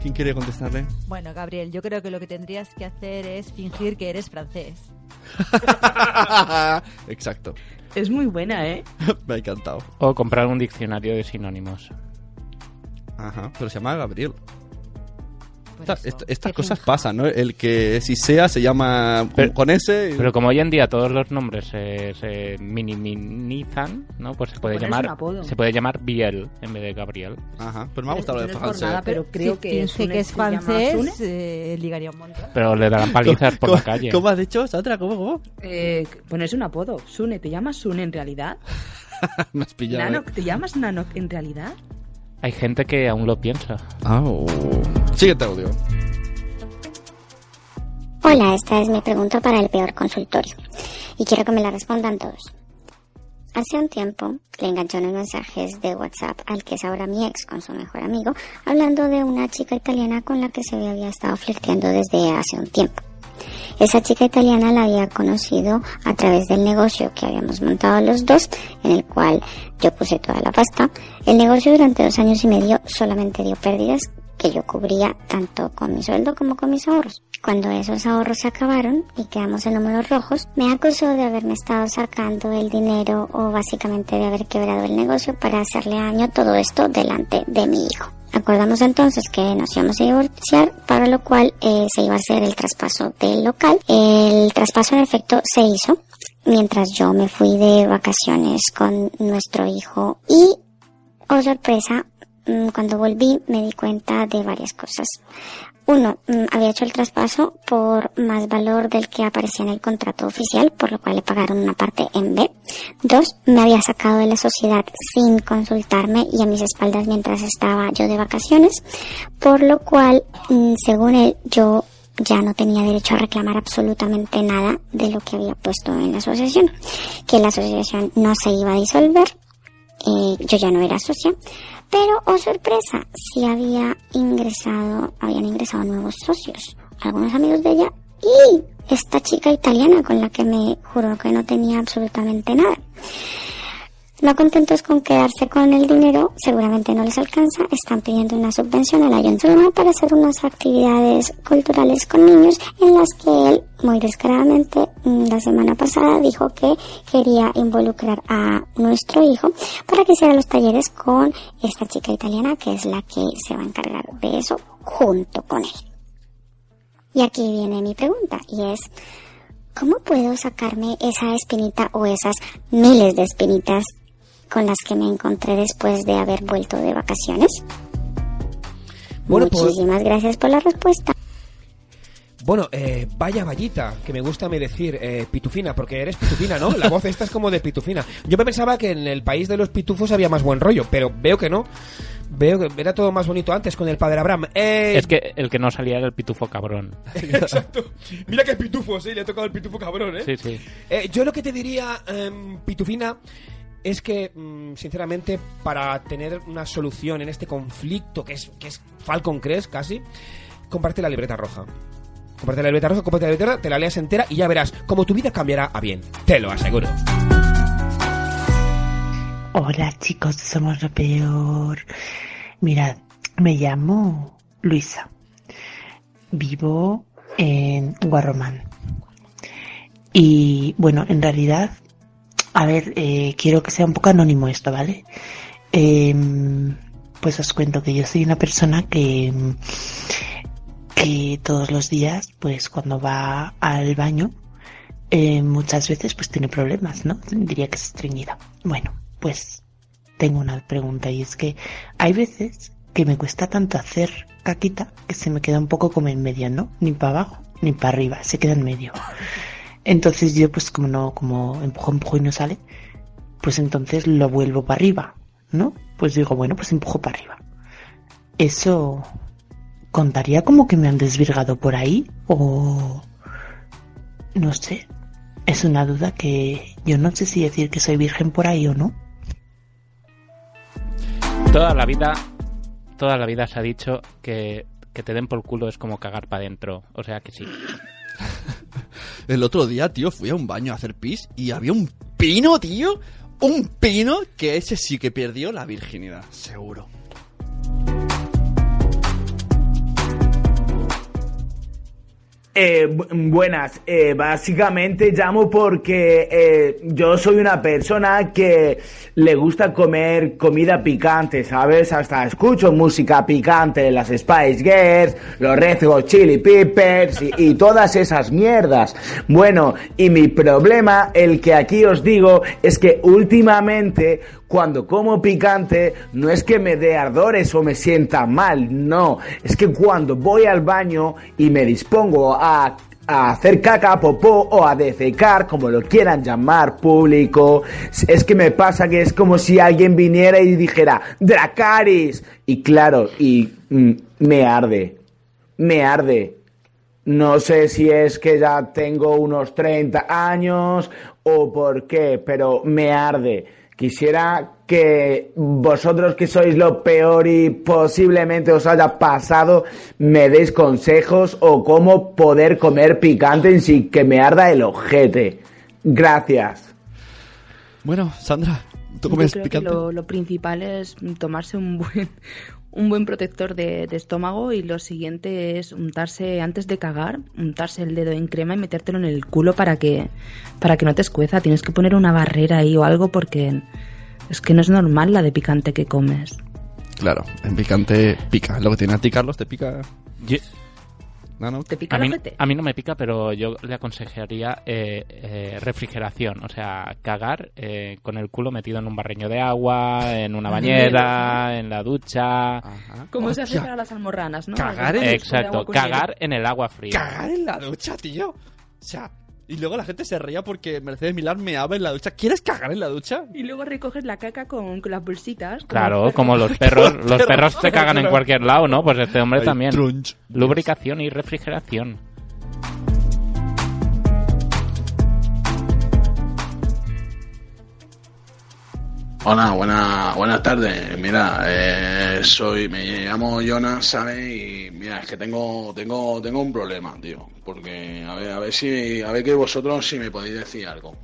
[SPEAKER 5] ¿Quién quiere contestarle?
[SPEAKER 3] Bueno, Gabriel, yo creo que lo que tendrías que hacer es fingir que eres francés.
[SPEAKER 5] Ah, Exacto.
[SPEAKER 10] Es muy buena, ¿eh?
[SPEAKER 5] Me ha encantado.
[SPEAKER 7] O comprar un diccionario de sinónimos.
[SPEAKER 5] Ajá, pero se llama Gabriel.
[SPEAKER 10] Pues
[SPEAKER 5] Esta- est- estas
[SPEAKER 7] que
[SPEAKER 5] cosas pasan, ¿no? El que si sea se llama con- con ese.
[SPEAKER 7] Pero como hoy en día todos los nombres se, se minimizan, ¿no? Pues se puede
[SPEAKER 10] Pones un
[SPEAKER 7] llamar
[SPEAKER 10] apodo.
[SPEAKER 7] se puede llamar Biel en vez de Gabriel.
[SPEAKER 5] Ajá, pero me ha gustado
[SPEAKER 10] Pero lo de no es por francés. nada, pero creo
[SPEAKER 3] si
[SPEAKER 10] que es
[SPEAKER 3] finge
[SPEAKER 10] una
[SPEAKER 3] que es
[SPEAKER 10] estrella más une.
[SPEAKER 3] francés, eh, ligaría un montón.
[SPEAKER 7] Pero le darán palizas por la calle.
[SPEAKER 5] ¿Cómo has dicho, Sandra? ¿Cómo, cómo?
[SPEAKER 10] Eh, ponerse un apodo. Sune, ¿te llamas Sune en realidad?
[SPEAKER 5] Me has pillado. eh.
[SPEAKER 10] Nanok, ¿te llamas Nanok en realidad?
[SPEAKER 7] Hay gente que aún lo piensa.
[SPEAKER 5] Siguiente audio.
[SPEAKER 19] Hola, esta es mi pregunta para el peor consultorio y quiero que me la respondan todos. Hace un tiempo le enganchó unos mensajes de WhatsApp al que es ahora mi ex con su mejor amigo, hablando de una chica italiana con la que se había estado flirteando desde hace un tiempo. Esa chica italiana la había conocido a través del negocio que habíamos montado los dos, en el cual yo puse toda la pasta. El negocio durante dos años y medio solamente dio pérdidas que yo cubría tanto con mi sueldo como con mis ahorros. Cuando esos ahorros se acabaron y quedamos en números rojos, me acusó de haberme estado sacando el dinero o básicamente de haber quebrado el negocio para hacerle daño todo esto delante de mi hijo. Acordamos entonces que nos íbamos a divorciar, para lo cual eh, se iba a hacer el traspaso del local. El traspaso en efecto se hizo mientras yo me fui de vacaciones con nuestro hijo y, oh sorpresa, mm, cuando volví me di cuenta de varias cosas. Uno, mm, había hecho el traspaso por más valor del que aparecía en el contrato oficial, por lo cual le pagaron una parte en B. Dos, me había sacado de la sociedad sin consultarme y a mis espaldas mientras estaba yo de vacaciones, por lo cual, mm, según él, yo ya no tenía derecho a reclamar absolutamente nada de lo que había puesto en la asociación, que la asociación no se iba a disolver, eh, yo ya no era socia, pero, oh sorpresa, sí había ingresado, habían ingresado nuevos socios, algunos amigos de ella y esta chica italiana con la que me juró que no tenía absolutamente nada. No contentos con quedarse con el dinero, seguramente no les alcanza, están pidiendo una subvención al ayuntamiento para hacer unas actividades culturales con niños en las que él, muy descaradamente, mm, la semana pasada dijo que quería involucrar a nuestro hijo para que hiciera los talleres con esta chica italiana que es la que se va a encargar de eso junto con él. Y aquí viene mi pregunta y es, ¿cómo puedo sacarme esa espinita o esas miles de espinitas con las que me encontré después de haber vuelto de vacaciones?
[SPEAKER 6] Bueno, pues-
[SPEAKER 19] Muchísimas gracias por la respuesta.
[SPEAKER 6] Bueno, eh, vaya vallita, que me gusta me decir eh, pitufina, porque eres pitufina, ¿no? La voz esta es como de pitufina. Yo me pensaba que en el país de los pitufos había más buen rollo, pero veo que no. Veo que era todo más bonito antes con el padre Abraham. Eh,
[SPEAKER 7] Es que el que no salía era el pitufo cabrón.
[SPEAKER 6] Exacto. Mira que pitufo, sí, le ha tocado el pitufo cabrón, ¿eh?
[SPEAKER 7] Sí, sí.
[SPEAKER 6] Eh, yo lo que te diría, em, Pitufina, es que, mm, sinceramente, para tener una solución en este conflicto que es, que es Falcon Crest casi, comparte la libreta roja. Comparte la libreta roja, comparte la libreta roja, te la leas entera y ya verás cómo tu vida cambiará a bien. Te lo aseguro.
[SPEAKER 20] Hola chicos, somos lo peor. Mirad, me llamo Luisa. Vivo en Guarromán. Y bueno, en realidad, a ver, eh, quiero que sea un poco anónimo esto, ¿vale? Em, pues os cuento que yo soy una persona que, em, que todos los días, pues cuando va al baño, eh, muchas veces pues tiene problemas, ¿no? Diría que es estreñida. Bueno, pues tengo una pregunta y es que hay veces que me cuesta tanto hacer caquita que se me queda un poco como en medio, ¿no? Ni para abajo ni para arriba, se queda en medio. Entonces yo pues como no, como empujo, empujo y no sale, pues entonces lo vuelvo para arriba, ¿no? Pues digo, bueno, pues empujo para arriba. ¿Eso contaría como que me han desvirgado por ahí? O... No sé. Es una duda que yo no sé si decir que soy virgen por ahí o no.
[SPEAKER 7] Toda la vida, toda la vida se ha dicho que, que te den por culo es como cagar para adentro. O sea que sí.
[SPEAKER 21] El otro día, tío, fui a un baño a hacer pis y había un pino, tío. Un pino que ese sí que perdió la virginidad, seguro.
[SPEAKER 12] Eh, bu- buenas, Eh, básicamente llamo porque eh, yo soy una persona que le gusta comer comida picante, ¿sabes? Hasta escucho música picante, las Spice Girls, los Red Hot Chili Peppers y, y todas esas mierdas. Bueno, y mi problema, el que aquí os digo, es que últimamente cuando como picante no es que me dé ardores o me sienta mal, no, es que cuando voy al baño y me dispongo a, a hacer caca, popó o a defecar, como lo quieran llamar público, es que me pasa que es como si alguien viniera y dijera, Dracaris, y claro, y mm, me arde, me arde. No sé si es que ya tengo unos 30 años o por qué, pero me arde. Quisiera que vosotros que sois lo peor y posiblemente os haya pasado, me deis consejos o cómo poder comer picante sin que me arda el ojete. Gracias.
[SPEAKER 21] Bueno, Sandra, ¿tú
[SPEAKER 10] Yo
[SPEAKER 21] comes
[SPEAKER 10] creo que
[SPEAKER 21] picante?
[SPEAKER 10] lo, lo principal es tomarse un buen un buen protector de, de estómago y lo siguiente es untarse antes de cagar, untarse el dedo en crema y metértelo en el culo para que para que no te escueza. Tienes que poner una barrera ahí o algo porque es que no es normal la de picante que comes.
[SPEAKER 21] Claro, en picante pica. Lo que tiene a ti, Carlos, te pica. No, no.
[SPEAKER 10] ¿Te
[SPEAKER 7] A mí, a mí no me pica, pero yo le aconsejaría eh, eh, refrigeración, o sea, cagar eh, con el culo metido en un barreño de agua, en una bañera, en la ducha.
[SPEAKER 10] Como se hace para las almorranas, ¿no?
[SPEAKER 7] Cagar
[SPEAKER 10] Hay
[SPEAKER 7] en
[SPEAKER 10] que
[SPEAKER 7] Exacto,
[SPEAKER 10] poner agua con
[SPEAKER 7] cagar
[SPEAKER 10] hielo.
[SPEAKER 7] en el agua fría.
[SPEAKER 21] Cagar en la ducha, tío. O sea, y luego la gente se reía porque Mercedes Milán me habla en la ducha. ¿Quieres cagar en la ducha?
[SPEAKER 10] Y luego recoges la caca con, con las bolsitas.
[SPEAKER 7] Claro, como los perros, los perros se cagan en cualquier lado, ¿no? Pues este hombre
[SPEAKER 21] Ay,
[SPEAKER 7] también.
[SPEAKER 21] trunch.
[SPEAKER 7] Lubricación y refrigeración.
[SPEAKER 1] Hola, buena, buenas tardes. Mira, eh, soy, me llamo Jonas, ¿sabes? Y mira, es que tengo, tengo, tengo un problema, tío. Porque a ver, a ver si, a ver que vosotros si me podéis decir algo.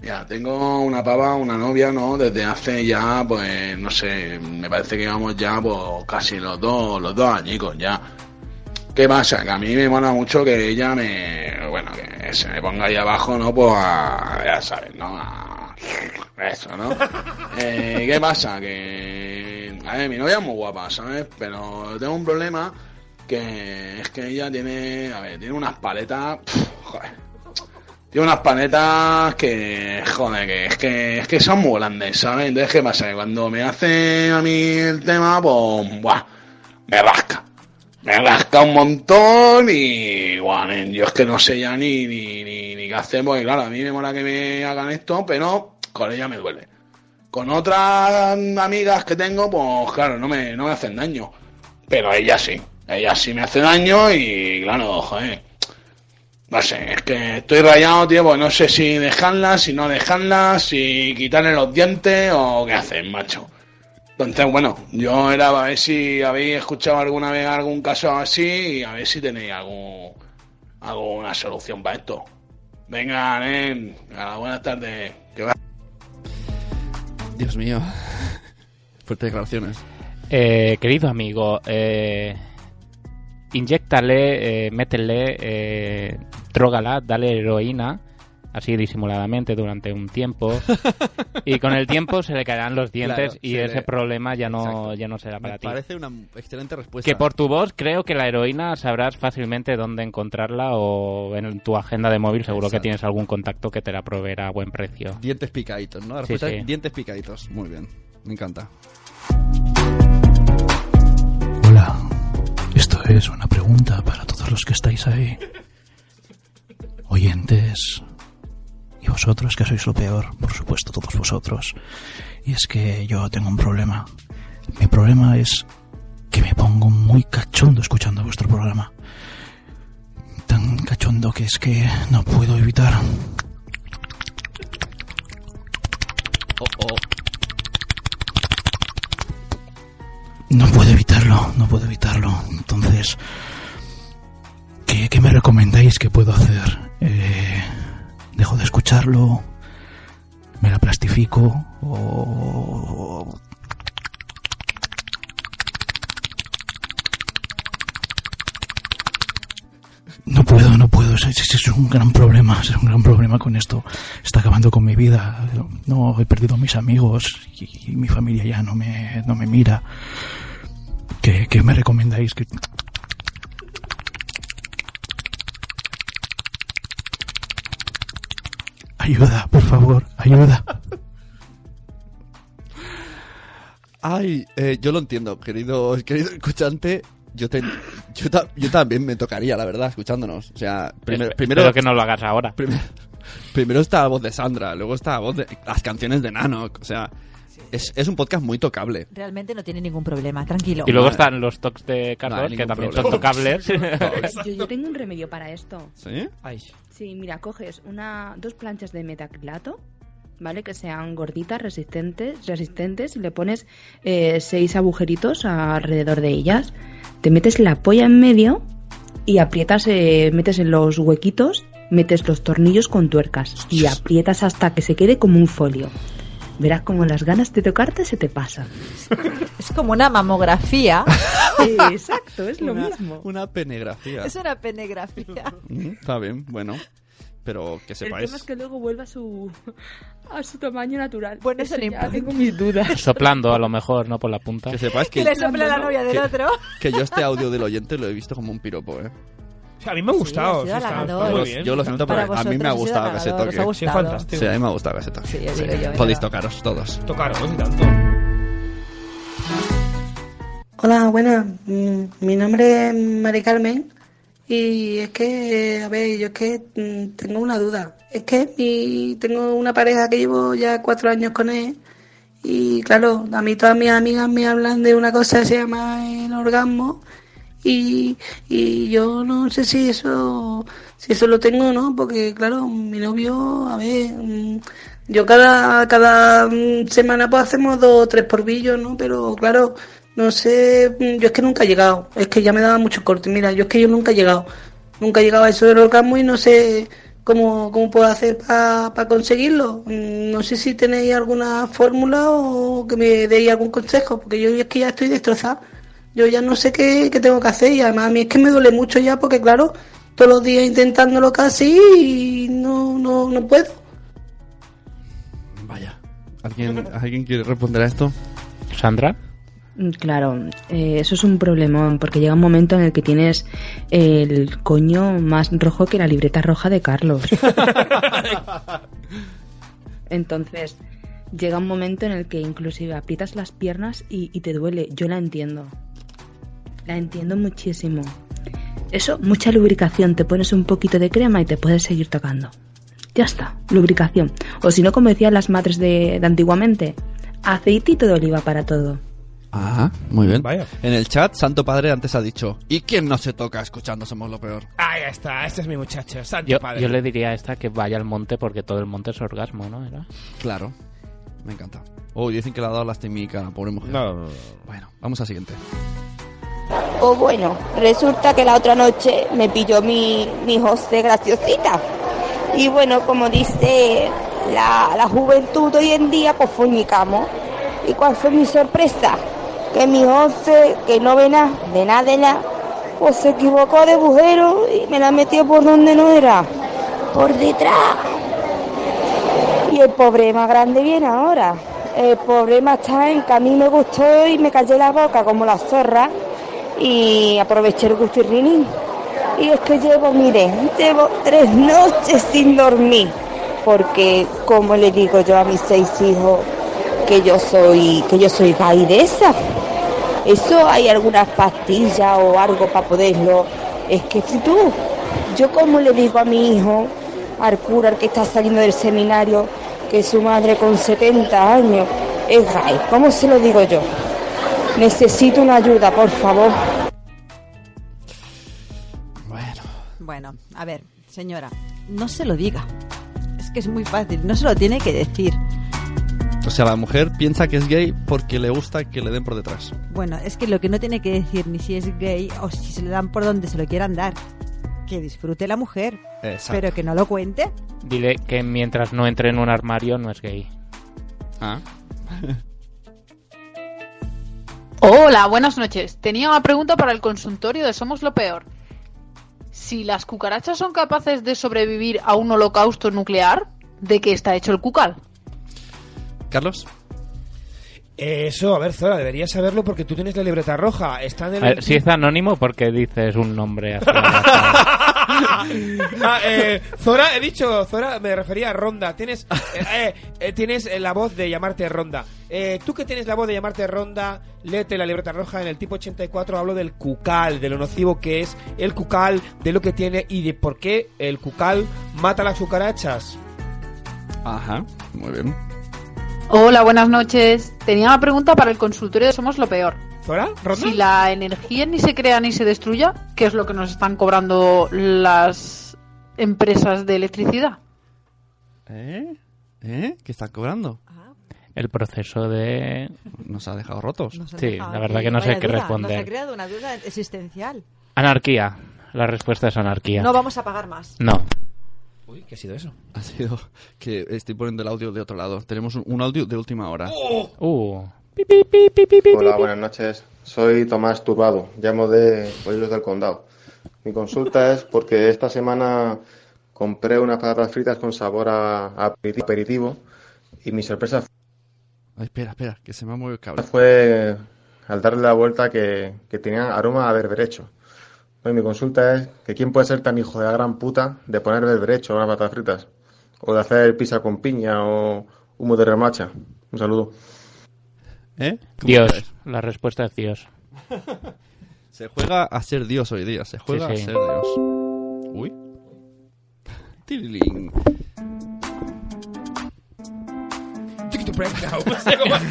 [SPEAKER 1] Mira, tengo una pava, una novia, ¿no? Desde hace ya, pues, no sé, me parece que vamos ya, pues, casi los dos, los dos añicos ya. ¿Qué pasa? Que a mí me mola mucho que ella me, bueno, que se me ponga ahí abajo, ¿no? Pues, a- ya sabes, ¿no? A- eso, ¿no? Eh, ¿Qué pasa? Que, a ver, mi novia es muy guapa, ¿sabes? Pero tengo un problema que es que ella tiene, a ver, tiene unas paletas, pf, joder. Tiene unas paletas que, joder, que es que, es que son muy grandes, ¿sabes? Entonces, ¿qué pasa? Que cuando me hace a mí el tema, pues, buah, me rasca. Me rasca un montón y, guau, nen, yo es que no sé ya ni, ni, ni, ni qué hacer, porque claro, a mí me mola que me hagan esto, pero con ella me duele. Con otras amigas que tengo, pues claro, no me, no me hacen daño. Pero ella sí. Ella sí me hace daño y, claro, joder. No sé, es que estoy rayado, tío, pues no sé si dejarla, si no dejarla, si quitarle los dientes o qué hacen, macho. Entonces, bueno, yo era a ver si habéis escuchado alguna vez algún caso así y a ver si tenéis algún, alguna solución para esto. Venga, nen, nada, buenas tardes. Que va-
[SPEAKER 21] Dios mío. Fuertes declaraciones.
[SPEAKER 7] Eh, querido amigo, eh, inyectale, eh, métele, eh, drógala, dale heroína, así disimuladamente durante un tiempo. y con el tiempo se le caerán los dientes
[SPEAKER 21] Claro,
[SPEAKER 7] y
[SPEAKER 21] se
[SPEAKER 7] ese
[SPEAKER 21] le-
[SPEAKER 7] problema ya no,
[SPEAKER 21] Exacto.
[SPEAKER 7] ya no será para
[SPEAKER 21] me
[SPEAKER 7] ti.
[SPEAKER 21] Parece pues, una excelente respuesta.
[SPEAKER 7] Que por tu voz creo que la heroína sabrás fácilmente dónde encontrarla o en tu agenda de móvil seguro que
[SPEAKER 21] Exacto.
[SPEAKER 7] tienes algún contacto que te la proveerá a buen precio.
[SPEAKER 21] Dientes picaditos, ¿no? La
[SPEAKER 7] Sí,
[SPEAKER 21] respuesta es
[SPEAKER 7] sí.
[SPEAKER 21] dientes picaditos. Muy bien. Me encanta.
[SPEAKER 2] Hola, esto es una pregunta para todos los que estáis ahí. Oyentes, y vosotros que sois lo peor, por supuesto todos vosotros. Y es que yo tengo un problema. Mi problema es que me pongo muy cachondo escuchando vuestro programa. Tan cachondo que es que no puedo evitar.
[SPEAKER 21] Oh, oh.
[SPEAKER 2] No puedo evitarlo, no puedo evitarlo. Entonces, ¿qué, qué me recomendáis que puedo hacer? Eh, ¿Dejo de escucharlo? ¿Me la plastifico? ¿O No puedo, no puedo. Es, es- es un gran problema, es un gran problema con esto. Está acabando con mi vida. No, he perdido a mis amigos y, y mi familia ya no me, no me mira. ¿Qué, qué me recomendáis? ¿Qué- Ayuda, por favor, ayuda.
[SPEAKER 21] Ay, eh, yo lo entiendo, querido, querido escuchante. Yo, te, yo, ta- yo también me tocaría, la verdad, escuchándonos. O sea, primero,
[SPEAKER 7] Espe-
[SPEAKER 21] primero
[SPEAKER 7] espero que no lo hagas ahora.
[SPEAKER 21] Primero, primero está la voz de Sandra, luego está la voz de las canciones de Nano. O sea, es, es un podcast muy tocable.
[SPEAKER 3] Realmente no tiene ningún problema, tranquilo.
[SPEAKER 7] Y luego
[SPEAKER 21] Vale.
[SPEAKER 7] están los tocs de
[SPEAKER 21] No
[SPEAKER 7] Carlos,
[SPEAKER 21] hay
[SPEAKER 7] que
[SPEAKER 21] ningún
[SPEAKER 7] también
[SPEAKER 21] problema.
[SPEAKER 7] son tocables.
[SPEAKER 10] Yo, yo tengo un remedio para esto.
[SPEAKER 21] ¿Sí?
[SPEAKER 10] Sí, mira, coges una, dos planchas de metacrilato, ¿vale? Que sean gorditas, resistentes, resistentes, y le pones eh, seis agujeritos alrededor de ellas. Te metes la polla en medio y aprietas, eh, metes en los huequitos, metes los tornillos con tuercas y aprietas hasta que se quede como un folio. Verás como las ganas de tocarte se te pasan.
[SPEAKER 3] Es como una mamografía.
[SPEAKER 10] Exacto, es lo
[SPEAKER 5] Una-
[SPEAKER 10] mismo.
[SPEAKER 5] Una penegrafía.
[SPEAKER 3] Es una penegrafía.
[SPEAKER 5] Mm, Está bien, bueno. Pero que
[SPEAKER 10] El
[SPEAKER 5] sepáis.
[SPEAKER 10] tema es que luego vuelva a su, a su tamaño natural.
[SPEAKER 3] Bueno, eso no
[SPEAKER 10] ya
[SPEAKER 3] importa.
[SPEAKER 10] tengo mis dudas.
[SPEAKER 7] Soplando, a lo mejor, no por la punta.
[SPEAKER 5] Que sepáis que.
[SPEAKER 10] Que le sople
[SPEAKER 3] la novia del
[SPEAKER 5] que-
[SPEAKER 3] otro.
[SPEAKER 5] Que yo este audio del oyente lo he visto como un piropo, ¿eh.
[SPEAKER 6] O sea, a mí me ha gustado.
[SPEAKER 3] ha sido
[SPEAKER 6] sí, está- está
[SPEAKER 3] halagador.
[SPEAKER 6] muy bien.
[SPEAKER 5] Yo lo siento,
[SPEAKER 6] Para
[SPEAKER 5] pero a
[SPEAKER 6] vosotros
[SPEAKER 5] mí me ha
[SPEAKER 6] ha sido
[SPEAKER 5] gustado que se
[SPEAKER 6] halagador, os ha
[SPEAKER 5] toque.
[SPEAKER 6] gustado. Sí, fantástico.
[SPEAKER 5] Sí, a mí me ha gustado que se toque.
[SPEAKER 6] ya
[SPEAKER 5] Sí.
[SPEAKER 6] digo yo, ya.
[SPEAKER 5] Podéis tocaros todos.
[SPEAKER 6] Tocaros y tanto.
[SPEAKER 21] Hola, buenas. Mm, Mi nombre es Mari Carmen y es que, a ver, yo es que mm, tengo una duda. Es que mi- tengo una pareja que llevo ya cuatro años con él y claro, a mí todas mis amigas me hablan de una cosa que se llama el orgasmo y, y yo no sé si eso, si eso lo tengo o no, porque claro, mi novio, a ver, mm, yo cada, cada mm, semana pues hacemos dos o tres porvillos, ¿no? Pero claro, no sé, mm, yo es que nunca he llegado, es que ya me daba mucho corte, mira, yo es que yo nunca he llegado, nunca he llegado a eso del orgasmo y no sé cómo, cómo puedo hacer para conseguirlo. Mm, No sé si tenéis alguna fórmula o que me deis algún consejo, porque yo es que ya estoy destrozada, yo ya no sé qué, qué tengo que hacer y además a mí es que me duele mucho ya porque claro, todos los días intentándolo casi y no, no, no puedo.
[SPEAKER 5] ¿Alguien, ¿Alguien quiere responder a esto?
[SPEAKER 7] ¿Sandra?
[SPEAKER 10] Mm, Claro, eh, eso es un problemón, porque llega un momento en el que tienes el coño más rojo que la libreta roja de Carlos. Entonces, llega un momento en el que inclusive aprietas las piernas y, y te duele. Yo la entiendo. La entiendo muchísimo. Eso, mucha lubricación. Te pones un poquito de crema y te puedes seguir tocando. Ya está, lubricación. O si no, como decían las madres de, de antiguamente, aceitito de oliva para todo.
[SPEAKER 5] Ah, muy bien. En el chat, Santo Padre antes ha dicho: ¿Y quién no se toca escuchando Somos lo Peor?
[SPEAKER 6] Ah, ya está. Este es mi muchacho. Santo
[SPEAKER 7] Yo,
[SPEAKER 6] padre.
[SPEAKER 7] yo le diría a esta que vaya al monte porque todo el monte es orgasmo, ¿no? ¿Era?
[SPEAKER 5] Claro, me encanta. Oh, dicen que le ha dado lastimica a la pobre mujer. No, Bueno, vamos al siguiente.
[SPEAKER 11] O bueno, resulta que la otra noche me pilló mi, mi José graciosita. Y bueno, como dice la, la juventud hoy en día, pues fornicamos. ¿Y cuál fue mi sorpresa? Que mi José, que no ve nada, de nada, de nada, pues se equivocó de agujero y me la metió por donde no era. Por detrás. Y el pobre más grande viene ahora. El pobre más está en que a mí me gustó y me callé la boca como la zorra y aproveché el gustirrinín. Y es que llevo, mire, llevo tres noches sin dormir. Porque, como le digo yo a mis seis hijos, que yo soy, que yo soy baidesa. Eso hay algunas pastillas o algo para poderlo. Es que si tú, yo como le digo a mi hijo, al cura al que está saliendo del seminario, que su madre con 70 años es gay, ¿cómo se lo digo yo? Necesito una ayuda, por favor.
[SPEAKER 3] Bueno, a ver, señora, no se lo diga. Es que es muy fácil, no se lo tiene que decir.
[SPEAKER 5] O sea, la mujer piensa que es gay porque le gusta que le den por detrás.
[SPEAKER 3] Bueno, es que lo que no tiene que decir ni si es gay o si se le dan por donde se lo quieran dar. Que disfrute la mujer,
[SPEAKER 7] Exacto.
[SPEAKER 3] pero que no lo cuente.
[SPEAKER 7] Dile que mientras no entre en un armario no es gay.
[SPEAKER 5] Ah.
[SPEAKER 22] Hola, buenas noches. Tenía una pregunta para el consultorio de Somos lo Peor. Si las cucarachas son capaces de sobrevivir a un holocausto nuclear, ¿de qué está hecho el cucal?
[SPEAKER 5] Carlos.
[SPEAKER 6] Eso, a ver, Zora, deberías saberlo porque tú tienes la libreta roja. Está en el.
[SPEAKER 7] A ver, si es anónimo, porque dices un nombre así?
[SPEAKER 6] Ah, eh, Zora, he dicho, Zora, me refería a Ronda. Tienes, eh, eh, eh, tienes eh, la voz de llamarte Ronda. Eh, tú que tienes la voz de llamarte Ronda, léete la libreta roja en el tipo 84. Hablo del cucal, de lo nocivo que es el cucal, de lo que tiene y de por qué el cucal mata las cucarachas.
[SPEAKER 5] Ajá, muy bien.
[SPEAKER 22] Hola, buenas noches. Tenía una pregunta para el consultorio de Somos lo Peor.
[SPEAKER 6] ¿Zora? ¿Ronda?
[SPEAKER 22] Si la energía ni se crea ni se destruya, ¿qué es lo que nos están cobrando las empresas de electricidad?
[SPEAKER 5] ¿Eh? ¿Eh? ¿Qué están cobrando?
[SPEAKER 7] Ah. El proceso de...
[SPEAKER 5] Nos ha dejado rotos.
[SPEAKER 7] Sí,
[SPEAKER 3] Han dejado
[SPEAKER 7] la verdad
[SPEAKER 3] aquí
[SPEAKER 7] que no sé
[SPEAKER 3] vaya
[SPEAKER 7] qué
[SPEAKER 3] duda, Nos ha
[SPEAKER 7] responder.
[SPEAKER 3] creado una duda existencial.
[SPEAKER 7] Anarquía. La respuesta es anarquía.
[SPEAKER 3] No vamos a pagar más.
[SPEAKER 7] No.
[SPEAKER 6] Uy, ¿qué ha sido eso?
[SPEAKER 5] Ha sido que estoy poniendo el audio de otro lado. Tenemos un- un audio de última hora.
[SPEAKER 7] Uh.
[SPEAKER 23] Hola, buenas noches. Soy Tomás Turbado, llamo de Pollos del Condado. Mi consulta es porque esta semana compré unas patatas fritas con sabor a a aperitivo, y mi sorpresa
[SPEAKER 5] Ay, espera, espera, que se me ha movido el cable.
[SPEAKER 23] fue al darle la vuelta que, que tenían aroma a berberecho. Bueno, mi consulta es que quién puede ser tan hijo de la gran puta de poner berberecho a unas patatas fritas o de hacer pizza con piña o humo de remacha. Un saludo.
[SPEAKER 5] ¿Eh? ¿Cómo
[SPEAKER 13] Dios,
[SPEAKER 5] sabes?
[SPEAKER 13] la respuesta es Dios.
[SPEAKER 5] Se juega a ser Dios hoy día, se juega
[SPEAKER 13] Sí, sí.
[SPEAKER 5] a ser Dios. Uy. Tiriling.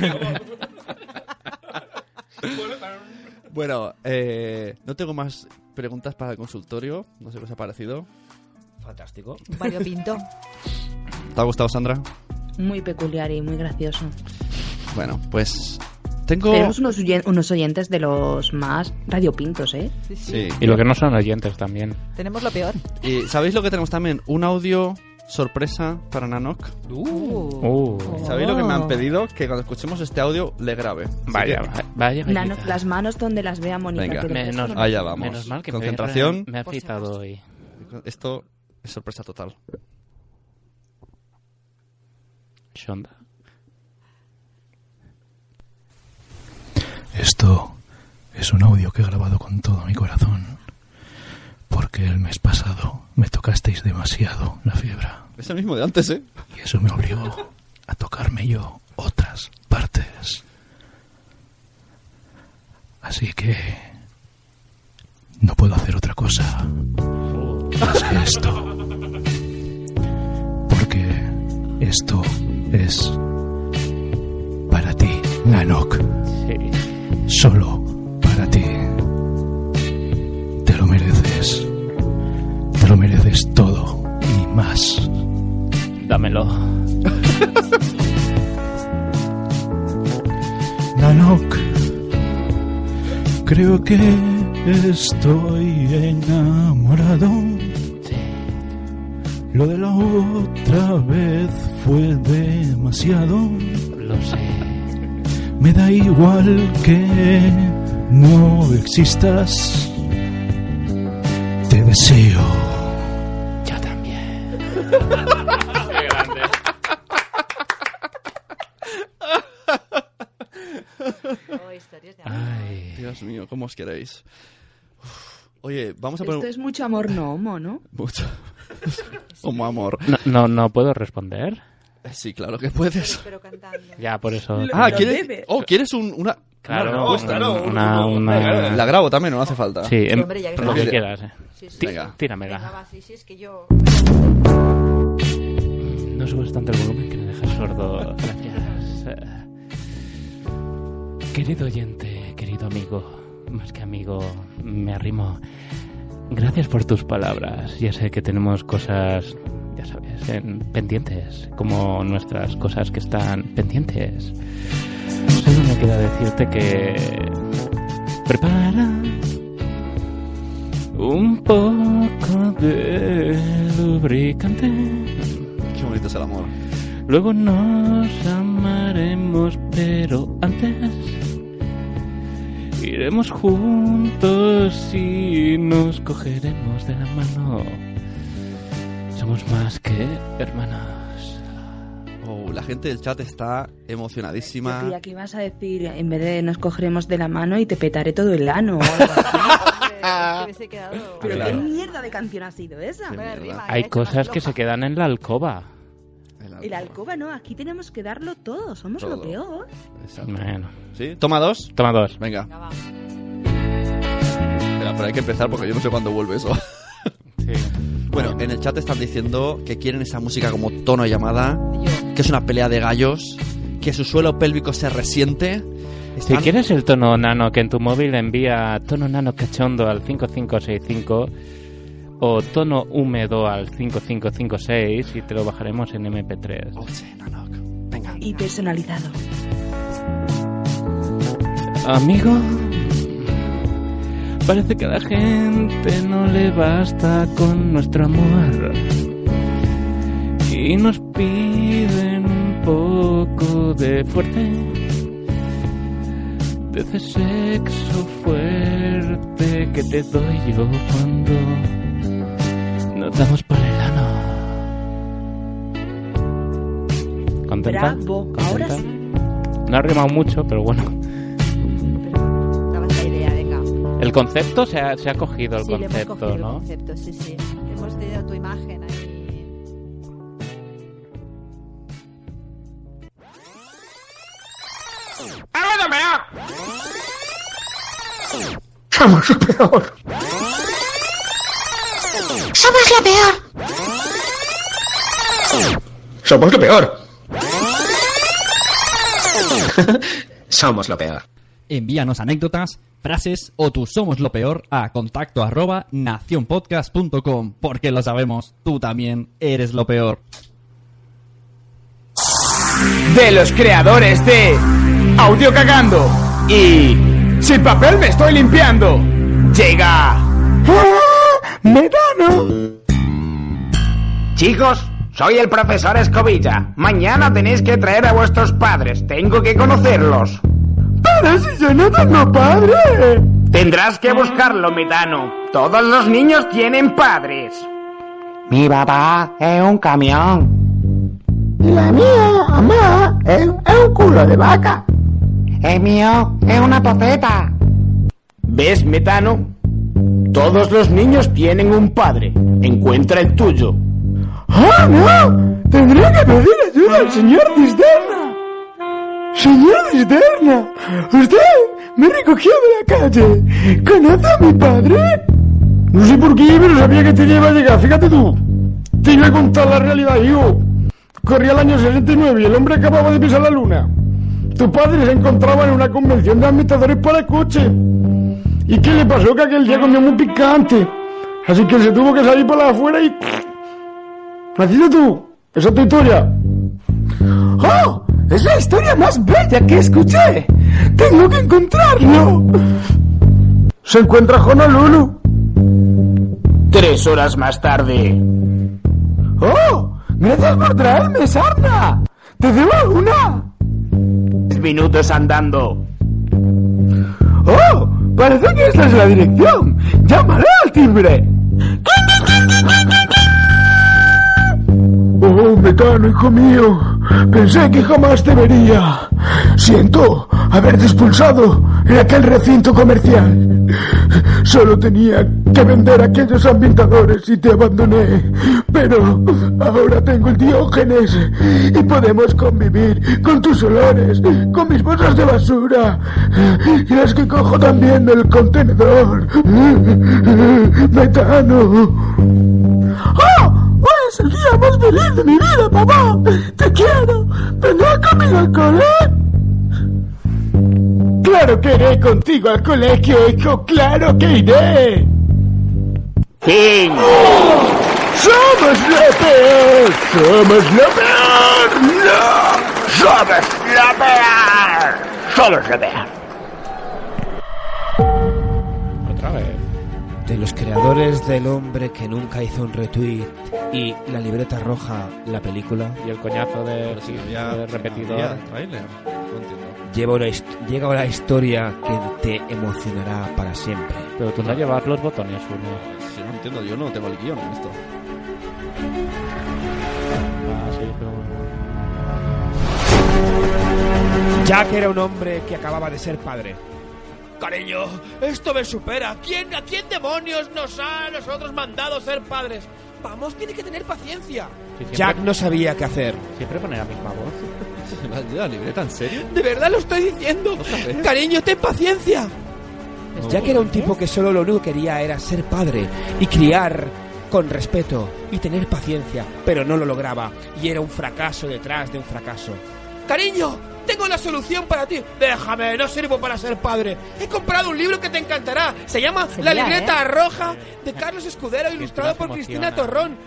[SPEAKER 5] Bueno, eh, no tengo más preguntas para el consultorio. No sé qué os ha parecido.
[SPEAKER 24] Fantástico.
[SPEAKER 3] Mario Pinto.
[SPEAKER 5] ¿Te ha gustado, Sandra?
[SPEAKER 10] Muy peculiar y muy gracioso.
[SPEAKER 5] Bueno, pues tengo...
[SPEAKER 10] Tenemos unos, oyen- unos oyentes de los más radiopintos, ¿eh?
[SPEAKER 5] Sí.
[SPEAKER 13] Y lo que no son oyentes también.
[SPEAKER 3] Tenemos lo peor.
[SPEAKER 5] Y, ¿Sabéis lo que tenemos también? Un audio sorpresa para Nanok. Oh.
[SPEAKER 13] Uh. Uh.
[SPEAKER 5] ¿Sabéis lo que me han pedido? Que cuando escuchemos este audio le grabe.
[SPEAKER 13] Vaya, vaya,
[SPEAKER 10] Nano- las manos donde las vea Mónica.
[SPEAKER 5] Venga,
[SPEAKER 10] que lo
[SPEAKER 13] Menos,
[SPEAKER 10] puso-
[SPEAKER 5] allá vamos.
[SPEAKER 13] Menos mal que
[SPEAKER 5] Concentración.
[SPEAKER 13] Me, me ha quitado hoy.
[SPEAKER 5] Esto es sorpresa total.
[SPEAKER 13] Shonda.
[SPEAKER 2] Esto es un audio que he grabado con todo mi corazón, porque el mes pasado me tocasteis demasiado la fibra
[SPEAKER 5] Es el mismo de antes, ¿eh?
[SPEAKER 2] y eso me obligó a tocarme yo otras partes. Así que no puedo hacer otra cosa más que esto, porque esto es para ti, Nanok. Solo para ti. Te lo mereces. Te lo mereces todo y más.
[SPEAKER 13] Dámelo.
[SPEAKER 2] Nanok. Creo que estoy enamorado. Lo de la otra vez fue demasiado.
[SPEAKER 13] Lo sé.
[SPEAKER 2] Me da igual que no existas. Te deseo.
[SPEAKER 13] Yo también.
[SPEAKER 5] Ay. Dios mío, ¿cómo os queréis? Uf. Oye, vamos a poner...
[SPEAKER 10] Esto es mucho amor, no homo, ¿no?
[SPEAKER 5] Mucho. Como amor.
[SPEAKER 13] No, no, no puedo responder.
[SPEAKER 5] Eh, Sí, claro que puedes.
[SPEAKER 13] Ya, por eso.
[SPEAKER 5] Ah,
[SPEAKER 13] Lo
[SPEAKER 5] ¿quieres,
[SPEAKER 13] debe.
[SPEAKER 5] oh, ¿quieres un- una,
[SPEAKER 13] Claro,
[SPEAKER 5] una respuesta?
[SPEAKER 13] un- una- una-
[SPEAKER 5] La grabo también, no hace falta.
[SPEAKER 13] Sí, em- Hombre, ya que lo que está. quieras, eh. Tí-
[SPEAKER 5] Venga.
[SPEAKER 13] tíramela.
[SPEAKER 3] Ah, sí, sí, es que yo...
[SPEAKER 13] No subes tanto el volumen que me dejas sordo. Gracias. Eh, Querido oyente, querido amigo, más que amigo, me arrimo. Gracias por tus palabras. Ya sé que tenemos cosas, ya sabes, en- pendientes, como nuestras cosas que están pendientes. Solo me queda decirte que prepara un poco de lubricante.
[SPEAKER 5] Qué bonito es el amor.
[SPEAKER 13] Luego nos amaremos, pero antes iremos juntos y nos cogeremos de la mano. Somos más que hermanos.
[SPEAKER 5] Oh, la gente del chat está emocionadísima.
[SPEAKER 10] Y aquí vas a decir, en vez de nos cogeremos de la mano y te petaré todo el ano. o algo así. Pero
[SPEAKER 13] Claro.
[SPEAKER 10] qué mierda de canción ha sido esa.
[SPEAKER 25] ¿eh?
[SPEAKER 13] Hay
[SPEAKER 7] eh,
[SPEAKER 13] cosas que se quedan en la alcoba.
[SPEAKER 10] El alcoba no, aquí tenemos que darlo todo, somos lo
[SPEAKER 5] Todo.
[SPEAKER 10] peor.
[SPEAKER 13] Bueno.
[SPEAKER 5] ¿Sí? ¿Toma dos?
[SPEAKER 13] Toma dos.
[SPEAKER 5] Venga. Espera, pero hay que empezar porque yo no sé cuándo vuelve eso. Bueno, en el chat están diciendo que quieren esa música como tono de llamada, que es una pelea de gallos, que su suelo pélvico se resiente.
[SPEAKER 13] Si
[SPEAKER 5] Están-
[SPEAKER 13] quieres el tono nano que en tu móvil envía tono nano cachondo al 5565 o tono húmedo al 5556 y te lo bajaremos en MP3.
[SPEAKER 10] Y personalizado.
[SPEAKER 13] Amigo, parece que a la gente no le basta con nuestro amor y nos piden un poco de fuerte de ese sexo fuerte que te doy yo cuando nos damos por el ano.
[SPEAKER 7] ¿Contenta?
[SPEAKER 25] Bravo, ahora
[SPEAKER 7] ¿Contenta? No ha rimado mucho, pero bueno.
[SPEAKER 3] Daba esta idea, venga.
[SPEAKER 7] El concepto se ha, se ha cogido, el
[SPEAKER 3] sí, le hemos
[SPEAKER 7] concepto,
[SPEAKER 3] cogido el
[SPEAKER 7] ¿no?
[SPEAKER 3] concepto, sí, sí. Hemos tenido tu imagen ahí.
[SPEAKER 26] Somos lo peor. Somos lo peor.
[SPEAKER 20] Somos lo peor. Somos lo peor.
[SPEAKER 5] Envíanos anécdotas, frases o tu somos lo peor a contacto arroba nacionpodcast.com porque lo sabemos, tú también eres lo peor.
[SPEAKER 4] de los creadores de Audio Cagando y Sin papel me estoy limpiando. Llega.
[SPEAKER 26] ¡Ah!
[SPEAKER 4] ¡Metano!
[SPEAKER 12] Chicos, soy el profesor Escobilla. Mañana tenéis que traer a vuestros padres. Tengo que conocerlos.
[SPEAKER 26] Pero si yo no tengo padre.
[SPEAKER 12] Tendrás que buscarlo, Metano. Todos los niños tienen padres.
[SPEAKER 20] Mi papá es un camión.
[SPEAKER 26] Y la mía, mamá, es, es un culo de vaca.
[SPEAKER 20] El mío es una poceta.
[SPEAKER 12] ¿Ves, Metano? Todos los niños tienen un padre. Encuentra el tuyo.
[SPEAKER 26] ¡Ah, no! Tendré que pedir ayuda al señor Cisterna. Señor Cisterna, usted me recogió de la calle. ¿Conoce a mi padre?
[SPEAKER 12] No sé por qué, pero sabía que tenía iba a llegar. Fíjate tú. Te iba a contar la realidad, yo. Corría el año 69 y el hombre acababa de pisar la luna. Tu padre se encontraba en una convención de administradores para coche. ¿Y qué le pasó? Que aquel día comió muy picante. Así que se tuvo que salir para afuera y... Imagínate tú. Esa es tu historia.
[SPEAKER 26] ¡Oh! Es la historia más bella que escuché. Tengo que encontrarlo.
[SPEAKER 12] Se encuentra Honolulu. Tres horas más tarde.
[SPEAKER 26] ¡Oh! Gracias por traerme, Sarna. ¿Te debo alguna?
[SPEAKER 12] Diez minutos andando.
[SPEAKER 26] ¡Oh! Parece que esta es la dirección. Llamaré al timbre. Oh, Metano, hijo mío. Pensé que jamás te vería. Siento haberte expulsado en aquel recinto comercial. Solo tenía que vender aquellos ambientadores y te abandoné. Pero ahora tengo el diógenes y podemos convivir con tus olores, con mis bolsas de basura y las que cojo también del contenedor. Metano.
[SPEAKER 12] ¡Oh!
[SPEAKER 26] ¡Hoy ¡Ah! es el día más feliz de mi vida, papá! ¡Te quiero! ¿Vendrás conmigo al cole? ¡Claro que iré contigo al colegio, hijo! ¡Claro que iré!
[SPEAKER 12] ¡Fin!
[SPEAKER 26] ¡Somos lo peor! ¡Somos lo peor! ¡No! ¡Somos lo peor! ¡Somos lo peor!
[SPEAKER 7] Otra vez.
[SPEAKER 6] De los creadores del hombre que nunca hizo un retweet y la libreta roja, la película.
[SPEAKER 7] Y el coñazo de, de repetidor.
[SPEAKER 6] Lleva una hist- llega una historia que te emocionará para siempre.
[SPEAKER 7] Pero tú no llevas los botones, uno.
[SPEAKER 27] Sí, no entiendo, yo no tengo el guión en esto.
[SPEAKER 7] Ah,
[SPEAKER 4] Jack era un hombre que acababa de ser padre. Cariño, esto me supera. ¿Quién, ¿A quién demonios nos ha a nosotros mandado ser padres? Vamos, tiene que tener paciencia. Jack no sabía qué hacer.
[SPEAKER 7] Siempre poner la misma voz.
[SPEAKER 27] ¿La libreta en serio?
[SPEAKER 4] De verdad lo estoy diciendo. Cariño, ten paciencia. Jack era un tipo que solo lo único que quería era ser padre y criar con respeto y tener paciencia, pero no lo lograba y era un fracaso detrás de un fracaso. Cariño, tengo la solución para ti. Déjame, no sirvo para ser padre. He comprado un libro que te encantará. Se llama La
[SPEAKER 26] Sería,
[SPEAKER 4] libreta
[SPEAKER 26] ¿eh?
[SPEAKER 4] roja de Carlos Escudero, ilustrado por
[SPEAKER 26] emociona.
[SPEAKER 4] Cristina Torrón.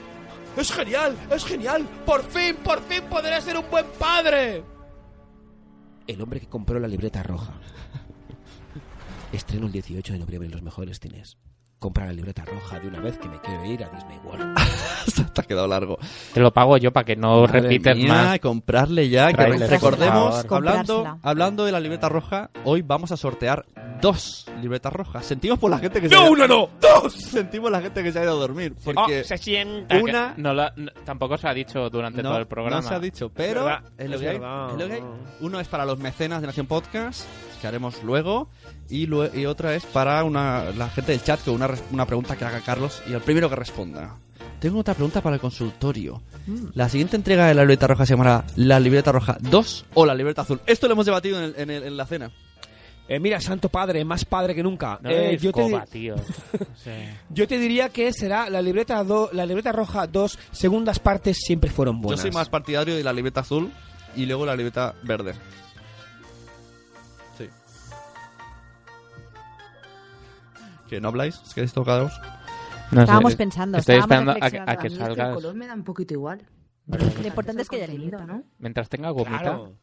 [SPEAKER 4] Es genial, es genial. Por fin, por fin podré ser un buen padre.
[SPEAKER 6] El hombre que compró la libreta roja. Estreno el 18 de noviembre en los mejores cines.
[SPEAKER 28] compra la libreta roja de una vez que me quiero ir a Disney World.
[SPEAKER 5] Te ha quedado largo.
[SPEAKER 7] Te lo pago yo para que no
[SPEAKER 5] Madre
[SPEAKER 7] repites
[SPEAKER 5] mía,
[SPEAKER 7] más.
[SPEAKER 5] comprarle ya, que
[SPEAKER 7] Tráela, por
[SPEAKER 5] recordemos,
[SPEAKER 7] favor.
[SPEAKER 5] hablando, hablando de la libreta roja, hoy vamos a sortear dos libretas rojas. Sentimos por la gente que
[SPEAKER 7] No,
[SPEAKER 5] se
[SPEAKER 7] una no,
[SPEAKER 5] dos. Sentimos la gente que se ha ido a dormir. Porque
[SPEAKER 7] Oh, se
[SPEAKER 5] sienta. Una
[SPEAKER 7] No la- no- tampoco se ha dicho durante
[SPEAKER 5] no,
[SPEAKER 7] todo el programa.
[SPEAKER 5] no se ha dicho, pero
[SPEAKER 7] Verdad,
[SPEAKER 5] es lo
[SPEAKER 7] es
[SPEAKER 5] que hay,
[SPEAKER 7] verdad.
[SPEAKER 5] es lo que hay. Uno es para los mecenas de Nación Podcast, que haremos luego, y, lue- y otra es para una, la gente del chat con una, res- una pregunta que haga Carlos y el primero que responda. Tengo otra pregunta para el consultorio.
[SPEAKER 18] Mm.
[SPEAKER 5] La siguiente entrega de la libreta roja se llamará La libreta roja 2 o La libreta azul. Esto lo hemos debatido en, el- en el- en la cena.
[SPEAKER 4] Eh,
[SPEAKER 6] mira, santo padre, más padre que nunca.
[SPEAKER 7] No
[SPEAKER 6] Eh,
[SPEAKER 7] le
[SPEAKER 6] yo, te,
[SPEAKER 7] escoba,
[SPEAKER 6] di-
[SPEAKER 7] tío. O sea,
[SPEAKER 6] yo te diría que será la libreta, do- la libreta roja 2, segundas partes siempre fueron buenas.
[SPEAKER 5] Yo soy más partidario de la libreta azul y luego la libreta verde. Sí. ¿Que no habláis? ¿Os quedáis tocados?
[SPEAKER 7] No eh,
[SPEAKER 18] Estábamos pensando,
[SPEAKER 7] Estoy
[SPEAKER 18] estábamos
[SPEAKER 7] esperando a que- a que
[SPEAKER 10] reflexionando.
[SPEAKER 7] salgas.
[SPEAKER 10] El color me da un poquito igual.
[SPEAKER 18] Lo importante es que haya libreta.
[SPEAKER 10] ¿no?
[SPEAKER 7] Mientras tenga gomita.
[SPEAKER 10] Claro.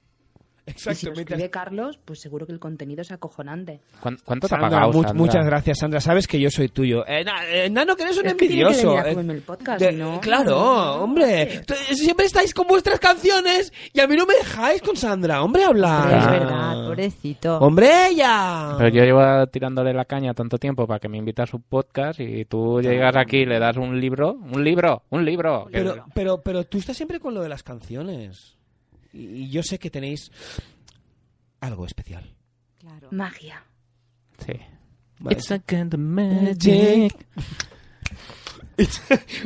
[SPEAKER 6] Exacto,
[SPEAKER 10] y si lo escribe Carlos, pues seguro que el contenido es acojonante.
[SPEAKER 7] ¿Cuán- ¿Cuánto te ha
[SPEAKER 6] Sandra,
[SPEAKER 7] pagado,
[SPEAKER 6] mu-
[SPEAKER 7] Sandra?
[SPEAKER 6] Muchas gracias, Sandra. Sabes que yo soy tuyo. Eh, na- eh, nano, que eres un
[SPEAKER 10] Es que tiene que
[SPEAKER 6] envidioso.
[SPEAKER 10] venir a
[SPEAKER 6] Eh,
[SPEAKER 10] comerme el podcast,
[SPEAKER 6] de-
[SPEAKER 10] ¿no?
[SPEAKER 6] Claro, hombre. Tú- Siempre estáis con vuestras canciones y a mí no me dejáis con Sandra. Hombre, hablar.
[SPEAKER 7] Hombre, es
[SPEAKER 18] verdad, pobrecito.
[SPEAKER 6] Hombre, ya.
[SPEAKER 7] Pero yo llevo tirándole la caña tanto tiempo para que me invite a su podcast y tú llegas aquí y le das un libro, un libro, un libro. que-
[SPEAKER 6] Pero, pero, pero tú estás siempre con lo de las canciones. Y, y yo sé que tenéis algo especial.
[SPEAKER 10] Magia.
[SPEAKER 7] Sí.
[SPEAKER 6] It's
[SPEAKER 7] like the
[SPEAKER 6] magic.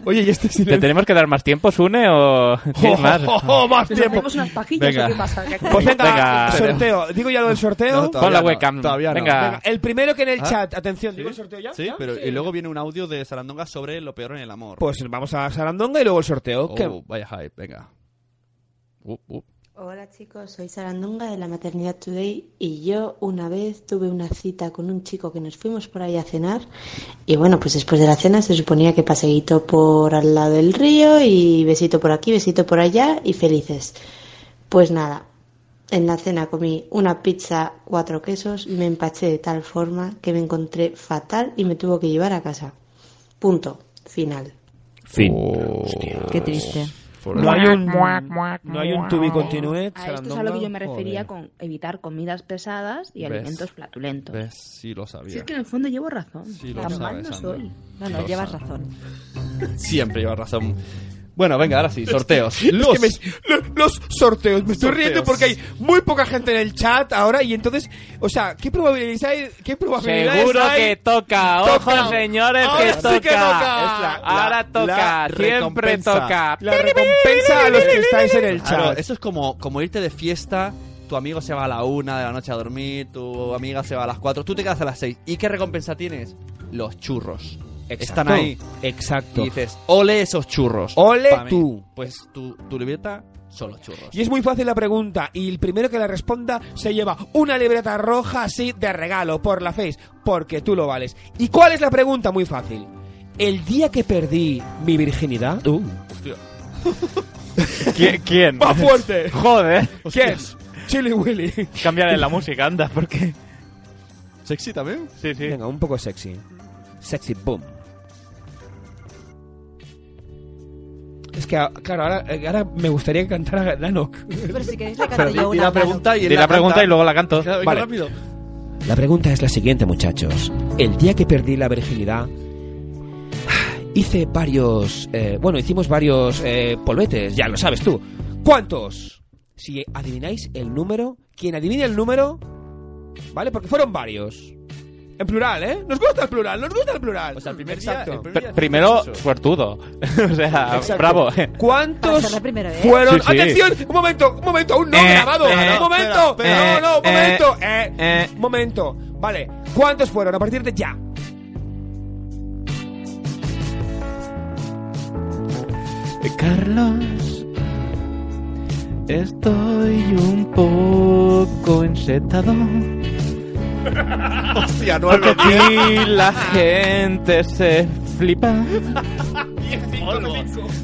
[SPEAKER 6] Oye, y este
[SPEAKER 7] ¿Te tenemos que dar más tiempo, Sune, o quieres
[SPEAKER 4] Oh,
[SPEAKER 7] más?
[SPEAKER 6] Oh, más
[SPEAKER 10] Nos
[SPEAKER 6] tiempo.
[SPEAKER 10] hacemos unas pajillas,
[SPEAKER 7] Venga.
[SPEAKER 10] ¿o qué pasa? ¿Qué-
[SPEAKER 6] Pues venga,
[SPEAKER 7] Venga.
[SPEAKER 6] sorteo. Digo ya lo del sorteo.
[SPEAKER 5] No, todavía Pon la no, webcam. todavía no.
[SPEAKER 7] Venga.
[SPEAKER 6] El primero que en el
[SPEAKER 5] Ah.
[SPEAKER 6] chat, atención, digo el
[SPEAKER 5] ¿Sí?
[SPEAKER 6] sorteo ya.
[SPEAKER 5] Sí,
[SPEAKER 6] ¿Ya?
[SPEAKER 5] pero
[SPEAKER 6] Sí.
[SPEAKER 5] y luego viene un audio de Sarandonga sobre lo peor en el amor.
[SPEAKER 6] Pues vamos a Sarandonga y luego el sorteo.
[SPEAKER 7] Pues,
[SPEAKER 5] Oh,
[SPEAKER 6] que-
[SPEAKER 5] vaya hype, venga. Uh, uh.
[SPEAKER 11] Hola chicos, soy Sarandonga de la Maternidad Today y yo una vez tuve una cita con un chico que nos fuimos por ahí a cenar y bueno, pues después de la cena se suponía que paseíto por al lado del río y besito por aquí, besito por allá y felices. Pues nada, en la cena comí una pizza, cuatro quesos, me empaché de tal forma que me encontré fatal y me tuvo que llevar a casa. Punto, final.
[SPEAKER 7] Fin.
[SPEAKER 18] Qué triste.
[SPEAKER 6] No hay un, no hay un to be continued.
[SPEAKER 10] A esto es a lo
[SPEAKER 6] Sarandonga.
[SPEAKER 10] que yo me refería
[SPEAKER 6] Joder.
[SPEAKER 10] con evitar comidas pesadas y
[SPEAKER 5] ¿Ves?
[SPEAKER 10] alimentos flatulentos.
[SPEAKER 5] ¿Ves? Sí, lo sabía.
[SPEAKER 10] Si es que en el fondo llevo razón.
[SPEAKER 5] Sí, lo
[SPEAKER 10] Tan mal
[SPEAKER 5] sabes,
[SPEAKER 10] no
[SPEAKER 5] Sandra.
[SPEAKER 10] soy.
[SPEAKER 18] No, no,
[SPEAKER 5] Lo
[SPEAKER 18] llevas
[SPEAKER 5] sabe.
[SPEAKER 18] razón.
[SPEAKER 5] Siempre lleva razón. Bueno, venga, ahora sí, sorteos.
[SPEAKER 6] Es que
[SPEAKER 5] Luz.
[SPEAKER 6] me- lo- los sorteos. Me estoy
[SPEAKER 5] Sorteos.
[SPEAKER 6] riendo porque hay muy poca gente en el chat ahora y entonces, o sea, ¿qué probabilidades hay? ¿Qué probabilidades
[SPEAKER 7] Seguro
[SPEAKER 6] hay?
[SPEAKER 7] que toca, ojo
[SPEAKER 6] Toca.
[SPEAKER 7] señores,
[SPEAKER 6] Ahora
[SPEAKER 7] que
[SPEAKER 6] sí
[SPEAKER 7] toca.
[SPEAKER 6] que toca.
[SPEAKER 7] Es la- ahora toca, siempre
[SPEAKER 5] recompensa.
[SPEAKER 7] toca.
[SPEAKER 6] La recompensa a los que estáis en el chat.
[SPEAKER 5] Claro, Ah, eso es como, como irte de fiesta. Tu amigo se va a la una de la noche a dormir, tu amiga se va a las cuatro, tú te quedas a las seis. ¿Y qué recompensa tienes? Los churros. Están ahí.
[SPEAKER 6] Exacto.
[SPEAKER 5] Y dices, ole esos churros.
[SPEAKER 6] Ole
[SPEAKER 5] Pa' mí.
[SPEAKER 6] tú.
[SPEAKER 5] Pues tu, tu libreta son los churros.
[SPEAKER 6] Y es muy fácil la pregunta. Y el primero que la responda se lleva una libreta roja así de regalo por la face. Porque tú lo vales. ¿Y cuál es la pregunta? Muy fácil. El día que perdí mi virginidad.
[SPEAKER 5] Uh.
[SPEAKER 6] Tú.
[SPEAKER 7] ¿Qui- ¿Quién?
[SPEAKER 6] ¡Más fuerte!
[SPEAKER 7] Joder.
[SPEAKER 6] ¿Quién? Chili Willy.
[SPEAKER 7] Cámbiale la música, anda, porque...
[SPEAKER 5] ¿Sexy también?
[SPEAKER 7] Sí, sí.
[SPEAKER 6] Venga, un poco sexy. Sexy boom. Es que, ah, claro, ahora, eh, ahora me gustaría que cantara Danok.
[SPEAKER 18] Pero si queréis le canto yo
[SPEAKER 5] di
[SPEAKER 18] una.
[SPEAKER 5] la pregunta y él
[SPEAKER 7] Di la pregunta
[SPEAKER 5] canta.
[SPEAKER 7] y luego la canto.
[SPEAKER 5] Venga, venga,
[SPEAKER 6] Vale.
[SPEAKER 5] rápido.
[SPEAKER 6] La pregunta es la siguiente, muchachos. El día que perdí la virginidad, hice varios. eh, bueno, hicimos varios eh, polvetes, ya lo sabes tú. ¿Cuántos? Si adivináis el número, quien adivine el número, ¿vale? Porque fueron varios. En plural, ¿eh? Nos gusta el plural, nos gusta el plural.
[SPEAKER 5] O sea, el primer día-
[SPEAKER 6] Exacto.
[SPEAKER 5] el primer
[SPEAKER 7] Pr- primero, suertudo. o sea,
[SPEAKER 6] Exacto.
[SPEAKER 7] bravo.
[SPEAKER 18] Para
[SPEAKER 6] ¿Cuántos
[SPEAKER 18] ser la primera vez.
[SPEAKER 7] Sí,
[SPEAKER 6] fueron?
[SPEAKER 7] sí.
[SPEAKER 6] ¡Atención! Un momento, un momento, aún no
[SPEAKER 7] Eh,
[SPEAKER 6] grabado.
[SPEAKER 7] eh,
[SPEAKER 6] un momento,
[SPEAKER 7] espera,
[SPEAKER 6] no, no, un
[SPEAKER 7] eh,
[SPEAKER 6] momento. Eh,
[SPEAKER 7] eh.
[SPEAKER 6] un momento. Vale, ¿cuántos fueron a partir de ya?
[SPEAKER 13] Eh, Carlos, estoy un poco ensetado.
[SPEAKER 5] Hostia, no
[SPEAKER 13] Porque
[SPEAKER 5] hablo bien.
[SPEAKER 13] aquí la gente se flipa.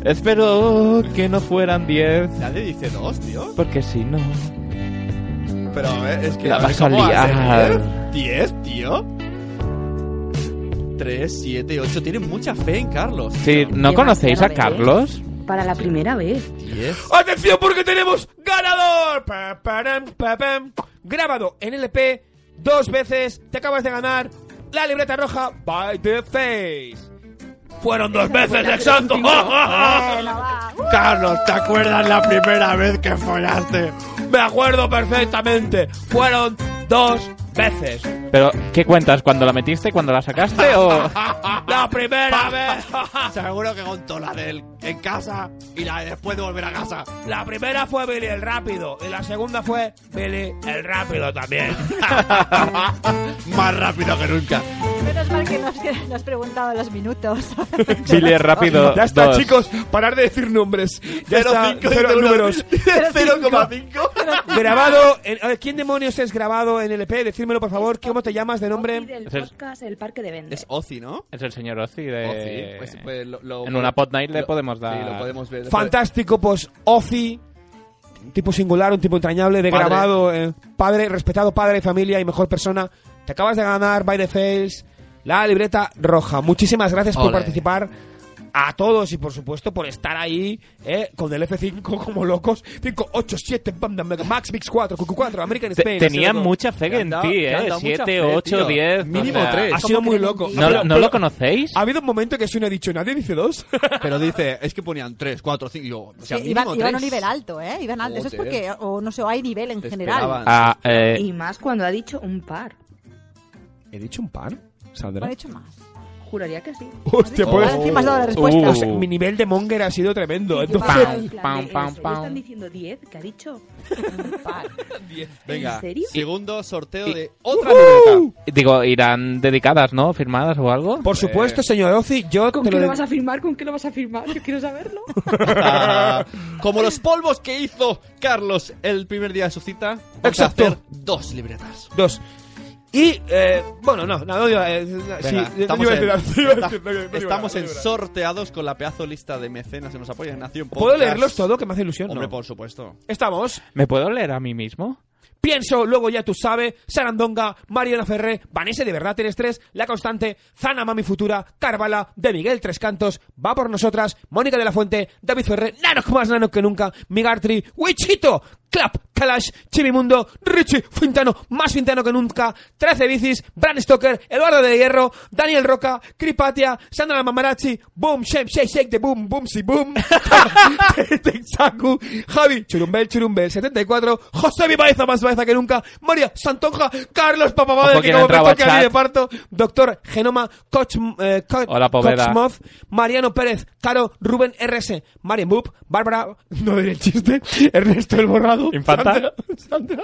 [SPEAKER 13] Espero que no fueran 10,
[SPEAKER 5] Nadie dice dos, tío.
[SPEAKER 13] porque si no,
[SPEAKER 5] Pero a ver, es que
[SPEAKER 13] La
[SPEAKER 5] a ver,
[SPEAKER 13] vas a
[SPEAKER 5] ¿cómo va
[SPEAKER 13] liar.
[SPEAKER 5] ser diez? ¿Diez, tío?
[SPEAKER 21] 3, 7, 8. Tienen mucha fe en Carlos.
[SPEAKER 7] Sí, ¿no conocéis
[SPEAKER 18] ¿eh?
[SPEAKER 7] a Carlos?
[SPEAKER 10] Para la primera vez.
[SPEAKER 6] ¡Atención porque tenemos ganador! Pa, param, pa, pam. Grabado en LP dos veces. Te acabas de ganar la libreta roja by the face. Fueron dos veces, exacto. Carlos, ¿te acuerdas la primera vez que follaste? Me acuerdo perfectamente. Fueron dos veces.
[SPEAKER 7] Pero, ¿qué cuentas? ¿Cuando la metiste? ¿Cuando la sacaste?
[SPEAKER 6] Oh.
[SPEAKER 7] ¿O.?
[SPEAKER 6] La primera vez. Seguro que contó la de él en casa y la de después de volver a casa. La primera fue Billy el rápido y la segunda fue Billy el rápido también. Más rápido que nunca.
[SPEAKER 3] Menos mal que nos, que nos has preguntado los minutos.
[SPEAKER 7] Billy el rápido.
[SPEAKER 6] Ya está,
[SPEAKER 7] dos.
[SPEAKER 6] chicos, parar de decir nombres. Ya
[SPEAKER 21] Cero
[SPEAKER 6] está,
[SPEAKER 21] cinco,
[SPEAKER 6] cero
[SPEAKER 21] cero
[SPEAKER 6] números.
[SPEAKER 21] Grabado.
[SPEAKER 6] grabado. En, a ver, ¿Quién demonios es grabado en LP? Decírmelo, por favor. ¿Cómo te llamas de nombre?
[SPEAKER 10] Del podcast El Parque de Vende.
[SPEAKER 21] Es Ozzy, ¿no?
[SPEAKER 7] Es el señor Ozzy de.
[SPEAKER 21] Ozzy, pues, pues, lo- lo-
[SPEAKER 7] Eh. en una pot night le
[SPEAKER 21] lo-
[SPEAKER 7] podemos dar.
[SPEAKER 21] sí, lo podemos ver.
[SPEAKER 6] Fantástico, pues Ozzy. Un tipo singular, un tipo entrañable, de
[SPEAKER 21] Padre.
[SPEAKER 6] grabado. eh, padre, respetado padre, familia y mejor persona. Te acabas de ganar, by the face, la libreta roja. Muchísimas gracias por
[SPEAKER 21] Ole.
[SPEAKER 6] participar. A todos y por supuesto por estar ahí eh, con el F5 como locos. 5, 8, 7, Panda, Mega Max Mix 4, QQ4, American
[SPEAKER 7] Te-
[SPEAKER 6] Spain.
[SPEAKER 7] tenía
[SPEAKER 6] Ha sido
[SPEAKER 7] mucha fe en
[SPEAKER 6] dado-
[SPEAKER 7] ti,
[SPEAKER 6] le han
[SPEAKER 7] ¿eh?
[SPEAKER 6] dado
[SPEAKER 7] 7,
[SPEAKER 6] mucha fe,
[SPEAKER 7] 8,
[SPEAKER 6] tío.
[SPEAKER 7] 10.
[SPEAKER 6] Mínimo tres. Ha sido muy loco.
[SPEAKER 7] ¿No,
[SPEAKER 6] Pero-
[SPEAKER 7] no
[SPEAKER 6] pero-
[SPEAKER 7] lo conocéis?
[SPEAKER 6] Ha habido un momento que si no he dicho nadie, dice dos.
[SPEAKER 21] Pero dice, es que ponían 3, 4, 5. Yo, o sea,
[SPEAKER 3] Sí, iban,
[SPEAKER 21] mínimo
[SPEAKER 3] iban a un
[SPEAKER 21] tres.
[SPEAKER 3] nivel alto, ¿eh? Iban alto. Eso es porque,
[SPEAKER 21] Joder.
[SPEAKER 3] o no sé, o hay nivel en general.
[SPEAKER 7] Ah, eh,
[SPEAKER 10] Y más cuando ha dicho un par.
[SPEAKER 6] ¿He dicho un par?
[SPEAKER 10] ¿Lo
[SPEAKER 6] Sandra.
[SPEAKER 10] ha dicho
[SPEAKER 3] más?
[SPEAKER 10] Juraría que sí.
[SPEAKER 6] Hostia,
[SPEAKER 10] Has dicho
[SPEAKER 6] pues.
[SPEAKER 10] más, encima has
[SPEAKER 21] Uh.
[SPEAKER 10] dado la
[SPEAKER 3] respuesta.
[SPEAKER 6] O sea, mi nivel de monger ha sido tremendo.
[SPEAKER 10] Yo
[SPEAKER 6] Entonces,
[SPEAKER 10] pensaba en plan de, ¿en serio están diciendo 10? ¿Qué ha dicho? Un par.
[SPEAKER 21] Venga,
[SPEAKER 10] ¿En serio?
[SPEAKER 21] segundo sorteo de
[SPEAKER 6] otra
[SPEAKER 21] libreta.
[SPEAKER 7] Digo, irán dedicadas, ¿no? ¿Firmadas o algo?
[SPEAKER 6] ¡Uh! Por supuesto, señor Ozzy, yo
[SPEAKER 10] ¿Con
[SPEAKER 6] te
[SPEAKER 10] qué
[SPEAKER 6] lo
[SPEAKER 10] lo
[SPEAKER 6] de-
[SPEAKER 10] vas a firmar? ¿Con qué lo vas a firmar? Yo quiero saberlo.
[SPEAKER 21] Como los polvos que hizo Carlos el primer día de su cita, vamos a
[SPEAKER 6] Exacto.
[SPEAKER 21] hacer dos libretas.
[SPEAKER 6] Dos. Y, eh, bueno, no, no, no, eh, sí,
[SPEAKER 21] Venga,
[SPEAKER 6] no
[SPEAKER 21] estamos
[SPEAKER 6] iba a
[SPEAKER 21] en,
[SPEAKER 6] decir nada, no iba a decir nada, no iba a
[SPEAKER 21] esta-
[SPEAKER 6] decir
[SPEAKER 21] estamos
[SPEAKER 6] nada, no
[SPEAKER 21] en
[SPEAKER 6] iba a decir
[SPEAKER 21] sorteados con la pedazo lista de mecenas que nos apoyan en Nación
[SPEAKER 6] ¿Puedo
[SPEAKER 21] Podcast.
[SPEAKER 6] leerlos todo? Que me hace ilusión.
[SPEAKER 21] Hombre,
[SPEAKER 6] No.
[SPEAKER 21] por supuesto.
[SPEAKER 6] Estamos.
[SPEAKER 7] ¿Me puedo leer a mí mismo?
[SPEAKER 6] Pienso, luego ya tú sabes, Sarandonga, Mariana Ferré, Vanessa de Verdad Eres Tres, La Constante, Zana Mami Futura, Carvala, de Miguel Tres Cantos, Va por Nosotras, Mónica de la Fuente, David Ferré, Nanos más Nanos que nunca, Migartri, Wichito, Clap, Kalash, Chimimundo, Richie, Fintano, más Fintano que nunca, 13 Bicis, Bran Stoker, Eduardo de Hierro, Daniel Roca, Cripatia, Sandra Mamarachi, Boom, Shake, Shake, Shake, de Boom, Boom, Si Boom, Texacu, Javi, Churumbel, Churumbel, 74, José Vivaeza, más Baeza que nunca, María Santonja, Carlos Papamadre,
[SPEAKER 7] Ojo,
[SPEAKER 6] que
[SPEAKER 7] ¿quién
[SPEAKER 6] como me
[SPEAKER 7] ha entrado
[SPEAKER 6] toque
[SPEAKER 7] al
[SPEAKER 6] a mí de
[SPEAKER 7] chat?
[SPEAKER 6] parto, Doctor Genoma, Coach, eh, Co-
[SPEAKER 7] Hola, Poveda.
[SPEAKER 6] Coxmoz, Mariano Pérez, Caro, Rubén RS, Marian Boop, Bárbara, no diré el chiste, Ernesto el Borrado,
[SPEAKER 7] Infanta.
[SPEAKER 6] Sandra, Sandra,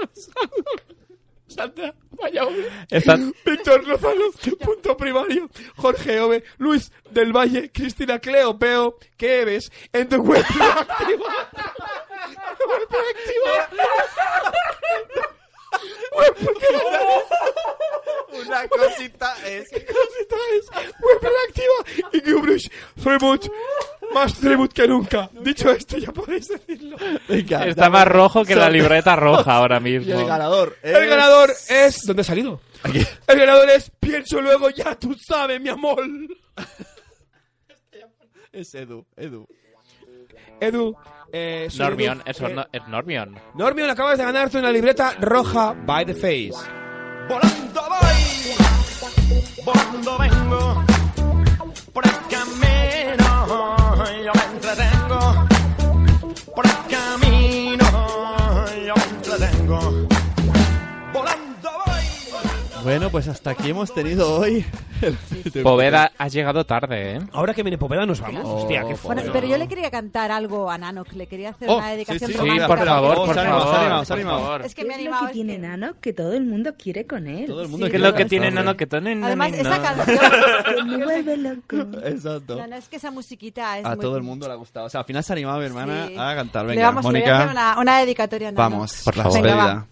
[SPEAKER 6] Sandra, vaya hombre.
[SPEAKER 7] Está-
[SPEAKER 6] Víctor Lozano, punto primario. Jorge Ove, Luis del Valle, Cristina Cleopeo, ¿qué ves? En tu web activa. Web activa. Web activa.
[SPEAKER 21] Una cosita es.
[SPEAKER 6] Una cosita es. Web activa. Y Gubrish, Fremut, más Fremut que nunca. Dicho esto, ya podéis decirlo.
[SPEAKER 7] Está más rojo que la libreta roja ahora mismo.
[SPEAKER 6] El ganador es. ¿Dónde ha salido? El ganador es. Pienso luego, ya tú sabes, mi amor.
[SPEAKER 21] Es Edu, Edu.
[SPEAKER 6] Edu. Eh, soy
[SPEAKER 7] Normion,
[SPEAKER 6] Edu,
[SPEAKER 7] eso
[SPEAKER 6] eh,
[SPEAKER 7] no- es Normion.
[SPEAKER 6] Normion, acabas de ganarte una libreta roja by the face.
[SPEAKER 4] Volando voy, volando vengo, por el camino yo me entretengo, por el camino yo me entretengo, volando
[SPEAKER 21] Bueno, pues hasta aquí hemos tenido hoy. el-
[SPEAKER 7] Poveda, has llegado tarde, ¿eh? Oh,
[SPEAKER 6] Ahora que viene Poveda nos vamos. Hostia, qué
[SPEAKER 3] Bueno, pero yo le quería cantar algo a Nano, que le quería hacer
[SPEAKER 7] Oh,
[SPEAKER 3] una dedicación
[SPEAKER 7] sí, sí.
[SPEAKER 3] romántica.
[SPEAKER 7] Sí, por favor, por
[SPEAKER 21] Os animamos,
[SPEAKER 7] favor,
[SPEAKER 21] os animamos, os
[SPEAKER 7] por
[SPEAKER 21] animamos.
[SPEAKER 7] favor.
[SPEAKER 3] Es que me ha
[SPEAKER 10] es lo
[SPEAKER 3] animado
[SPEAKER 10] que tiene Nano que todo el mundo quiere con él. Todo
[SPEAKER 21] el
[SPEAKER 7] mundo quiere con él.
[SPEAKER 3] Además, esa canción...
[SPEAKER 10] me vuelve loco.
[SPEAKER 21] Exacto.
[SPEAKER 3] No, no, es que esa musiquita es
[SPEAKER 21] A
[SPEAKER 3] muy-
[SPEAKER 21] todo el mundo le ha gustado. O sea, al final se ha animado mi hermana
[SPEAKER 3] Sí.
[SPEAKER 21] a cantar.
[SPEAKER 3] le
[SPEAKER 21] Venga,
[SPEAKER 3] vamos, le voy a hacer
[SPEAKER 21] Mónica.
[SPEAKER 3] una, una dedicatoria a Nano.
[SPEAKER 21] Vamos, por la
[SPEAKER 3] Venga,
[SPEAKER 21] despedida.
[SPEAKER 3] va.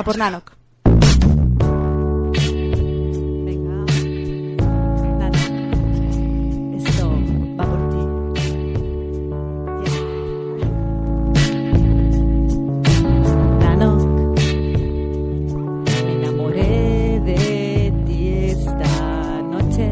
[SPEAKER 3] A por Nano. Esto va por ti. Nanoc, me enamoré de ti esta noche.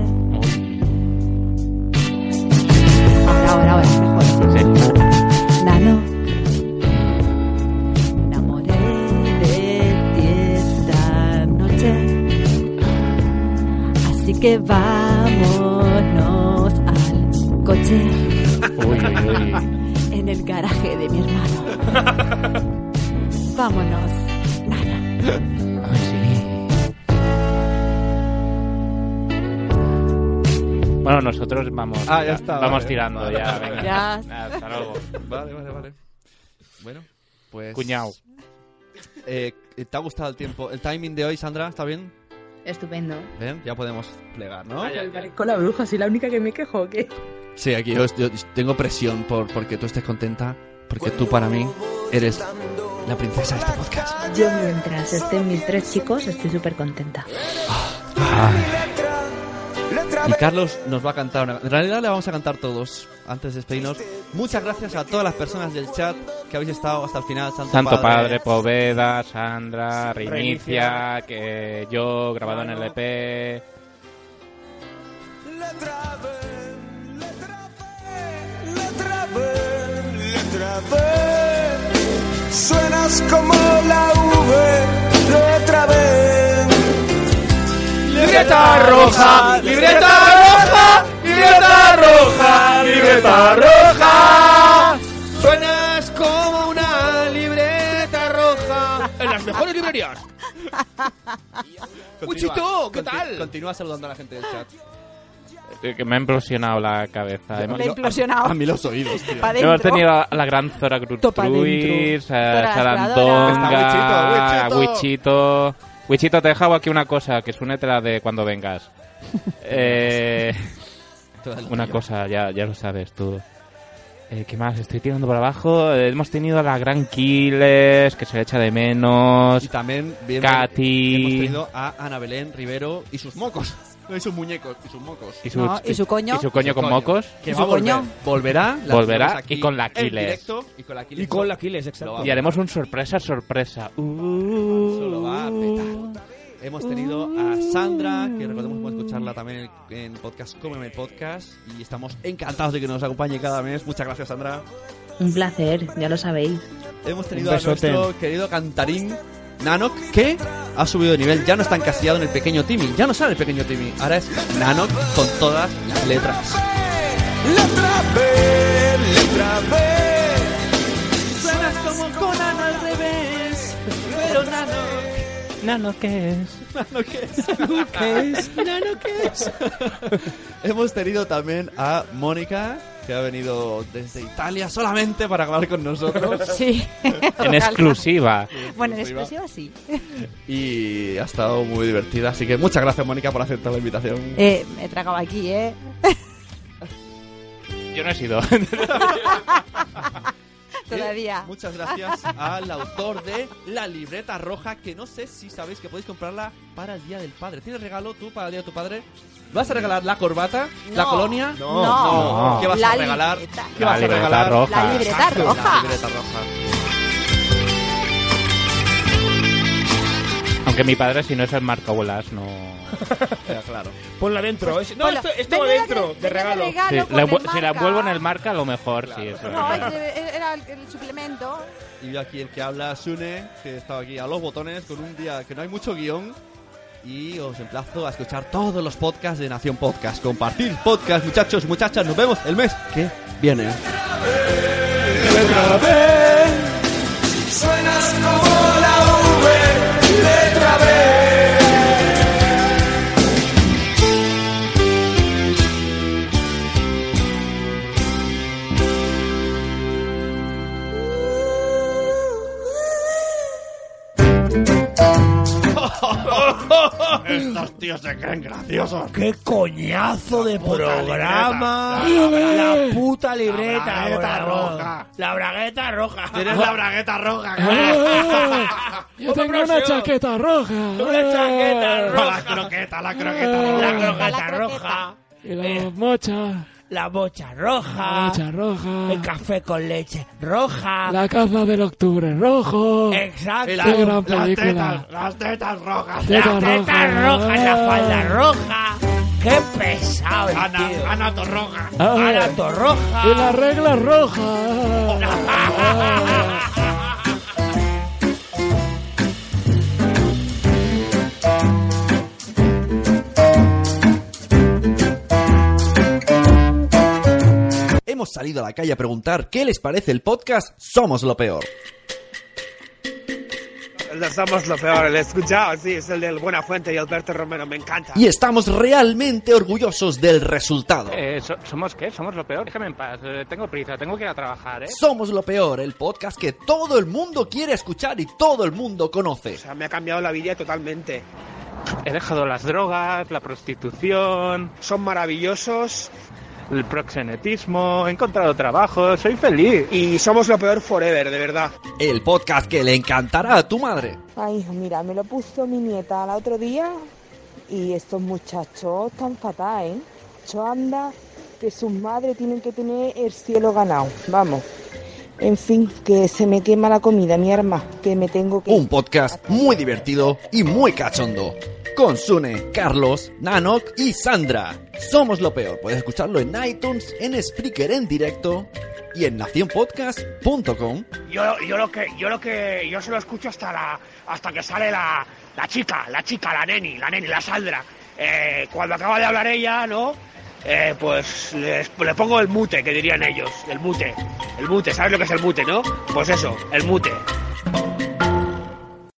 [SPEAKER 3] que vámonos al coche. En el garaje de mi hermano. Vámonos, Nana.
[SPEAKER 7] Bueno, nosotros vamos,
[SPEAKER 5] Ah, ya
[SPEAKER 7] tira-
[SPEAKER 5] está,
[SPEAKER 7] vamos
[SPEAKER 5] vale.
[SPEAKER 7] tirando
[SPEAKER 5] Vale,
[SPEAKER 7] ya.
[SPEAKER 5] vale.
[SPEAKER 7] venga.
[SPEAKER 5] Ya.
[SPEAKER 7] Nada, Hasta luego.
[SPEAKER 5] Vale, vale, vale. Bueno, pues.
[SPEAKER 7] Cuñao.
[SPEAKER 5] Eh, ¿Te ha gustado el tiempo? ¿El timing de hoy, Sandra? ¿Está bien?
[SPEAKER 10] Estupendo.
[SPEAKER 5] Bien, ya podemos plegar, ¿no?
[SPEAKER 10] Con la bruja, soy la única que me quejo, ¿o ¿qué?
[SPEAKER 5] Sí, aquí yo, yo tengo presión por porque tú estés contenta, porque tú para mí eres la princesa de este podcast.
[SPEAKER 10] Yo mientras estén mis tres chicos estoy súper contenta.
[SPEAKER 5] Y Carlos nos va a cantar una... En realidad le vamos a cantar todos antes de despedirnos. Muchas gracias a todas las personas del chat que habéis estado hasta el final. Santo,
[SPEAKER 7] Santo
[SPEAKER 5] Padre.
[SPEAKER 7] Padre, Poveda, Sandra, Reinicia, que yo, grabado en el E EP.
[SPEAKER 26] Suenas como la V de otra vez.
[SPEAKER 4] Libreta roja, libreta roja, libreta roja, libreta roja. Suenas como una libreta roja en las mejores librerías. Puchito, ¿qué
[SPEAKER 5] conti-
[SPEAKER 4] tal?
[SPEAKER 5] Continúa saludando a la gente del chat.
[SPEAKER 7] Eh, Que me ha implosionado la cabeza. Hemos-
[SPEAKER 6] Me ha implosionado.
[SPEAKER 5] A mí los oídos, tío.
[SPEAKER 6] Pa' dentro.
[SPEAKER 7] Hemos tenido a la gran Zora
[SPEAKER 6] Topa dentro.
[SPEAKER 7] Crutruis,
[SPEAKER 6] Zora,
[SPEAKER 7] Sarandonga,
[SPEAKER 6] Está Wichito,
[SPEAKER 7] Wichito. Wichito, te he dejado aquí una cosa, que es la de cuando vengas. Eh,
[SPEAKER 5] Todo el
[SPEAKER 7] una
[SPEAKER 5] día.
[SPEAKER 7] cosa, ya, ya lo sabes tú. Eh, ¿Qué más? Estoy tirando por abajo. Eh, hemos tenido a la gran Kiles, que se le echa de menos.
[SPEAKER 5] Y también bien- Hemos
[SPEAKER 7] Katy.
[SPEAKER 5] traído a Ana Belén Rivero y sus mocos. No, y sus muñecos, y sus mocos.
[SPEAKER 7] Y su- No, y su coño. y su coño con mocos.
[SPEAKER 5] Que
[SPEAKER 7] Y
[SPEAKER 5] va a
[SPEAKER 7] su
[SPEAKER 5] volver.
[SPEAKER 7] coño.
[SPEAKER 5] Volverá. la
[SPEAKER 7] Volverá
[SPEAKER 5] tenemos aquí
[SPEAKER 7] y con la
[SPEAKER 5] en
[SPEAKER 7] Aquiles.
[SPEAKER 5] directo, Y con la Aquiles.
[SPEAKER 13] Y con la Aquiles, exacto.
[SPEAKER 5] Lo va a
[SPEAKER 7] Y haremos un sorpresa, sorpresa. Uh,
[SPEAKER 5] Solo va a petar. Hemos tenido a Sandra, que recordemos podemos escucharla también en el podcast Cómeme el Podcast. Y estamos encantados de que nos acompañe cada mes. Muchas gracias, Sandra.
[SPEAKER 10] Un placer, ya lo sabéis.
[SPEAKER 5] Hemos tenido a nuestro querido cantarín Nanok, que ha subido de nivel. Ya no está encasillado en el pequeño Timmy. Ya no sale el pequeño Timmy. Ahora es Nanok con todas las letras.
[SPEAKER 26] Letra B.
[SPEAKER 4] Suenas como Conan al revés, pero nano.
[SPEAKER 7] Nano, ¿qué es?
[SPEAKER 4] Nano, ¿qué es?
[SPEAKER 5] ¿Qué es?
[SPEAKER 4] Nano, ¿qué es?
[SPEAKER 5] Hemos tenido también a Mónica, que ha venido desde Italia solamente para hablar con nosotros.
[SPEAKER 6] Sí.
[SPEAKER 7] En exclusiva.
[SPEAKER 6] Bueno, en exclusiva sí.
[SPEAKER 5] Y ha estado muy divertida, así que muchas gracias Mónica por aceptar la invitación.
[SPEAKER 6] Eh, me he tragado aquí, ¿eh?
[SPEAKER 7] Yo no he sido.
[SPEAKER 6] Todavía.
[SPEAKER 5] Eh, Muchas gracias al autor de La Libreta Roja, que no sé si sabéis que podéis comprarla para el Día del Padre. ¿Tienes regalo tú para el Día de tu Padre? ¿Vas a regalar la corbata? ¿La
[SPEAKER 6] No.
[SPEAKER 5] colonia?
[SPEAKER 6] No. No.
[SPEAKER 5] ¿Qué vas
[SPEAKER 6] La
[SPEAKER 5] a regalar?
[SPEAKER 6] libreta.
[SPEAKER 5] ¿Qué
[SPEAKER 7] La
[SPEAKER 5] vas a
[SPEAKER 7] libreta
[SPEAKER 5] regalar?
[SPEAKER 7] roja. La
[SPEAKER 6] libreta
[SPEAKER 5] Exacto,
[SPEAKER 6] roja.
[SPEAKER 5] La libreta roja.
[SPEAKER 7] Aunque mi padre, si no es el Marco Bolas, no.
[SPEAKER 5] claro.
[SPEAKER 4] Ponla dentro.
[SPEAKER 7] Pues
[SPEAKER 4] es- No,
[SPEAKER 6] Ponla.
[SPEAKER 4] esto, esto va
[SPEAKER 6] Venga,
[SPEAKER 4] dentro, de regalo.
[SPEAKER 7] Sí,
[SPEAKER 6] Regalo con
[SPEAKER 7] la
[SPEAKER 6] el
[SPEAKER 7] envu- si la
[SPEAKER 6] marca.
[SPEAKER 7] envuelvo en el marca, a lo mejor sí. Eso
[SPEAKER 6] No, ese era el, el suplemento.
[SPEAKER 5] Y yo aquí el que habla, Sune, que estaba aquí a los botones con un día que no hay mucho guión. Y os emplazo a escuchar todos los podcasts de Nación Podcast. Compartir podcast, muchachos, muchachas. Nos vemos el mes que viene.
[SPEAKER 26] Letra B. Suenas como la V. Letra B.
[SPEAKER 4] Estos tíos se creen graciosos.
[SPEAKER 13] ¡Qué coñazo de programa!
[SPEAKER 4] libreta. La
[SPEAKER 13] La puta libreta.
[SPEAKER 4] bragueta
[SPEAKER 13] bro.
[SPEAKER 4] roja.
[SPEAKER 13] La bragueta roja.
[SPEAKER 4] Tienes la bragueta roja.
[SPEAKER 13] Ah,
[SPEAKER 4] Yo tengo una chaqueta Eh.
[SPEAKER 13] roja.
[SPEAKER 4] Una chaqueta roja.
[SPEAKER 13] La croqueta, la
[SPEAKER 4] croqueta roja.
[SPEAKER 13] La croqueta roja. Y la mocha. La mocha roja.
[SPEAKER 4] La mocha
[SPEAKER 13] roja. El café con leche roja.
[SPEAKER 4] La
[SPEAKER 13] caza del octubre rojo.
[SPEAKER 4] Y
[SPEAKER 13] Exacto.
[SPEAKER 4] la- Qué gran las película. tetas,
[SPEAKER 13] las tetas rojas.
[SPEAKER 4] Tetas
[SPEAKER 13] las tetas
[SPEAKER 4] rojas.
[SPEAKER 13] rojas, la falda roja. Qué pesado, el tío. Ana Torroja. Ana Torroja.
[SPEAKER 4] Ah, Y la regla
[SPEAKER 13] Ah, roja.
[SPEAKER 5] salido a la calle a preguntar qué les parece el podcast Somos lo Peor.
[SPEAKER 6] El de Somos lo peor, el he escuchado, sí, es el del Buena Fuente y Alberto Romero, me encanta.
[SPEAKER 5] Y estamos realmente orgullosos del resultado.
[SPEAKER 7] Eh, so- ¿Somos qué? Somos lo peor. Déjame en paz. Eh, tengo prisa, tengo que ir a trabajar, ¿eh?
[SPEAKER 5] Somos lo Peor, el podcast que todo el mundo quiere escuchar y todo el mundo conoce.
[SPEAKER 6] O sea, me ha cambiado la vida totalmente.
[SPEAKER 7] He dejado las drogas, la prostitución.
[SPEAKER 6] Son maravillosos.
[SPEAKER 7] El proxenetismo, he encontrado trabajo, soy feliz.
[SPEAKER 6] Y somos lo peor forever, de verdad.
[SPEAKER 5] El podcast que le encantará a tu madre.
[SPEAKER 11] Ay, hijo, mira, me lo puso mi nieta el otro día y estos muchachos tan fatal, ¿eh? Yo anda que sus madres tienen que tener el cielo ganado. Vamos. En fin, que se me quema la comida, mi arma, que me tengo que...
[SPEAKER 5] Un podcast muy divertido y muy cachondo. Con Sune, Carlos, Nanok y Sandra. Somos lo peor. Puedes escucharlo en iTunes, en Spreaker en directo y en nacionpodcast.com.
[SPEAKER 6] Yo, yo lo que, yo lo que, yo se lo escucho hasta la, hasta que sale la, la chica, la chica, la neni, la neni, la saldra. Eh, cuando acaba de hablar ella, ¿no? Eh, pues les- le pongo el mute, que dirían ellos, el mute, el mute, ¿sabes lo que es el mute, no? Pues eso, el mute.